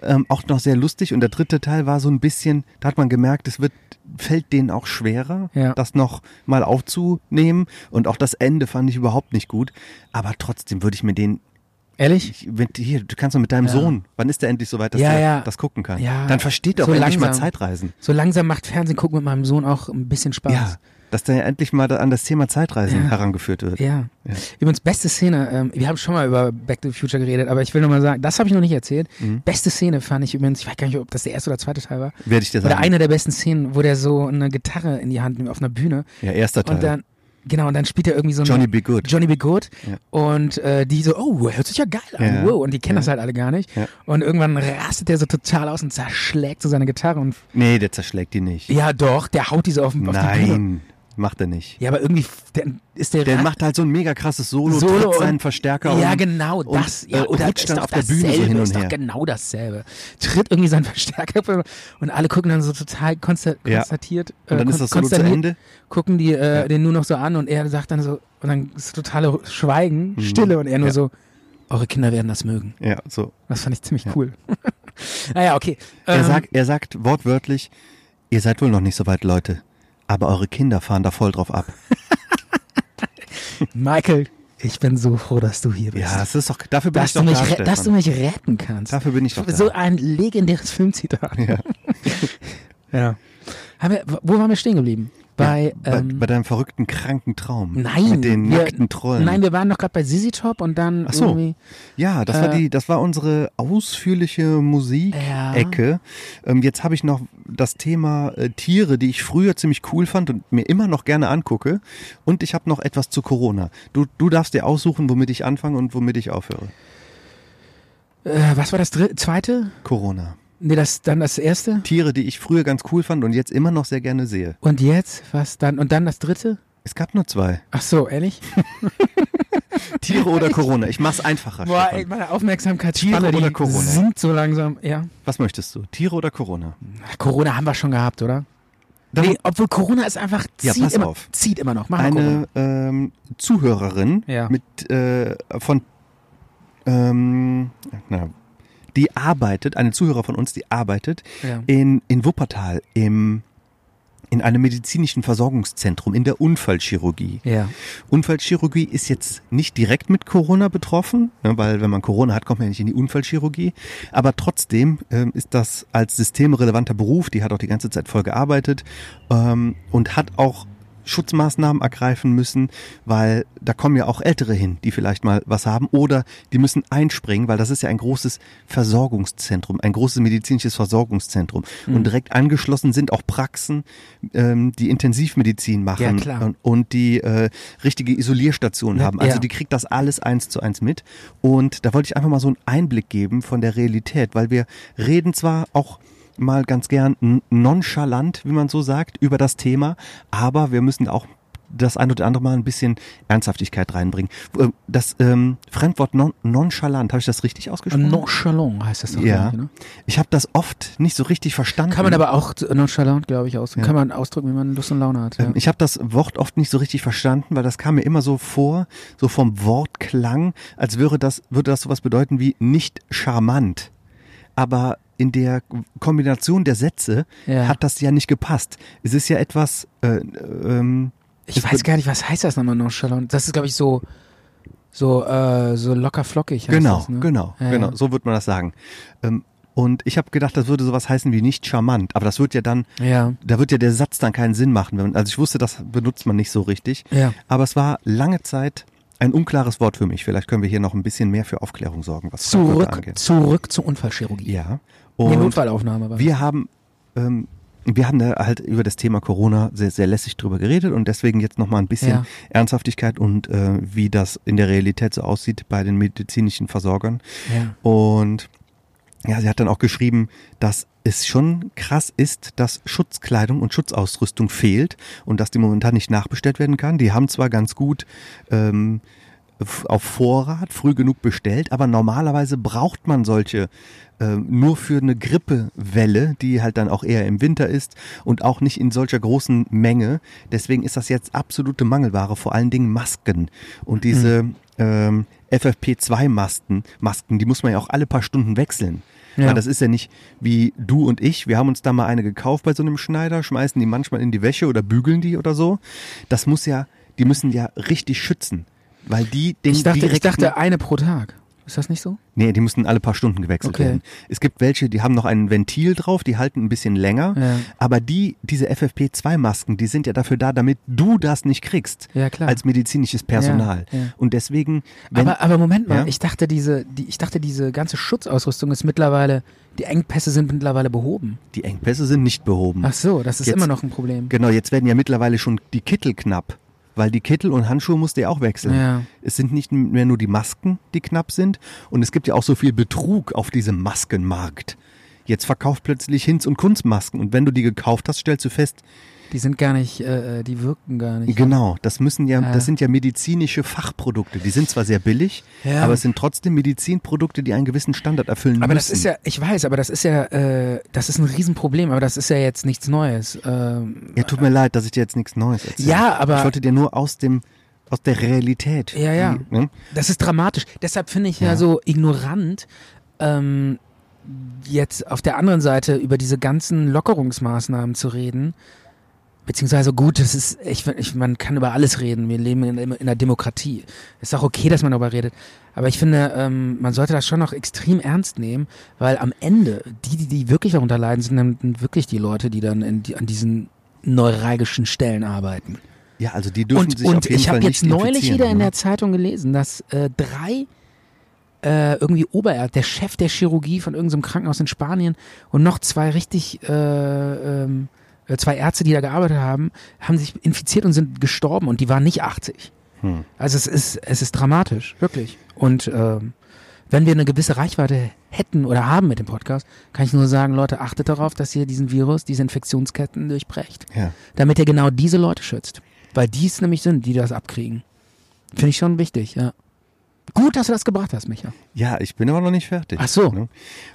Ähm, auch noch sehr lustig. Und der dritte Teil war so ein bisschen, da hat man gemerkt, es wird, fällt denen auch schwerer,
Ja.
das noch mal aufzunehmen. Und auch das Ende fand ich überhaupt nicht gut. Aber trotzdem würde ich mir den
Ehrlich?
Ich, wenn, hier, du kannst doch mit deinem Sohn. Wann ist der endlich so weit, dass
Ja,
der
ja.
das gucken kann?
Ja.
Dann versteht er auch
So
endlich mal
langsam.
Zeitreisen.
So langsam macht Fernsehen gucken mit meinem Sohn auch ein bisschen Spaß.
Ja. Dass der endlich mal da an das Thema Zeitreisen herangeführt wird.
Ja. Übrigens, beste Szene, ähm, wir haben schon mal über Back to the Future geredet, aber ich will nochmal sagen, das habe ich noch nicht erzählt.
Mhm.
Beste Szene fand ich übrigens, ich weiß gar nicht, ob das der erste oder zweite Teil war.
Werde ich dir
Oder
sagen.
eine der besten Szenen, wo der so eine Gitarre in die Hand nimmt auf einer Bühne.
Ja, erster Teil.
Und dann, genau, und dann spielt er irgendwie so eine-
Johnny B. Good.
Johnny B. Good.
Ja.
Und äh, die so, oh, hört sich ja geil an.
Ja.
Wow. Und die kennen
Ja.
das halt alle gar nicht.
Ja.
Und irgendwann rastet der so total aus und zerschlägt so seine Gitarre. Und
Nee, der zerschlägt die nicht.
ja, doch, der haut die so auf, auf die Bühne.
Nein, macht er nicht.
Ja, aber irgendwie f- der, ist der,
Der
Rat-
macht halt so ein mega krasses Solo,
Solo
tritt seinen
und-
Verstärker
Ja,
um
genau,
und,
das. ja,
äh,
oder
rutscht
ist
dann
doch
auf der Bühne so
dasselbe,
hin und
ist
her.
Doch genau dasselbe. Tritt irgendwie seinen <laughs> Verstärker und alle gucken dann so total konsta-
Ja.
konstatiert.
Und dann
äh,
ist das Solo zu
konsterniert,
Ende.
Gucken die äh, den nur noch so an und er sagt dann so, und dann ist totale Schweigen, Stille und er nur
Mhm. Ja.
so, eure Kinder werden das mögen.
Ja, so.
Das fand ich ziemlich cool. <laughs> naja, okay.
Er,
Ähm,
sagt, er sagt wortwörtlich, ihr seid wohl noch nicht so weit, Leute. Aber eure Kinder fahren da voll drauf ab.
Ähm, Michael, ich bin so froh, dass du hier bist.
Ja, das ist doch, dafür bin
dass,
ich doch
du mich,
da,
re- dass
Stefan.
du mich retten kannst.
Dafür bin ich doch
So
da.
ein legendäres
<laughs>
Filmzitat. Ja. ja. Haben wir, wo waren wir stehen geblieben? Bei,
bei,
ähm,
bei deinem verrückten, kranken Traum.
nein.
Mit den
wir,
nackten Trollen.
Nein, wir waren doch gerade bei Sisi Top und dann
Ach so.
irgendwie. äh,
ja, das war die, das war unsere ausführliche
Ja.
Musikecke. Ähm, jetzt habe ich noch das Thema äh, Tiere, die ich früher ziemlich cool fand und mir immer noch gerne angucke. Und ich habe noch etwas zu Corona. Du, du darfst dir aussuchen, womit ich anfange und womit ich aufhöre.
Äh, was war das dritte, zweite?
Corona.
Nee, das, dann das erste.
Tiere, die ich früher ganz cool fand und jetzt immer noch sehr gerne sehe.
Und jetzt? Was dann? Und dann das dritte?
Es gab nur zwei.
Ach so,
<laughs>
ehrlich? <laughs>
Tiere oder Corona. Ich mach's einfacher.
Boah, ey,
Stefan.
meine Aufmerksamkeitsspanne,
Tiere oder
die
Corona?
sinkt so langsam. Ja.
Was möchtest du? Tiere oder Corona?
Ach, Corona haben wir schon gehabt, oder?
Dann-
nee, obwohl Corona ist einfach,
Ja,
zieht,
pass
immer,
auf.
zieht immer noch. Mach mal Corona.
eine ähm, Zuhörerin
Ja.
mit äh, von ähm, na, die arbeitet, eine Zuhörer von uns, die arbeitet
Ja.
in, in Wuppertal im in einem medizinischen Versorgungszentrum in der Unfallchirurgie.
Ja.
Unfallchirurgie ist jetzt nicht direkt mit Corona betroffen, ne, weil wenn man Corona hat, kommt man ja nicht in die Unfallchirurgie. Aber trotzdem ähm, ist das als systemrelevanter Beruf, die hat auch die ganze Zeit voll gearbeitet ähm, und hat auch Schutzmaßnahmen ergreifen müssen, weil da kommen ja auch Ältere hin, die vielleicht mal was haben oder die müssen einspringen, weil das ist ja ein großes Versorgungszentrum, ein großes medizinisches Versorgungszentrum.
Mhm.
Und direkt angeschlossen sind auch Praxen, ähm, die Intensivmedizin machen
Ja, klar.
und und die äh, richtige Isolierstation haben. Also
ja.
die kriegt das alles eins zu eins mit. Und da wollte ich einfach mal so einen Einblick geben von der Realität, weil wir reden zwar auch mal ganz gern n- nonchalant, wie man so sagt, über das Thema, aber wir müssen auch das ein oder andere Mal ein bisschen Ernsthaftigkeit reinbringen. Äh, Das ähm, Fremdwort non nonchalant, habe ich das richtig
Äh,
ausgesprochen?
Nonchalant heißt das doch.
ja,
glaube ich, ne?
ich habe das oft nicht so richtig verstanden.
Kann man aber auch äh, nonchalant, glaube ich, ausdrücken.
Ja.
Kann man ausdrücken, wie man Lust und Laune hat. Ja.
Ähm, Ich habe das Wort oft nicht so richtig verstanden, weil das kam mir immer so vor, so vom Wortklang, als wäre das, würde das sowas bedeuten wie nicht charmant. Aber in der Kombination der Sätze
Ja.
hat das ja nicht gepasst. Es ist ja etwas, äh, ähm,
ich weiß gar nicht, was heißt das nochmal nonchalant? Das ist, glaube ich, so, so, äh, so locker flockig. heißt
genau,
das, ne?
genau,
Ja,
genau,
Ja.
so würde man das sagen. Ähm, und ich habe gedacht, das würde sowas heißen wie nicht charmant, aber das wird ja dann
Ja.
da wird ja der Satz dann keinen Sinn machen. Wenn man, also ich wusste, das benutzt man nicht so richtig.
Ja.
Aber es war lange Zeit ein unklares Wort für mich. Vielleicht können wir hier noch ein bisschen mehr für Aufklärung sorgen, was Fremdwörter
Zurück,
angeht.
zurück zur Unfallchirurgie.
Ja.
Die
Und
Notfallaufnahme war.
wir haben, ähm, wir haben da halt über das Thema Corona sehr, sehr lässig drüber geredet und deswegen jetzt nochmal ein bisschen
Ja.
Ernsthaftigkeit und äh, wie das in der Realität so aussieht bei den medizinischen Versorgern.
Ja.
Und ja, sie hat dann auch geschrieben, dass es schon krass ist, dass Schutzkleidung und Schutzausrüstung fehlt und dass die momentan nicht nachbestellt werden kann. Die haben zwar ganz gut ähm, f- auf Vorrat früh genug bestellt, aber normalerweise braucht man solche ähm, nur für eine Grippewelle, die halt dann auch eher im Winter ist und auch nicht in solcher großen Menge. Deswegen ist das jetzt absolute Mangelware, vor allen Dingen Masken. Und diese ähm, FFP2-Masken, Masken, die muss man ja auch alle paar Stunden wechseln.
Ja.
Weil das ist ja nicht wie du und ich. Wir haben uns da mal eine gekauft bei so einem Schneider, schmeißen die manchmal in die Wäsche oder bügeln die oder so. Das muss ja, die müssen ja richtig schützen. Weil die den
Ich dachte, ich
direkten-
dachte, eine pro Tag. Ist das nicht so?
Nee, die müssen alle paar Stunden gewechselt
Okay.
werden. Es gibt welche, die haben noch ein Ventil drauf, die halten ein bisschen länger.
Ja.
Aber die, diese FFP2-Masken, die sind ja dafür da, damit du das nicht kriegst.
Ja, klar.
Als medizinisches Personal.
Ja, ja.
Und deswegen, wenn,
Aber, aber Moment mal,
Ja?
ich dachte, diese, die, ich dachte, diese ganze Schutzausrüstung ist mittlerweile, die Engpässe sind mittlerweile behoben.
die Engpässe sind nicht behoben.
Ach so, das ist
Jetzt-
immer noch ein Problem.
Genau, jetzt werden ja mittlerweile schon die Kittel knapp. Weil die Kittel und Handschuhe musst du ja auch wechseln.
Ja.
Es sind nicht mehr nur die Masken, die knapp sind. Und es gibt ja auch so viel Betrug auf diesem Maskenmarkt. Jetzt verkauft plötzlich Hinz und Kunz Masken. Und wenn du die gekauft hast, stellst du fest,
Die sind gar nicht, äh, äh, die wirken gar nicht.
Genau, das müssen ja,
Ja.
das sind ja medizinische Fachprodukte. Die sind zwar sehr billig,
Ja.
aber es sind trotzdem Medizinprodukte, die einen gewissen Standard erfüllen
Aber
müssen.
das ist ja, ich weiß, aber das ist ja, äh, das ist ein Riesenproblem, aber das ist ja jetzt nichts Neues. Ähm,
Ja, tut mir leid, dass ich dir jetzt nichts Neues erzähle.
Ja, aber-
ich wollte dir nur aus dem aus der Realität.
ja, ja.
Die, ne?
Das ist dramatisch. Deshalb finde ich ja,
Ja.
so ignorant, ähm, jetzt auf der anderen Seite über diese ganzen Lockerungsmaßnahmen zu reden. Beziehungsweise gut, das ist, ich, ich, man kann über alles reden. Wir leben in, in einer Demokratie. Ist auch okay, dass man darüber redet. Aber ich finde, ähm, man sollte das schon noch extrem ernst nehmen, weil am Ende, die, die, die wirklich darunter leiden, sind dann wirklich die Leute, die dann in, die, an diesen neuralgischen Stellen arbeiten
ja, also die dürfen
und,
sich
und
auf jeden
ich
Fall
habe jetzt
nicht
neulich
infizieren,
wieder in
ne?
der Zeitung gelesen, dass äh, drei äh, irgendwie Oberärzt, der Chef der Chirurgie von irgendeinem Krankenhaus in Spanien und noch zwei richtig äh, ähm, äh, zwei Ärzte, die da gearbeitet haben, haben sich infiziert und sind gestorben und die waren nicht 80.
Hm.
Also es ist es ist dramatisch, wirklich. Und ähm, wenn wir eine gewisse Reichweite hätten oder haben mit dem Podcast, kann ich nur sagen, Leute, achtet darauf, dass ihr diesen Virus, diese Infektionsketten durchbrecht
Ja.
damit er genau diese Leute schützt. Weil die es nämlich sind, die das abkriegen. Finde ich schon wichtig, ja. Gut, dass du das gebracht hast, Micha.
Ja, ich bin aber noch nicht fertig.
Ach so.
Ne?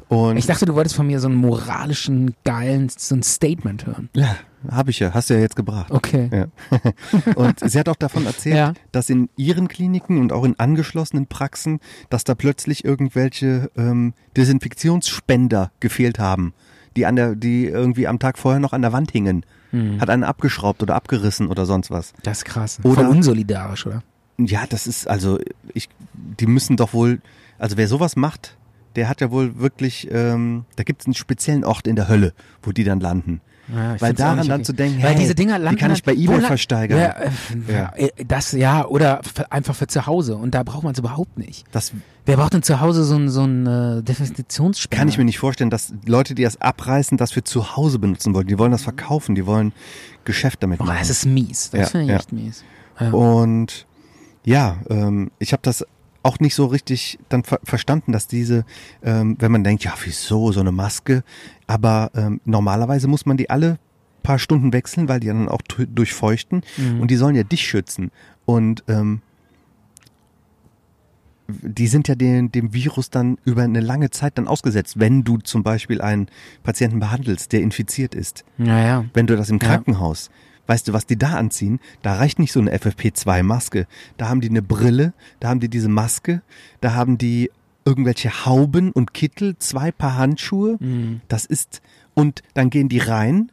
Und
Ich dachte, du wolltest von mir so einen moralischen, geilen, so ein Statement hören.
ja, habe ich ja, hast du ja jetzt gebracht.
Okay.
Ja. <laughs> und sie hat auch davon erzählt,
Ja.
dass in ihren Kliniken und auch in angeschlossenen Praxen, dass da plötzlich irgendwelche ähm, Desinfektionsspender gefehlt haben. die, an der, die irgendwie am Tag vorher noch an der Wand hingen.
Hm.
Hat einen abgeschraubt oder abgerissen oder sonst was.
Das ist krass.
Oder-
Voll unsolidarisch, oder?
Ja, das ist, also, ich, die müssen doch wohl, also wer sowas macht, der hat ja wohl wirklich, ähm, da gibt es einen speziellen Ort in der Hölle, wo die dann landen.
Ja, ich
Weil
find's auch
daran
nicht
dann
okay.
zu denken,
Weil
hey,
diese Dinger
die
landen
kann ich bei
dann- wo
eBay
la-
versteigern.
Ja, äh, ja. äh, Das ja, oder f- einfach für zu Hause. Und da braucht man es überhaupt nicht.
Das
Wer braucht denn zu Hause so ein, so ein äh, Definitionsspender?
kann ich mir nicht vorstellen, dass Leute, die das abreißen, das für zu Hause benutzen wollen. Die wollen das verkaufen, die wollen Geschäft damit
Boah,
machen.
Oh, das ist mies. Das
Ja,
finde ich
ja. Oh.
echt mies.
Und ja, ähm, ich habe das auch nicht so richtig dann ver verstanden, dass diese, ähm, wenn man denkt, ja, wieso so eine Maske, aber ähm, normalerweise muss man die alle paar Stunden wechseln, weil die dann auch tu- durchfeuchten und die sollen ja dich schützen. Und ähm, die sind ja den, dem Virus dann über eine lange Zeit dann ausgesetzt, wenn du zum Beispiel einen Patienten behandelst, der infiziert ist
Naja.
wenn du das im
Ja.
Krankenhaus, weißt du, was die da anziehen? Da reicht nicht so eine FFP2-Maske. Da haben die eine Brille, da haben die diese Maske, da haben die irgendwelche Hauben und Kittel, zwei Paar Handschuhe. Das ist, und dann gehen die rein,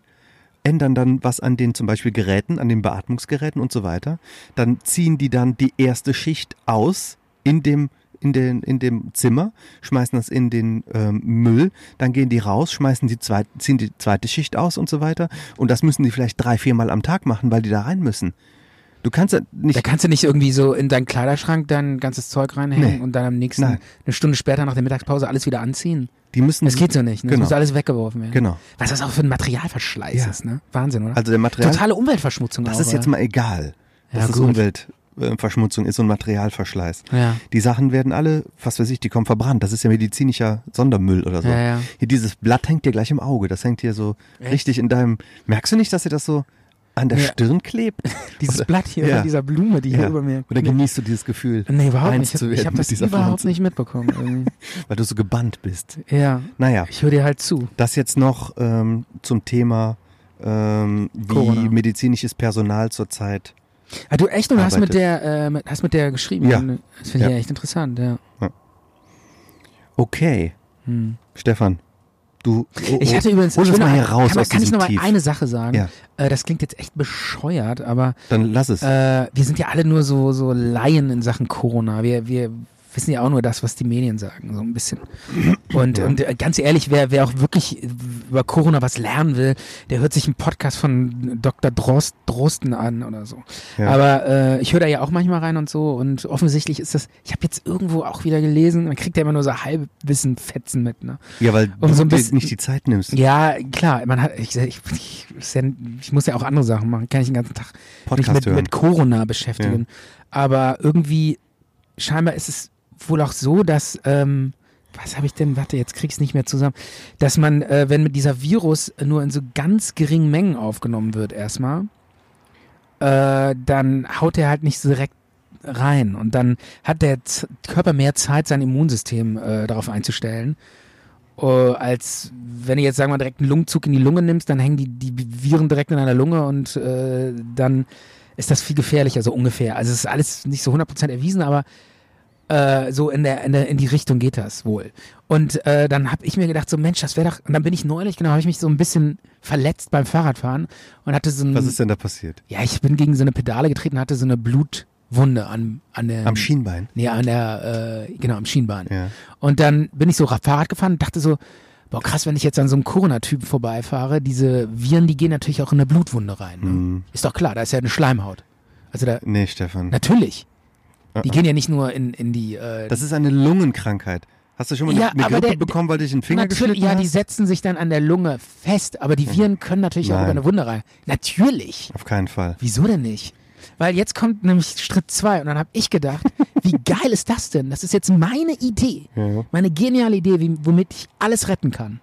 ändern dann was an den zum Beispiel Geräten, an den Beatmungsgeräten und so weiter. Dann ziehen die dann die erste Schicht aus in dem in, den, in dem Zimmer, schmeißen das in den ähm, Müll, dann gehen die raus, schmeißen die zweit, ziehen die zweite Schicht aus und so weiter. Und das müssen die vielleicht drei, viermal am Tag machen, weil die da rein müssen. Du kannst ja
Da
nicht.
kannst du nicht irgendwie so in deinen Kleiderschrank dein ganzes Zeug reinhängen
Nee.
und dann am nächsten,
Nein.
eine Stunde später nach der Mittagspause alles wieder anziehen.
Die müssen.
Das geht so nicht. Ne?
Genau.
Das muss alles weggeworfen werden.
Genau.
Was das auch für ein Materialverschleiß
Ja.
ist, ne? Wahnsinn, oder?
Also der Material-
Totale Umweltverschmutzung
Das
auch,
ist jetzt
oder?
mal egal, dass
Ja,
es
gut.
Umweltverschmutzung ist und Materialverschleiß.
Ja.
Die Sachen werden alle, was weiß ich, die kommen verbrannt. Das ist ja medizinischer Sondermüll oder so.
Ja, ja.
Hier dieses Blatt hängt dir gleich im Auge. Das hängt dir so richtig in deinem. Merkst du nicht, dass dir das so an der
Ja.
Stirn klebt?
<laughs> Dieses
Oder-
Blatt hier
Ja.
von dieser Blume, die hier
<laughs> Ja.
über mir.
Oder
Nee.
genießt du dieses Gefühl?
Nee, überhaupt
eins
nicht. Ich
zu
habe
werden
hab
mit
das
dieser
überhaupt
Pflanze,
nicht mitbekommen.
<laughs>
irgendwie.
Weil du so gebannt bist.
ja.
Naja,
Ich höre dir halt zu.
das jetzt noch ähm, zum Thema, ähm, wie
Corona.
medizinisches Personal zurzeit.
Ah, du echt, du hast mit
Arbeitet.
der, äh, mit- hast mit der geschrieben.
Ja.
Das finde ich
Ja.
ja echt interessant, ja.
Okay. Stefan, du. Oh,
Hm. Ich hatte übrigens.
Hol
ich
das
will
mal
noch-
hier raus
Kann, man-
aus
kann ich
diesem
noch mal
Tief.
eine Sache sagen?
Ja.
Äh, das klingt jetzt echt bescheuert, aber
Dann lass es.
äh, wir sind ja alle nur so, so Laien in Sachen Corona. Wir, wir wissen ja auch nur das, was die Medien sagen, so ein bisschen. Und, und äh, ganz ehrlich, wer, wer auch wirklich äh, über Corona was lernen will, der hört sich einen Podcast von Dr. Drost, Drosten an oder so.
Ja.
Aber äh, ich höre da ja auch manchmal rein und so und offensichtlich ist das, ich habe jetzt irgendwo auch wieder gelesen, man kriegt ja immer nur so Halbwissen Fetzen mit, ne?
ja, weil
um so ein
du dir
bisschen-
nicht die Zeit nimmst.
Ja, klar, man hat, ich, ich, ich, ist ja- ich muss ja auch andere Sachen machen, kann ich den ganzen Tag
Podcast
mich mit,
hören.
mit Corona beschäftigen. Aber irgendwie, scheinbar ist es wohl auch so, dass, ähm, was habe ich denn, warte, jetzt krieg's nicht mehr zusammen, dass man, äh, wenn mit dieser Virus nur in so ganz geringen Mengen aufgenommen wird erstmal, äh, dann haut er halt nicht so direkt rein und dann hat der Z Körper mehr Zeit, sein Immunsystem äh, darauf einzustellen. Äh, als wenn du jetzt, sagen wir, mal, direkt einen Lungenzug in die Lunge nimmst, dann hängen die, die Viren direkt in deiner Lunge und äh, dann ist das viel gefährlicher, so ungefähr. Also es ist alles nicht so 100% erwiesen, aber äh, so in der, in der in die Richtung geht das wohl. Und äh, dann habe ich mir gedacht, so Mensch, das wäre doch. Und dann bin ich neulich, genau, habe ich mich so ein bisschen verletzt beim Fahrradfahren und hatte so ein
Was ist denn da passiert?
ja, ich bin gegen so eine Pedale getreten, hatte so eine Blutwunde an, an der.
Am Schienbein.
Nee, an der, äh, genau, am Schienbein.
Ja.
Und dann bin ich so Ra- Fahrrad gefahren und dachte so, boah, krass, wenn ich jetzt an so einem Corona-Typen vorbeifahre, diese Viren, die gehen natürlich auch in eine Blutwunde rein. Ne?
Mhm.
Ist doch klar, da ist ja eine Schleimhaut. Also da,
Nee, Stefan.
natürlich. Die gehen ja nicht nur in, in die. Äh,
Das ist eine Lungenkrankheit. Hast du schon mal
Ja,
eine
aber
Grippe
der-
bekommen, weil du dich einen Finger
natürlich,
geschnitten
ja, die
hast?
setzen sich dann an der Lunge fest, aber die Viren können natürlich auch
Nein.
über eine Wunde rein. Natürlich.
Auf keinen Fall.
Wieso denn nicht? Weil jetzt kommt nämlich Schritt zwei und dann habe ich
<laughs>
gedacht, wie geil ist das denn? Das ist jetzt meine Idee, meine geniale Idee, wie, womit ich alles retten kann.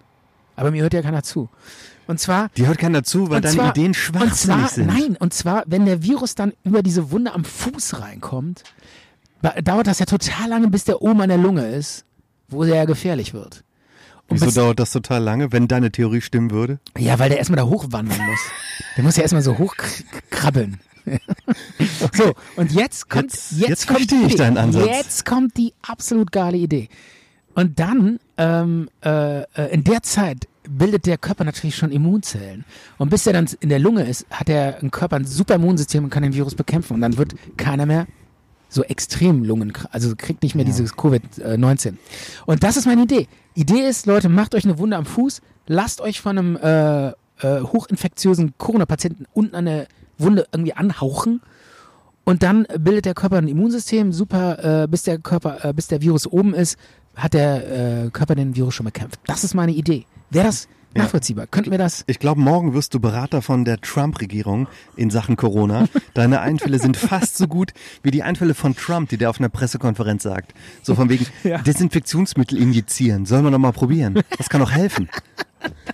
Aber mir hört ja keiner zu. Und zwar
Die hört keiner zu, weil
und
deine
zwar,
Ideen
und zwar,
schwachsinnig sind.
Nein, und zwar, wenn der Virus dann über diese Wunde am Fuß reinkommt, ba- dauert das ja total lange, bis der oben an der Lunge ist, wo der ja gefährlich wird. Und
Wieso
bis,
dauert das total lange, wenn deine Theorie stimmen würde?
ja, weil der erstmal da hochwandern muss. Der muss ja erstmal so
<laughs>
hochkrabbeln. So, und jetzt kommt,
Jetzt-
jetzt,
jetzt
kommt
verstehe
die
ich
Idee.
deinen Ansatz.
Jetzt kommt die absolut geile Idee. Und dann, ähm, äh, äh, in der Zeit bildet der Körper natürlich schon Immunzellen. Und bis er dann in der Lunge ist, hat der ein Körper ein super Immunsystem und kann den Virus bekämpfen. Und dann wird keiner mehr so extrem Lungen, also kriegt nicht mehr dieses Covid-19. Und das ist meine Idee. Idee ist, Leute, macht euch eine Wunde am Fuß, lasst euch von einem äh, äh, hochinfektiösen Corona-Patienten unten an der Wunde irgendwie anhauchen. Und dann bildet der Körper ein Immunsystem, super, äh, bis der Körper, äh, bis der Virus oben ist, hat der äh, Körper den Virus schon bekämpft. Das ist meine Idee. Wäre das nachvollziehbar? Könnten wir das?
Ich glaube, morgen wirst du Berater von der Trump-Regierung in Sachen Corona. Deine Einfälle sind fast so gut wie die Einfälle von Trump, die der auf einer Pressekonferenz sagt. So
<laughs>
von wegen Desinfektionsmittel injizieren. Soll man doch mal probieren. Das kann doch helfen.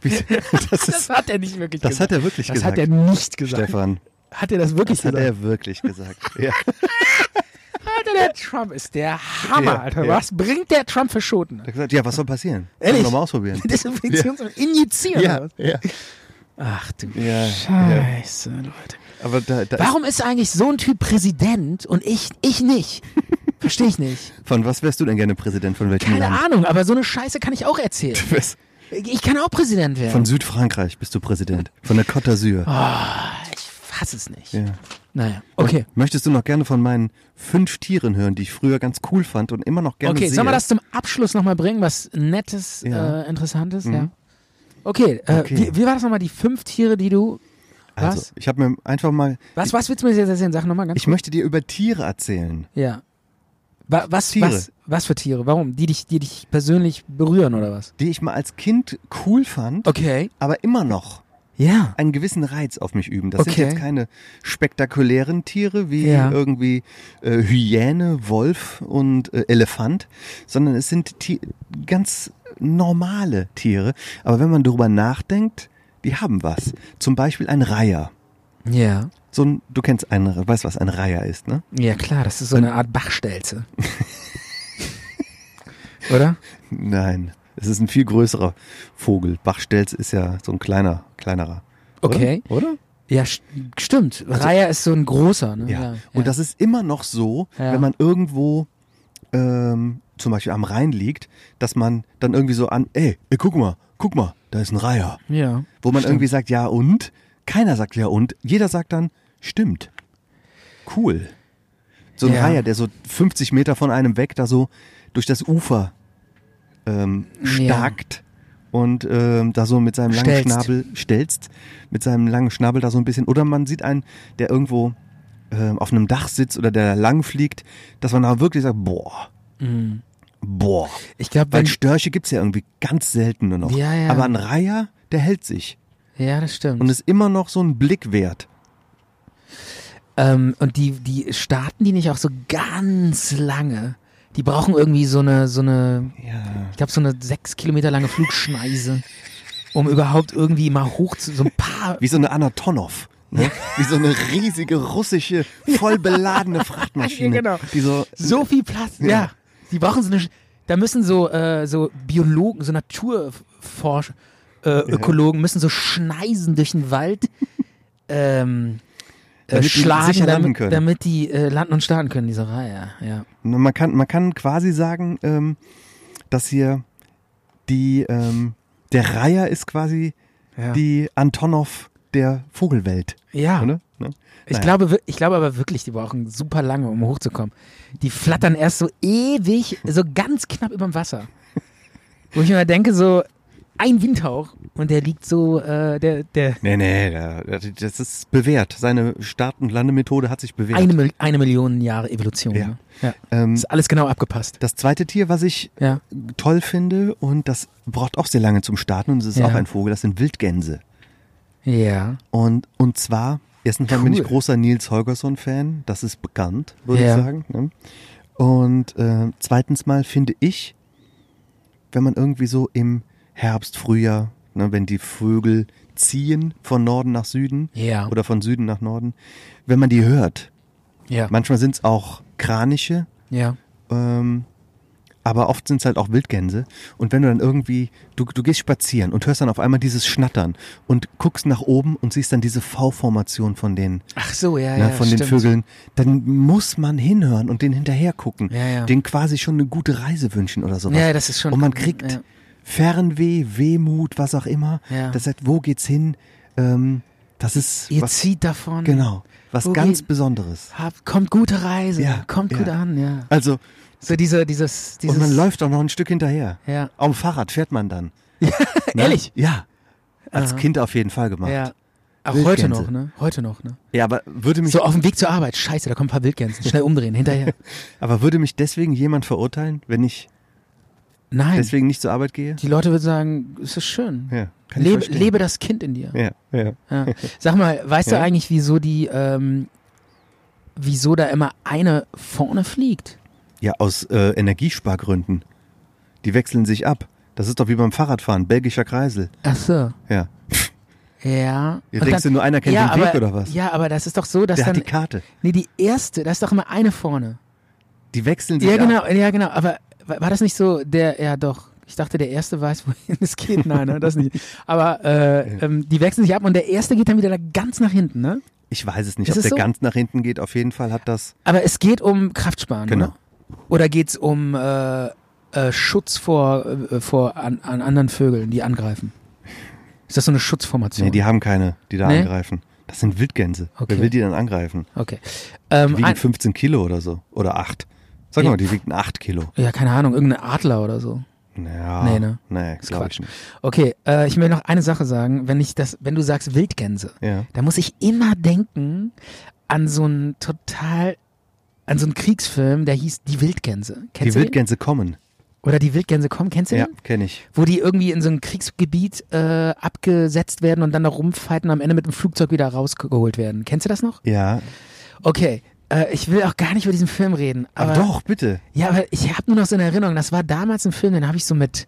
Wie- <laughs> Das ist,
hat er nicht wirklich
das hat er wirklich
das
gesagt.
hat er nicht gesagt.
Stefan,
Hat er das wirklich
das hat
gesagt?
er wirklich gesagt. Ja.
Alter, der Trump ist der Hammer,
Ja,
Alter.
ja.
Was bringt der Trump für Schoten?
Er hat gesagt, ja, was soll passieren?
Ehrlich?
Kann man doch mal
<laughs>
ausprobieren.
Desinfektionsmittel injizieren. oder was?
ja.
Ach du
Ja, ja.
Scheiße, Leute.
Aber da, da
Warum ist eigentlich so ein Typ Präsident und ich, ich nicht? Verstehe ich
<laughs>
nicht.
von was wärst du denn gerne Präsident von welchem
Keine
Land?
Ahnung, aber so eine Scheiße kann ich auch
<laughs>
erzählen.
Was?
Ich kann auch Präsident werden.
Von Südfrankreich bist du Präsident. Von der Côte d'Azur.
Ah, ich hasse es nicht.
Ja.
Naja, okay.
Möchtest du noch gerne von meinen fünf Tieren hören, die ich früher ganz cool fand und immer noch gerne
Okay,
sehe?
sollen wir das zum Abschluss nochmal bringen? Was Nettes,
Ja. Mhm.
äh, Interessantes? Ja. Okay, äh,
Okay.
Wie, wie war das nochmal? Die fünf Tiere, die du.
Also,
Was?
ich habe mir einfach mal...
Was, was willst du mir jetzt erzählen? Sag nochmal ganz
Ich möchte dir über Tiere erzählen.
Ja. Wa was,
Tiere.
was, was für Tiere? Warum? Die dich, die dich persönlich berühren oder was?
die ich mal als Kind cool fand,
Okay.
aber immer noch
Ja.
einen gewissen Reiz auf mich üben. Das
Okay.
sind jetzt keine spektakulären Tiere wie
Ja.
irgendwie äh, Hyäne, Wolf und äh, Elefant, sondern es sind Ti ganz normale Tiere. Aber wenn man darüber nachdenkt, die haben was. Zum Beispiel ein Reiher.
Ja.
So ein, du kennst einen, weißt was ein Reiher ist, ne? <laughs>
Ja, klar, das ist so
Äh.
eine Art Bachstelze. <laughs> oder?
Nein, es ist ein viel größerer Vogel. Bachstelz ist ja so ein kleiner, kleinerer.
Okay.
Oder? Oder?
Ja, st stimmt. Reiher ist so ein großer, ne?
Also Ja. Und das ist immer noch so,
Ja.
wenn man irgendwo ähm, zum Beispiel am Rhein liegt, dass man dann irgendwie so an, ey, ey guck mal, guck mal, da ist ein Reiher.
Ja.
Wo man irgendwie sagt, ja und? Keiner sagt ja und. Jeder sagt dann, stimmt. Cool. So ein
Ja.
Reiher, der so 50 Meter von einem weg da so durch das Ufer ähm,
Ja.
starkt und ähm, da so mit seinem langen
Stelzt.
Schnabel stelzt, mit seinem langen Schnabel da so ein bisschen. Oder man sieht einen, der irgendwo ähm, auf einem Dach sitzt oder der lang fliegt, dass man da wirklich sagt, boah,
Mhm.
boah.
Ich glaube,
Weil
wenn.
Störche gibt's ja irgendwie ganz selten nur noch.
Ja, ja.
Aber ein Reiher, der hält sich
Ja, das stimmt.
und ist immer noch so ein Blick wert.
Ähm, und die, die starten die nicht auch so ganz lange. Die brauchen irgendwie so eine, so eine,
Ja.
ich glaube, so eine sechs Kilometer lange Flugschneise, um überhaupt irgendwie mal hoch zu, so ein paar.
Wie so eine Anatonov. Ne? Wie so eine riesige russische, voll beladene Frachtmaschine.
<laughs> Ja, genau.
Die so,
So viel Platz, ja.
Ja.
Die brauchen so eine, Sch- da müssen so, äh, so Biologen, so Naturforscher, äh, Ökologen müssen so schneisen durch den
<laughs>
Wald, ähm, äh,
Damit die
schlagen,
sicher landen
damit,
können.
damit die äh, landen und starten können, diese Reihe, ja.
ne, man, kann, man kann quasi sagen, ähm, dass hier die, ähm, der Reiher ist quasi
Ja. Ah.
die Antonov der Vogelwelt.
ja.
Oder? Ne?
Ich,
Naja.
glaube, wir- ich glaube aber wirklich, die brauchen super lange, um hochzukommen. Die flattern erst so ewig, so ganz knapp über dem Wasser.
<laughs>
Wo ich immer denke, so ein Windhauch und der liegt so, äh, der, der
Nee, nee, da- das ist bewährt. Seine Start- und Landemethode hat sich bewährt.
eine, Mil- eine Million Jahre Evolution.
Ja.
Ne? ja.
ähm,
Ist alles genau abgepasst.
das zweite Tier, was ich
Ja.
toll finde und das braucht auch sehr lange zum Starten und es ist
Ja.
auch ein Vogel, das sind Wildgänse.
Ja.
Und, und zwar, erstens mal bin ich
Cool.
großer Nils Holgersson-Fan, das ist bekannt, würde
Ja.
ich sagen. Ne? Und äh, zweitens mal finde ich, wenn man irgendwie so im Herbst, Frühjahr, ne, wenn die Vögel ziehen von Norden nach Süden
Ja.
oder von Süden nach Norden, wenn man die hört,
Ja.
manchmal sind es auch Kraniche,
ja.
ähm, aber oft sind es halt auch Wildgänse. Und wenn du dann irgendwie, du, du gehst spazieren und hörst dann auf einmal dieses Schnattern und guckst nach oben und siehst dann diese V-Formation von den,
Ach so, ja,
ne,
ja.
von
stimmt.
den Vögeln, dann muss man hinhören und den hinterher gucken.
Ja, ja.
Den quasi schon eine gute Reise wünschen oder sowas.
Ja, das ist schon-
Und man kriegt
ja.
Fernweh, Wehmut, was auch immer.
Ja.
Das heißt, wo geht's hin? Ähm, das ist
Ihr
was,
zieht davon.
genau, was
Wo
ganz
geht-
Besonderes.
Habt, kommt gute Reise.
Ja,
kommt gut
ja.
an, ja.
Also,
So diese, dieses, dieses.
und man läuft auch noch ein Stück hinterher.
Ja. Äh,
Auf dem Fahrrad fährt man dann. Ne?
Ehrlich?
Ja. Als Kind auf jeden Fall gemacht.
Ja. Auch heute
Wildgänse.
noch, ne? Heute noch, ne?
Ja, aber würde mich,
So auf dem Weg zur Arbeit. Scheiße, da kommen ein paar Wildgänse. Schnell umdrehen,
<laughs>
hinterher.
aber würde mich deswegen jemand verurteilen, wenn ich
Nein.
deswegen nicht zur Arbeit gehe?
Die Leute würden sagen, es ist schön.
Ja, kann ich
Lebe,
verstehen.
lebe das Kind in dir.
Ja, ja. <laughs>
Ja. Sag mal, weißt
Ja.
du eigentlich, wieso die, ähm, wieso da immer eine vorne fliegt?
Ja, aus äh, Energiespargründen. Die wechseln sich ab. Das ist doch wie beim Fahrradfahren, belgischer Kreisel.
Ach so.
Ja.
Ja.
Ja,
Und
denkst du, nur einer kennt den
aber,
Weg oder was?
Ja, aber das ist doch so, dass
Der hat
dann.
die Karte.
nee, die erste, da ist doch immer eine vorne.
Die wechseln sich
Ja,
ab.
genau, ja, genau. Aber wa- war das nicht so, der, ja doch. Ich dachte, der erste weiß, wohin es geht. Nein, ne, das nicht. Aber
<laughs>
äh, ähm, die wechseln sich ab und der erste geht dann wieder da ganz nach hinten, ne?
Ich weiß es nicht,
Ist
ob
es
der
so?
ganz nach hinten geht. Auf jeden Fall hat das.
Aber es geht um Kraftsparen.
Genau.
Oder, oder geht es um äh, äh, Schutz vor, äh, vor an, an anderen Vögeln, die angreifen? Ist das so eine Schutzformation?
Nee, die haben keine, die da
Nee?
angreifen. Das sind Wildgänse. Wer
Okay.
will die dann angreifen?
okay.
Die
Ähm,
wiegen
ein,
15 Kilo oder so. Oder 8. Sag
Ja.
mal, die wiegen 8 Kilo.
ja, keine Ahnung, irgendein Adler oder so.
Ja.
Nee, ne?
Nee,
Ist
glaub ich
Quatsch.
nicht.
Okay, äh, ich will noch eine Sache sagen. Wenn ich das, wenn du sagst Wildgänse,
Ja.
da muss ich immer denken an so einen total, an so einen Kriegsfilm, der hieß Die Wildgänse.
Die
Kennst du den?
Wildgänse kommen.
Oder Die Wildgänse kommen, kennst du
Ja,
den?
kenne ich.
Wo die irgendwie in so ein Kriegsgebiet äh, abgesetzt werden und dann da rumfighten, am Ende mit dem Flugzeug wieder rausgeholt werden. Kennst du das noch?
Ja.
Okay. Äh, ich will auch gar nicht über diesen Film reden.
Aber
Aber
doch, bitte.
Ja, aber ich habe nur noch so in Erinnerung, das war damals ein Film, den habe ich so mit,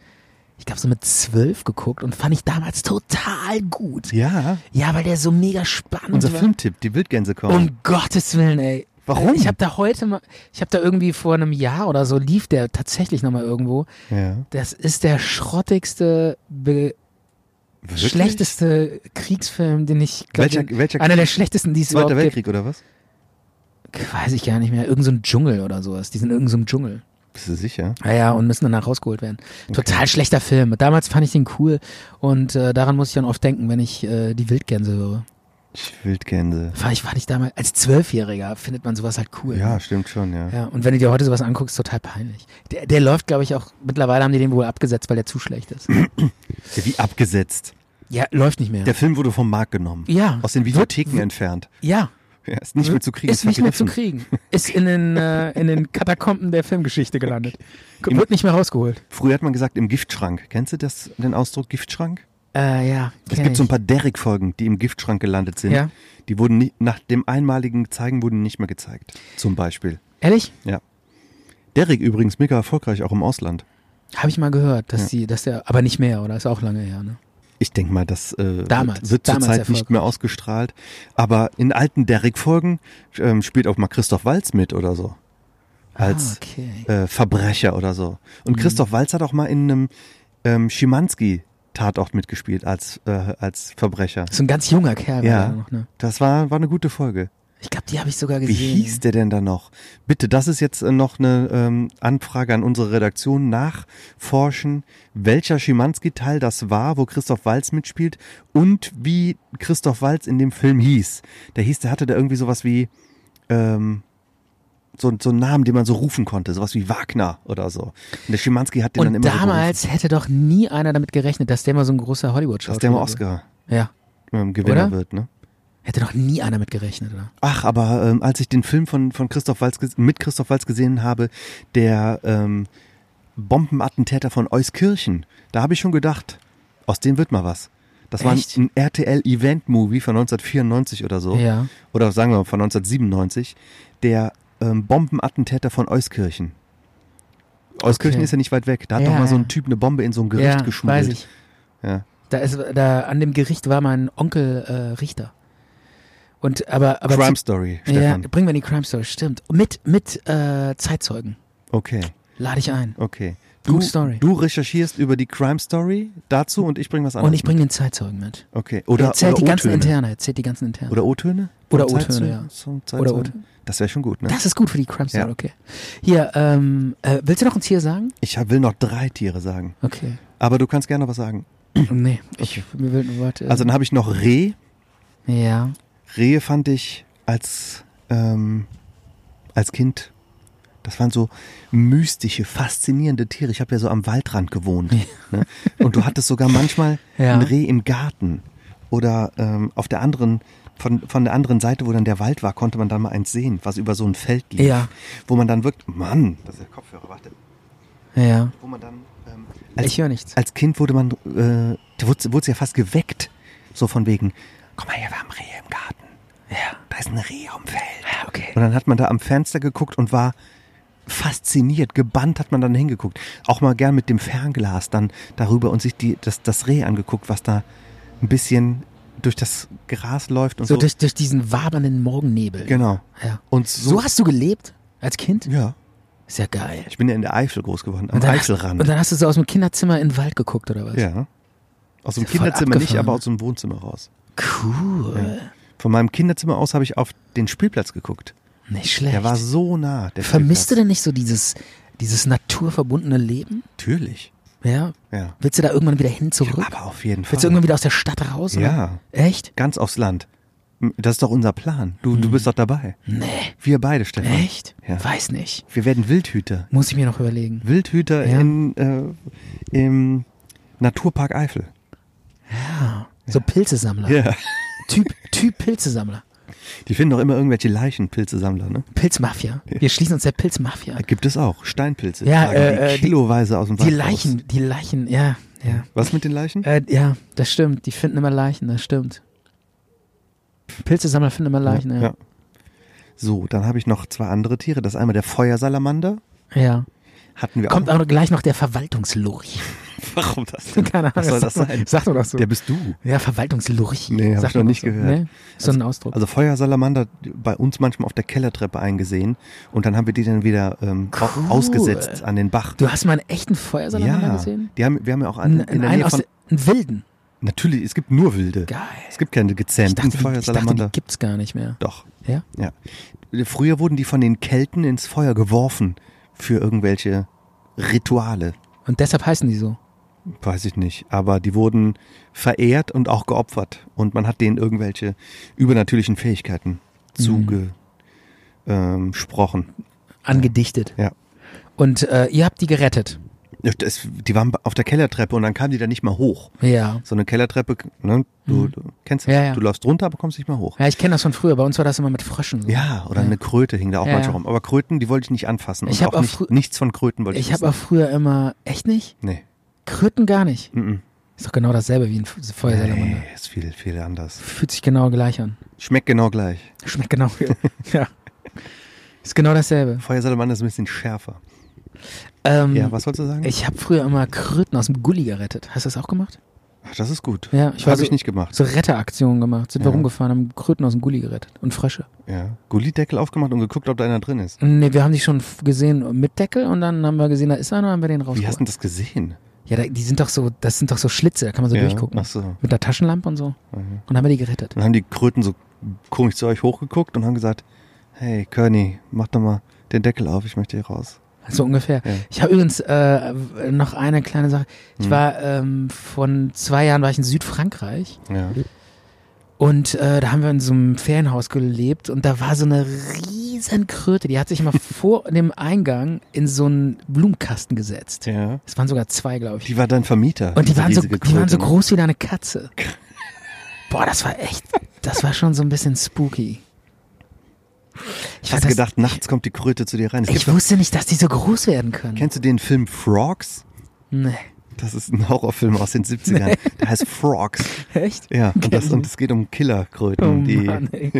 ich glaube so mit zwölf geguckt und fand ich damals total gut.
Ja.
Ja, weil der so mega spannend
Unser
war.
Filmtipp, die Wildgänse kommen.
Um Gottes Willen, ey.
Warum?
Ich habe da heute mal, ich habe da irgendwie vor einem Jahr oder so lief der tatsächlich nochmal irgendwo.
ja.
Das ist der schrottigste, be
Wirklich?
schlechteste Kriegsfilm, den ich glaub,
Welcher-
den-
welcher
einer der schlechtesten, die es
Zweiter
überhaupt
Weltkrieg oder was?
gibt. Weiß ich gar nicht mehr. Irgend so ein Dschungel oder sowas. Die sind in irgendeinem Dschungel.
Bist du sicher?
Naja, und müssen danach rausgeholt werden. Total schlechter Film. Damals fand ich den cool und äh, daran muss ich dann oft denken, wenn ich äh, die Wildgänse höre.
Ich Wildgänse.
War ich, war ich damals, als Zwölfjähriger findet man sowas halt cool.
Ja, stimmt schon, ja.
Ja, und wenn du dir heute sowas anguckst, total peinlich. Der, der läuft, glaube ich, auch, mittlerweile haben die den wohl abgesetzt, weil der zu schlecht
<clears throat>
ist.
ja. Wie abgesetzt.
Ja, läuft nicht mehr.
Der Film wurde vom Markt genommen.
Ja.
Aus den Videotheken entfernt.
ja.
Ja, ist nicht mehr zu kriegen.
Hm? Ist nicht mehr zu
vergriffen.
kriegen. Ist in den, äh, in den Katakomben der Filmgeschichte
<laughs>
gelandet. Wird nicht mehr rausgeholt.
Früher hat man gesagt, im Giftschrank. Kennst du das, den Ausdruck Giftschrank?
Äh, ja.
Es gibt so ein paar Derrick-Folgen, die im Giftschrank gelandet sind.
Ja.
Die wurden nicht, nach dem einmaligen Zeigen wurden nicht mehr gezeigt. Zum Beispiel.
Ehrlich?
Ja. Derrick übrigens mega erfolgreich, auch im Ausland.
Habe ich mal gehört, dass die, dass der, aber nicht mehr, oder? Ist auch lange her, ne?
Ich denke mal, das äh,
Damals,
wird, wird
damals
zurzeit nicht
erfolgreich.
mehr ausgestrahlt. Aber in alten Derrick-Folgen ähm, spielt auch mal Christoph Walz mit oder so. Als
Ah, okay. Mhm.
äh, Verbrecher oder so. Und Christoph Walz hat auch mal in einem ähm, Schimanski-Tatort mitgespielt als, äh, als Verbrecher.
So ein ganz junger Kerl war
Ja,
der noch, ne?
das war, war eine gute Folge.
Ich glaube, die habe ich sogar
Wie
gesehen.
hieß der denn da noch? Bitte, das ist jetzt äh, noch eine ähm, Anfrage an unsere Redaktion. Nachforschen, welcher Schimanski-Teil das war, wo Christoph Walz mitspielt und wie Christoph Walz in dem Film hieß. Der hieß, der hatte da irgendwie sowas wie ähm, so, so einen Namen, den man so rufen konnte, sowas wie Wagner oder so. Und der Schimanski hat den dann
Und
immer
damals
so
hätte doch nie einer damit gerechnet, dass der mal so ein großer
gerufen,
Hollywood-Schauspieler
dass der mal
wird.
Oscar
Ja.
ähm, Gewinner
Oder?
wird, ne?
Hätte doch nie einer mit gerechnet, oder?
Ach, aber ähm, als ich den Film von, von Christoph Walz ges- mit Christoph Walz gesehen habe, der ähm, Bombenattentäter von Euskirchen, da habe ich schon gedacht, aus dem wird mal was. Das war ein,
Echt?
ein RTL-Event-Movie von 1994 oder so.
Ja.
Oder sagen wir mal von 1997. Der ähm, Bombenattentäter von Euskirchen. Euskirchen
Okay.
ist ja nicht weit weg. Da hat
Ja,
doch mal so
ja.
ein Typ eine Bombe in so ein Gericht
ja,
geschmuggelt.
weiß ich.
Ja.
Da ist, da an dem Gericht war mein Onkel äh, Richter. Und aber, aber
Crime Story,
zu, ja,
Stefan.
bringen wir in die Crime Story, stimmt. Mit mit äh, Zeitzeugen
Okay.
lade ich ein.
Okay.
True
Du,
Story.
du recherchierst über die Crime Story dazu und ich bringe was anderes.
Und ich
mit.
bringe den Zeitzeugen mit.
Okay. Oder,
er zählt
oder
die ganzen
O-Töne.
Interne, er zählt die ganzen Internen.
Oder O-Töne?
Oder
Von
O-Töne,
Zeitzeugen?
ja.
Von
Oder
Zeitzeugen?
O-Töne.
Das wäre schon gut, ne?
Das ist gut für die Crime Story,
Ja.
okay. Hier, ähm, äh, willst du noch ein Tier sagen?
Ich hab- will noch drei Tiere sagen.
Okay. <clears throat>
Aber du kannst gerne noch was sagen.
Nee, ich will nur warte.
Also dann habe ich noch Reh.
ja.
Rehe fand ich als, ähm, als Kind, das waren so mystische, faszinierende Tiere. Ich habe ja so am Waldrand gewohnt. Ne? Und du hattest sogar manchmal
<laughs> Ja.
ein Reh im Garten. Oder ähm, auf der anderen, von, von der anderen Seite, wo dann der Wald war, konnte man dann mal eins sehen, was über so ein Feld lief.
Ja.
Wo man dann wirkt, Mann, das ist der Kopfhörer, warte.
Ja.
Wo man dann, ähm,
Ich höre nichts.
als Kind wurde man, äh, da wurde, wurde ja fast geweckt. So von wegen, komm mal hier, wir haben Rehe im Garten. Ja. Da ist ein Reh am Feld. Ja, okay. Und dann hat man da am Fenster geguckt und war fasziniert, gebannt hat man dann hingeguckt. Auch mal gern mit dem Fernglas dann darüber und sich die, das, das Reh angeguckt, was da ein bisschen durch das Gras läuft und so.
So durch, durch diesen wabernden Morgennebel.
genau.
Ja.
Und
So,
so,
hast du gelebt als Kind?
ja,
Ist ja geil.
ich bin ja in der Eifel groß geworden, am
Und dann,
Eifelrand.
und dann hast du so aus dem Kinderzimmer in den Wald geguckt, oder was?
ja. Aus dem
Ist ja voll
Kinderzimmer nicht,
abgefahren.
aber aus dem Wohnzimmer raus.
Cool.
Von meinem Kinderzimmer aus habe ich auf den Spielplatz geguckt.
Nicht schlecht.
Der war so nah. Der
Vermisst du
Spielplatz.
denn nicht so dieses, dieses naturverbundene Leben?
Natürlich.
Ja.
Ja.
Willst du da irgendwann wieder hin zurück?
Aber auf jeden Fall.
Willst du irgendwann wieder aus der Stadt raus? oder?
Ja.
Echt?
Ganz aufs Land. M- Das ist doch unser Plan. Du, du bist doch dabei.
Hm. Nee.
Wir beide, Stefan.
Echt?
Ja.
Weiß nicht.
Wir werden Wildhüter.
Muss ich mir noch überlegen.
Wildhüter
Ja.
in, äh, im
<laughs>
Naturpark Eifel.
So Pilzesammler.
Ja.
Typ, typ Pilzesammler.
Die finden doch immer irgendwelche Leichen, Pilzesammler, ne?
Pilzmafia. Wir schließen uns der Pilzmafia. an.
Gibt es auch. Steinpilze.
Ja,
tragen
äh, äh,
die kiloweise aus dem Wald
Die
raus.
Leichen, die Leichen, ja, ja.
Was mit den Leichen?
Äh, ja, das stimmt. Die finden immer Leichen, das stimmt. Pilzesammler finden immer Leichen, ja.
So, dann habe ich noch zwei andere Tiere. Das ist einmal der Feuersalamander.
Ja.
Hatten wir
Kommt
auch.
aber gleich noch der Verwaltungslurch.
<laughs> Warum das denn?
<laughs> Keine Ahnung.
Was soll das
sagt man-
sein?
Sagt man doch so.
Der bist du.
ja, Verwaltungslurch.
Nee, hab
Sagt
ich noch
man
nicht
doch so.
gehört.
Nee, ist so ein Ausdruck.
Also Feuersalamander bei uns manchmal auf der Kellertreppe eingesehen und dann haben wir die dann wieder ähm, au-
Cool.
ausgesetzt an den Bach.
du hast mal einen echten Feuersalamander gesehen?
die haben, wir haben ja auch einen, in der
einen
Nähe
aus
von.
der- einen wilden.
Natürlich, es gibt nur wilde.
Geil.
Es gibt keine
Ich
gezähmten
dachte, die, ich dachte, die
Feuersalamander.
gibt's gar nicht mehr.
Doch,
Ja?
ja. Früher wurden die von den Kelten ins Feuer geworfen für irgendwelche Rituale.
Und deshalb heißen die so.
Weiß ich nicht, aber die wurden verehrt und auch geopfert. Und man hat denen irgendwelche übernatürlichen Fähigkeiten
Mhm.
zugesprochen. Ähm, gesprochen.
Angedichtet.
ja.
Und äh, ihr habt die gerettet.
Ja, Das, die waren auf der Kellertreppe und dann kamen die da nicht mal hoch.
Ja.
So eine Kellertreppe, ne, du, du kennst das,
Mhm. Ja, ja.
du läufst runter, aber kommst nicht mal hoch.
Ja, ich kenne das von früher. Bei uns war das immer mit Fröschen. So.
Ja, oder eine Kröte hing da auch
Ja,
manchmal
ja.
rum. Aber Kröten, die wollte ich nicht anfassen. Und
Ich hab
auch
auch
nicht,
frü-
nichts von Kröten wollte ich,
Ich habe auch
wissen.
früher immer. Echt nicht?
Nee,
Kröten gar nicht.
Mhm.
Ist doch genau dasselbe wie ein F- Feuersalamander.
nee, ist viel, viel anders.
Fühlt sich genau gleich an.
Schmeckt genau gleich.
Schmeckt genau.
<laughs>
ja. Ist genau dasselbe.
Feuersalamander ist ein bisschen schärfer.
Ähm,
Ja, was sollst du sagen?
Ich habe früher immer Kröten aus dem Gully gerettet. Hast du das auch gemacht?
Ach, das ist gut.
Ja, ich war
Habe
so-
ich nicht gemacht.
So Retteraktionen gemacht. Sind wir
Ja.
rumgefahren, haben Kröten aus dem Gully gerettet. Und Frösche.
Ja. Gullideckel aufgemacht und geguckt, ob da einer drin ist.
Nee, wir haben die schon f- gesehen mit Deckel und dann haben wir gesehen, da ist einer, haben wir den
Wie hast
rausgeholt.
du denn das gesehen?
Ja, da, die sind doch so, das sind doch so Schlitze, da kann man so
Ja,
durchgucken.
ach so. Mhm.
Mit der Taschenlampe und so. Und haben wir die gerettet.
Dann haben die Kröten so komisch zu euch hochgeguckt und haben gesagt, hey, Körny, mach doch mal den Deckel auf, ich möchte hier raus.
So ungefähr.
Ja. Mhm.
Ich habe übrigens äh, w- noch eine kleine Sache. Ich war ähm, von zwei Jahren war ich in Südfrankreich
Ja.
und äh, da haben wir in so einem Ferienhaus gelebt und da war so eine riesen Kröte, die hat sich
<laughs>
immer vor dem Eingang in so einen Blumenkasten gesetzt.
ja.
Es waren sogar zwei, glaube ich.
Die war dein Vermieter.
Und die
diese
waren, so,
riesige
die waren so
Kröte, ne?
groß wie deine Katze.
<laughs>
Boah, das war echt, das war schon so ein bisschen spooky. Ich,
Hast
weiß,
gedacht, nachts kommt die Kröte zu dir rein. Es
ich
gibt doch,
wusste nicht, dass die so groß werden können.
kennst du den Film Frogs?
nee.
Das ist ein Horrorfilm aus den 70ern. Der heißt Frogs.
Echt?
Ja, und,
Kenn
das,
ich
und
nicht.
es geht um Killerkröten.
Oh
die,
Mann, ey.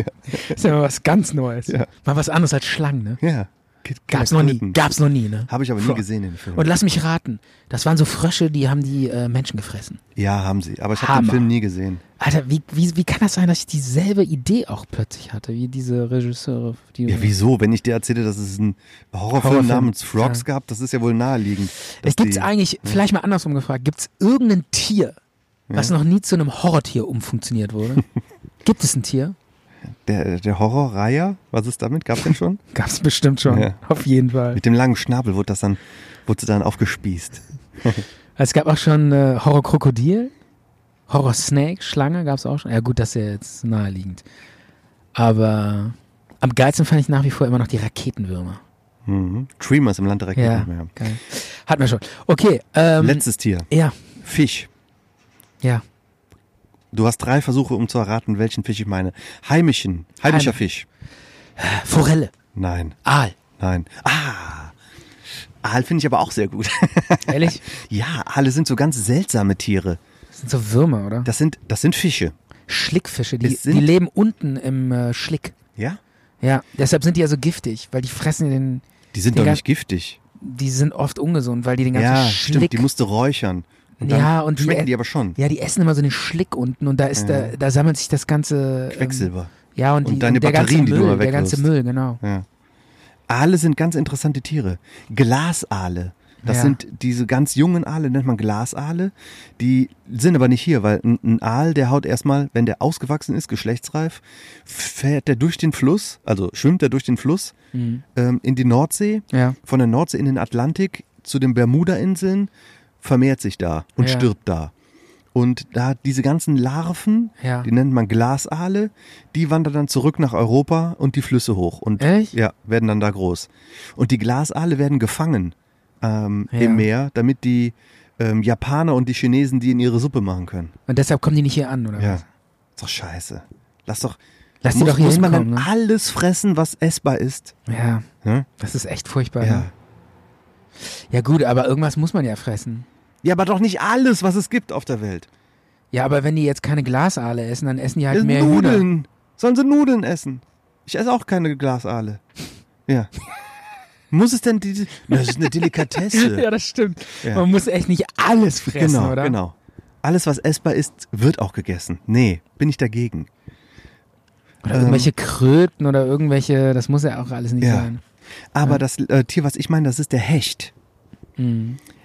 Ist ja mal was ganz Neues.
Ja.
Mal was anderes als Schlangen, ne?
Ja. Ki-
Gab's noch nie.
Killerkröten.
Gab's noch nie, ne?
Habe ich aber nie
Fro-
gesehen, den Film.
Und lass mich raten, das waren so Frösche, die haben die äh, Menschen gefressen.
ja, haben sie. Aber ich habe den
Hammer.
Film nie gesehen.
Alter, wie, wie, wie kann das sein, dass ich dieselbe Idee auch plötzlich hatte, wie diese Regisseure? Die
Ja, wieso? Wenn ich dir erzähle, dass es einen Horrorfilm,
Mhm. Horrorfilm,
namens Frogs
ja.
gab, das ist ja wohl naheliegend. dass
Es gibt
die-
eigentlich, vielleicht mal andersrum gefragt, gibt es irgendein Tier, was noch nie zu einem Horrortier umfunktioniert
<laughs>
wurde? gibt es ein Tier?
Der, der Horrorreiher, was ist damit? Gab's
<laughs>
den schon?
Gab es bestimmt schon,
Ja.
auf jeden Fall.
Mit dem langen Schnabel wurde das dann, wurde sie dann aufgespießt.
Es gab auch schon äh, Horror-Krokodil, Horror-Snake, Schlange gab es auch schon. Ja gut, das ist ja jetzt naheliegend. Aber am geilsten fand ich nach wie vor immer noch die Raketenwürmer.
Mhm. Dreamers im Land der
Ja,
Raketen. Ja.
geil. Hatten wir schon. Okay, ähm,
Letztes Tier.
ja,
Fisch.
ja.
Du hast drei Versuche, um zu erraten, welchen Fisch ich meine. Heimischen. Heimischer
Heim-
Fisch.
Forelle,
Nein.
Aal.
Nein. Ah. Aal finde ich aber auch sehr gut. <laughs>
Ehrlich?
ja, Aale sind so ganz seltsame Tiere.
Das sind so Würmer, oder?
Das sind, das sind Fische.
Schlickfische, die,
Es sind-
die leben unten im äh, Schlick.
Ja?
Ja, deshalb sind die ja so giftig, weil die fressen den,
Die sind
Die
doch
gan-
nicht giftig.
die sind oft ungesund, weil die den ganzen
Ja,
Schlick.
stimmt. Die musst du räuchern. Und dann
ja, und
schmecken
die,
die aber schon.
Ja, die essen immer so den Schlick unten und da ist da, da sammelt sich das ganze ähm,
Quecksilber.
Ja, und,
Und
die,
deine
der
Batterien, die
ganze
du
Müll,
mal
der ganze Müll,
wegwirfst.
genau.
Aale sind ganz interessante Tiere. Glasaale. Das
Ja.
sind diese ganz jungen Aale, nennt man Glasaale. Die sind aber nicht hier, weil ein, ein Aal, der haut erstmal, wenn der ausgewachsen ist, geschlechtsreif, fährt der durch den Fluss, also schwimmt er durch den Fluss
Mhm.
ähm, in die Nordsee,
Ja.
von der Nordsee in den Atlantik zu den Bermuda-Inseln, vermehrt sich da und
Ja.
stirbt da. Und da diese ganzen Larven,
Ja.
die nennt man Glasaale, die wandern dann zurück nach Europa und die Flüsse hoch und
Echt?
ja, werden dann da groß. Und die Glasaale werden gefangen ähm,
Ja.
im Meer, damit die ähm, Japaner und die Chinesen die in ihre Suppe machen können.
Und deshalb kommen die nicht hier an, oder?
Ja.
was?
Ist doch scheiße. Lass doch.
Lass die
muss,
doch hier
muss man dann
hinkommen, ne?
alles fressen, was essbar ist.
Ja.
Ne?
Das ist echt furchtbar.
Ja.
Ne? ja, gut, aber irgendwas muss man ja fressen.
ja, aber doch nicht alles, was es gibt auf der Welt.
Ja, aber wenn die jetzt keine Glasaale essen, dann essen die halt
Das sind
mehr Hühner.
Nudeln. Sollen sie Nudeln essen? Ich esse auch
<laughs>
keine Glasaale. Ja. Muss es denn diese. Na, Das ist eine Delikatesse.
<laughs> Ja, das stimmt.
Ja.
Man muss echt nicht alles fressen,
genau,
oder?
genau. Alles, was essbar ist, wird auch gegessen. Nee, bin ich dagegen.
Oder irgendwelche Kröten oder irgendwelche, das muss ja auch alles nicht
Ja.
sein.
Aber das äh, Tier, was ich meine, das ist der Hecht.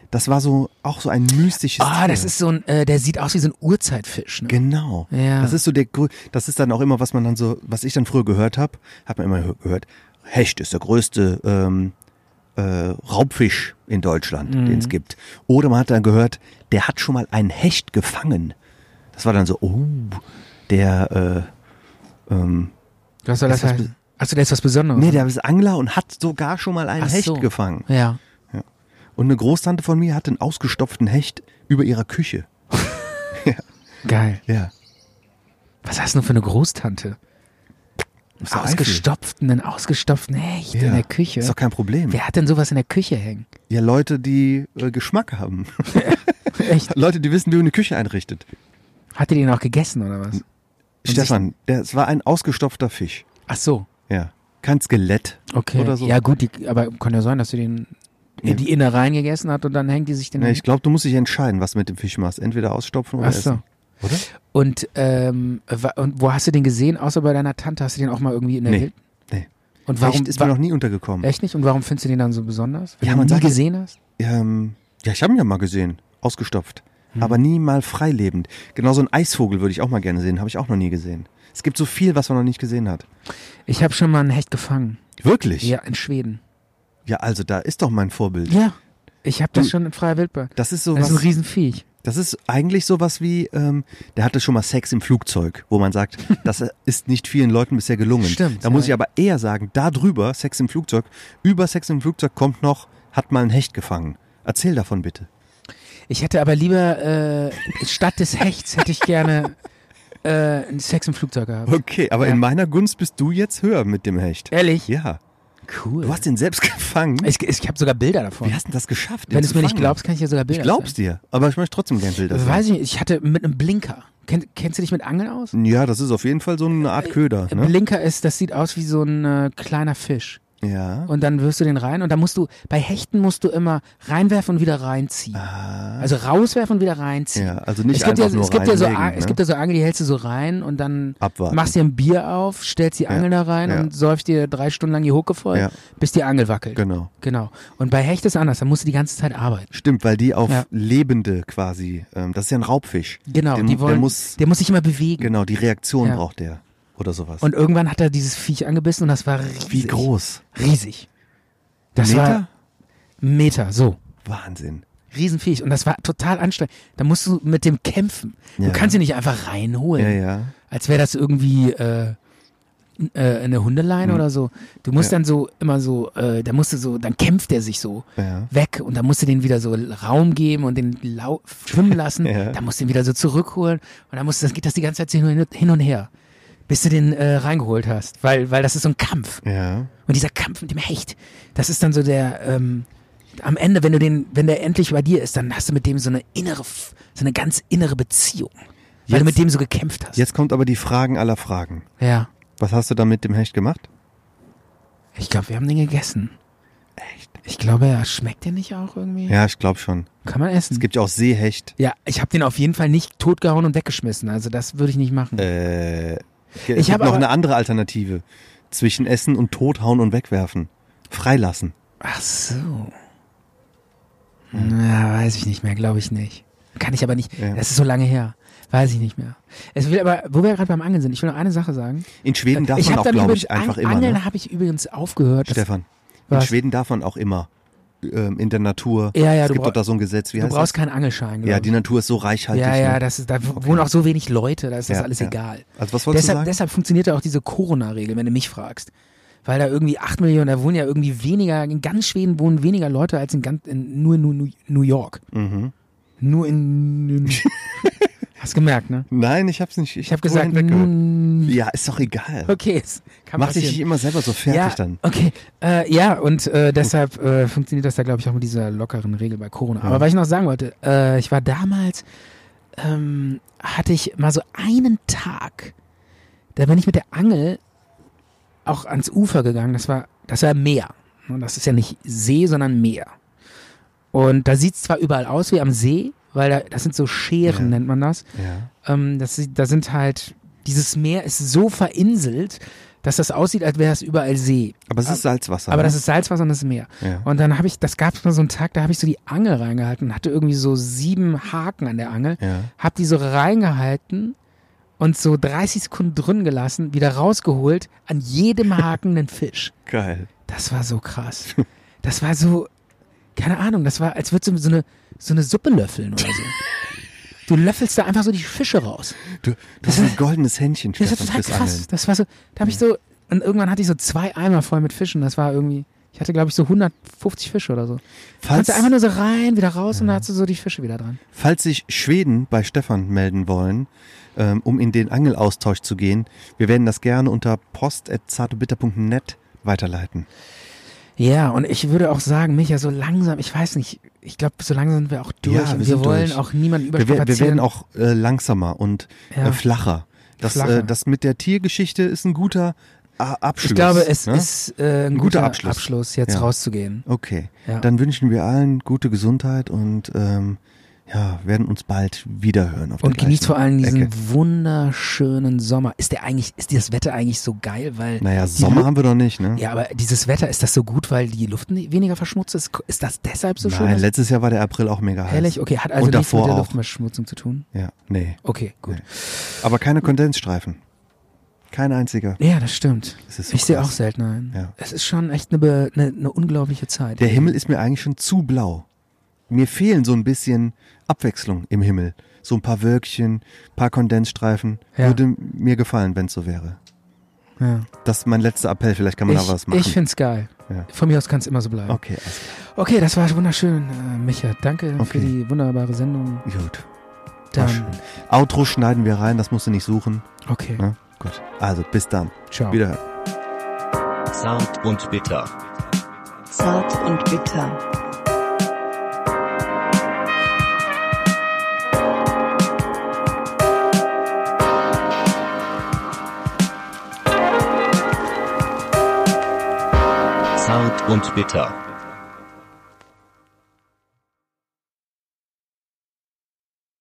Das war so auch so ein mystisches
Hm. Ah,
Tier.
das ist so ein, äh, der sieht aus wie so ein Urzeitfisch. Ne?
Genau.
Ja.
Das ist so der grö- das ist dann auch immer, was man dann so, was ich dann früher gehört habe, hat man immer hö- gehört, Hecht ist der größte ähm, äh, Raubfisch in Deutschland,
Mhm.
den es gibt. Oder man hat dann gehört, der hat schon mal einen Hecht gefangen. Das war dann so, oh, der, äh, ähm,
Was soll das,
Das ist was
heißen? Achso, der ist was Besonderes.
nee, der ist Angler und hat sogar schon mal einen
Ach
Hecht
so.
gefangen.
Ja.
Und eine Großtante von mir hat einen ausgestopften Hecht über ihrer Küche.
Geil.
Ja.
Was hast du denn für eine Großtante?
Aus der Eifel.
Ausgestopften, einen ausgestopften Hecht in der Küche.
Ist doch kein Problem.
Wer hat denn sowas in der Küche hängen?
Ja, Leute, die äh, Geschmack haben.
Echt?
<laughs> Leute, die wissen, wie man eine Küche einrichtet.
Hat ihr den auch gegessen oder was?
Stefan, der- es war ein ausgestopfter Fisch.
Ach so.
Ja. Kein Skelett.
Okay.
Oder so.
Ja gut, die, aber kann ja sein, dass sie den
Nee.
die Innereien gegessen hat und dann hängt die sich den.
Ja, ich glaube, du musst dich entscheiden, was du mit dem Fisch machst. Entweder ausstopfen oder
Mhm. Ach so.
essen. Oder?
Und, ähm, wa- und wo hast du den gesehen, außer bei deiner Tante? Hast du den auch mal irgendwie in der
Nee.
Welt?
Nee.
Und warum
Echt, ist mir
wa-
noch nie untergekommen.
Echt nicht? Und warum findest du den dann so besonders? Weil
Ja,
du
man
ihn nie
sagt ja-
gesehen hast?
Ähm, ja, ich habe ihn ja mal gesehen. Ausgestopft.
Mhm.
Aber nie mal freilebend. Genau so ein Eisvogel würde ich auch mal gerne sehen. Habe ich auch noch nie gesehen. Es gibt so viel, was man noch nicht gesehen hat.
Ich habe schon mal einen Hecht gefangen.
Wirklich?
Ja, in Schweden.
Ja, also da ist doch mein Vorbild.
Ja. Also Ich habe das
Du-
schon in freier Wildbahn.
Das ist
Das
sowas.
ist ein Riesenviech.
Das ist eigentlich sowas wie, ähm, der hatte schon mal Sex im Flugzeug, wo man <laughs> sagt, das ist nicht vielen Leuten bisher gelungen.
Stimmt,
Da
ja.
muss ich aber eher sagen, da drüber, Sex im Flugzeug, über Sex im Flugzeug kommt noch, hat mal ein Hecht gefangen. Erzähl davon bitte.
Ich hätte aber lieber, äh, statt des Hechts hätte ich gerne äh, einen Sex im Flugzeug gehabt.
Okay, aber
Ja.
in meiner Gunst bist du jetzt höher mit dem Hecht.
Ehrlich?
Ja.
Cool.
Du hast ihn selbst gefangen.
ich ich habe sogar Bilder davon.
Wie hast du das geschafft?
Wenn
ihn
du es
zu
mir nicht
fangen?
glaubst, kann ich dir sogar Bilder
Ich glaub's dir, aber ich möchte trotzdem gerne Bilder
zeigen. Weiß ich nicht, ich hatte mit einem Blinker. Kenn, kennst du dich mit Angeln aus?
sehen. Ja, das ist auf jeden Fall so eine Art Köder. Ne?
Blinker ist, das sieht aus wie so ein äh, kleiner Fisch.
Ja.
Und dann wirfst du den rein und dann musst du, bei Hechten musst du immer reinwerfen und wieder reinziehen. Also rauswerfen und wieder reinziehen.
Ah. Ja, also nicht
es gibt ja,
einfach nur
es gibt ja so,
reinlegen,
Ang-
ne?
Es gibt ja so Angel, die hältst du so rein und dann
Abwarten.
machst dir ein Bier auf, stellst die Angel da rein
ja.
und säufst dir drei Stunden lang die Hucke voll,
Ja.
bis die Angel wackelt.
Genau.
Genau. Und bei Hecht ist anders, da musst du die ganze Zeit arbeiten.
Stimmt, weil die auf
Ja.
Lebende quasi, ähm, das ist ja ein Raubfisch.
Genau,
Den-
die wollen,
der muss
der muss sich immer bewegen.
Genau, die Reaktion
Ja.
braucht der. Oder sowas.
Und irgendwann hat er dieses Viech angebissen und das war riesig.
wie groß?
Riesig. Das
Meter?
war Meter, so.
Wahnsinn.
Riesenviech. Und das war total anstrengend. Da musst du mit dem kämpfen.
Ja.
Du kannst ihn nicht einfach reinholen.
Ja, ja.
Als wäre das irgendwie äh, n- äh, eine Hundeleine oder so. Du musst
Hm. Ja.
dann so immer so, äh, da musst du so, dann kämpft er sich so
Ja.
weg und dann musst du den wieder so Raum geben und den lau schwimmen lassen.
<laughs> Ja.
Dann musst du ihn wieder so zurückholen und dann musst du, dann geht das die ganze Zeit so hin und, hin und her. Bis du den äh, reingeholt hast, weil, weil das ist so ein Kampf.
Ja.
Und dieser Kampf mit dem Hecht, das ist dann so der, ähm, am Ende, wenn du den, wenn der endlich bei dir ist, dann hast du mit dem so eine innere, F- so eine ganz innere Beziehung. Weil
Jetzt-
du mit dem so gekämpft hast.
Jetzt kommt aber die Fragen aller Fragen.
Ja.
Was hast du da mit dem Hecht gemacht?
Ich glaube, wir haben den gegessen.
Echt?
Ich glaube, er schmeckt den nicht auch irgendwie.
Ja, ich glaube schon.
Kann man essen.
Es gibt ja auch Seehecht.
ja, ich habe den auf jeden Fall nicht totgehauen und weggeschmissen. Also das würde ich nicht machen.
Äh, es
Ich
gibt
hab
noch
aber-
eine andere Alternative. Zwischen Essen und Tothauen und Wegwerfen. Freilassen.
Ach so. Hm. Na, weiß ich nicht mehr, glaube ich nicht. Kann ich aber nicht.
Ja.
Das ist so lange her. Weiß ich nicht mehr. Es will aber, wo wir gerade beim Angeln sind, ich will noch eine Sache sagen.
In Schweden darf
Äh, ich
man
habe
auch,
dann
glaube
übrigens
ich, einfach
Ang-
immer.
Angeln
Ne?
habe ich übrigens aufgehört. Das,
Stefan, in
was?
Schweden darf man auch immer. Ähm, in der Natur.
Ja, ja,
es
du
gibt doch
brauch-
da so ein Gesetz. Wie
du
heißt
brauchst
das?
keinen Angelschein. glaub
Ja,
ich.
die Natur ist so reichhaltig.
Ja, ja,
ne?
das ist, da wohnen auch so wenig Leute, da ist das
Ja,
alles
ja.
egal.
Also was wolltest du
deshalb,
sagen?
deshalb funktioniert ja auch diese Corona-Regel, wenn du mich fragst. Weil da irgendwie 8 Millionen, da wohnen ja irgendwie weniger, in ganz Schweden wohnen weniger Leute als in, ganz, in nur in New, New York.
Mhm.
Nur
<laughs>
in. Hast gemerkt, ne?
Nein, ich hab's nicht.
Ich habe gesagt,
Weggehört.
mm,
Ja, ist doch egal.
okay, es kann
Mach
passieren.
dich nicht immer selber so fertig
ja,
dann.
Okay, äh, ja, und äh, deshalb äh, funktioniert das da, glaube ich, auch mit dieser lockeren Regel bei Corona. Aber was ich noch sagen wollte, äh, ich war damals, ähm, hatte ich mal so einen Tag, da bin ich mit der Angel auch ans Ufer gegangen. Das war, das war Meer. Ne, Das ist ja nicht See, sondern Meer. Und da sieht es zwar überall aus wie am See, weil da, das sind so Scheren,
Ja.
nennt man das.
Ja.
Ähm, das, sieht- da sind halt, dieses Meer ist so verinselt, dass das aussieht, als wäre es überall See.
Aber es ist Salzwasser.
Aber
ne?
das ist Salzwasser und das ist Meer.
Ja.
Und dann habe ich, das gab es mal so einen Tag, da habe ich so die Angel reingehalten und hatte irgendwie so sieben Haken an der Angel.
Ja.
Habe die so reingehalten und so 30 Sekunden drin gelassen, wieder rausgeholt, an jedem Haken einen Fisch.
geil.
Das war so
<laughs>
krass. Das war so, keine Ahnung, das war, als würdest du so eine, so eine Suppe löffeln oder
<laughs>
so. Du löffelst da einfach so die Fische raus.
Du, du hast ein goldenes Händchen,
Das war
Stefan,
total
fürs
krass.
Angeln.
Das war so, da habe ich so, und irgendwann hatte ich so zwei Eimer voll mit Fischen. Das war irgendwie, ich hatte glaube ich so 150 Fische oder so. Kannst du einfach nur so rein, wieder raus und dann hast du so die Fische wieder dran.
Falls sich Schweden bei Stefan melden wollen, ähm, um in den Angelaustausch zu gehen, wir werden das gerne unter post.zartbitter.net weiterleiten.
Ja, und ich würde auch sagen, Micha, so langsam, ich weiß nicht, ich glaube, so langsam sind wir auch durch
Ja, wir
und wir
sind
wollen
durch.
auch niemanden
Wir, wer-
überstrapazieren.
wir werden auch äh, langsamer und
Ja.
äh, flacher. Das,
Flacher.
Äh, das mit der Tiergeschichte ist ein guter A Abschluss.
ich glaube, es
ne?
ist äh, ein
guter
guter,
Abschluss.
Abschluss. jetzt
Ja.
rauszugehen.
Okay,
Ja.
dann wünschen wir allen gute Gesundheit und ähm, ja, werden uns bald wiederhören. Auf der
Und genießt
gleichen
vor allem diesen
Ecke.
wunderschönen Sommer. Ist der eigentlich, ist das Wetter eigentlich so geil, weil.
Naja,
die
Sommer haben wir noch nicht, ne?
Ja, aber dieses Wetter, ist das so gut, weil die Luft ni- weniger verschmutzt ist? Ko- Ist das deshalb so schön?
Nein,
dass-
letztes Jahr war der April auch mega heiß.
Ehrlich? Okay, hat also
Und
nichts mit
davor
der
auch.
Luftverschmutzung zu tun?
Ja, nee.
Okay, gut.
Aber keine Kondensstreifen. Kein einziger.
Ja, das stimmt.
Es ist so
ich sehe
krass.
auch selten ein.
Ja.
Es ist schon echt eine, be- eine, eine unglaubliche Zeit.
Der Himmel ist mir eigentlich schon zu blau. Mir fehlen so ein bisschen Abwechslung im Himmel. So ein paar Wölkchen, paar Kondensstreifen.
Ja.
Würde mir gefallen, wenn es so wäre.
ja.
Das ist mein letzter Appell. Vielleicht kann man
Ich,
da was machen.
ich find's geil.
Ja.
Von mir aus kann's immer so bleiben. Okay,
okay, alles
das war wunderschön, äh, Micha. Danke für
Okay.
die wunderbare Sendung.
klar. Gut. War schön.
Dann,
Outro schneiden wir rein, das musst du nicht suchen.
okay,
Ne? Gut. Also, bis dann.
ciao.
Wieder.
Zart und bitter.
Zart und bitter.
Zart und bitter.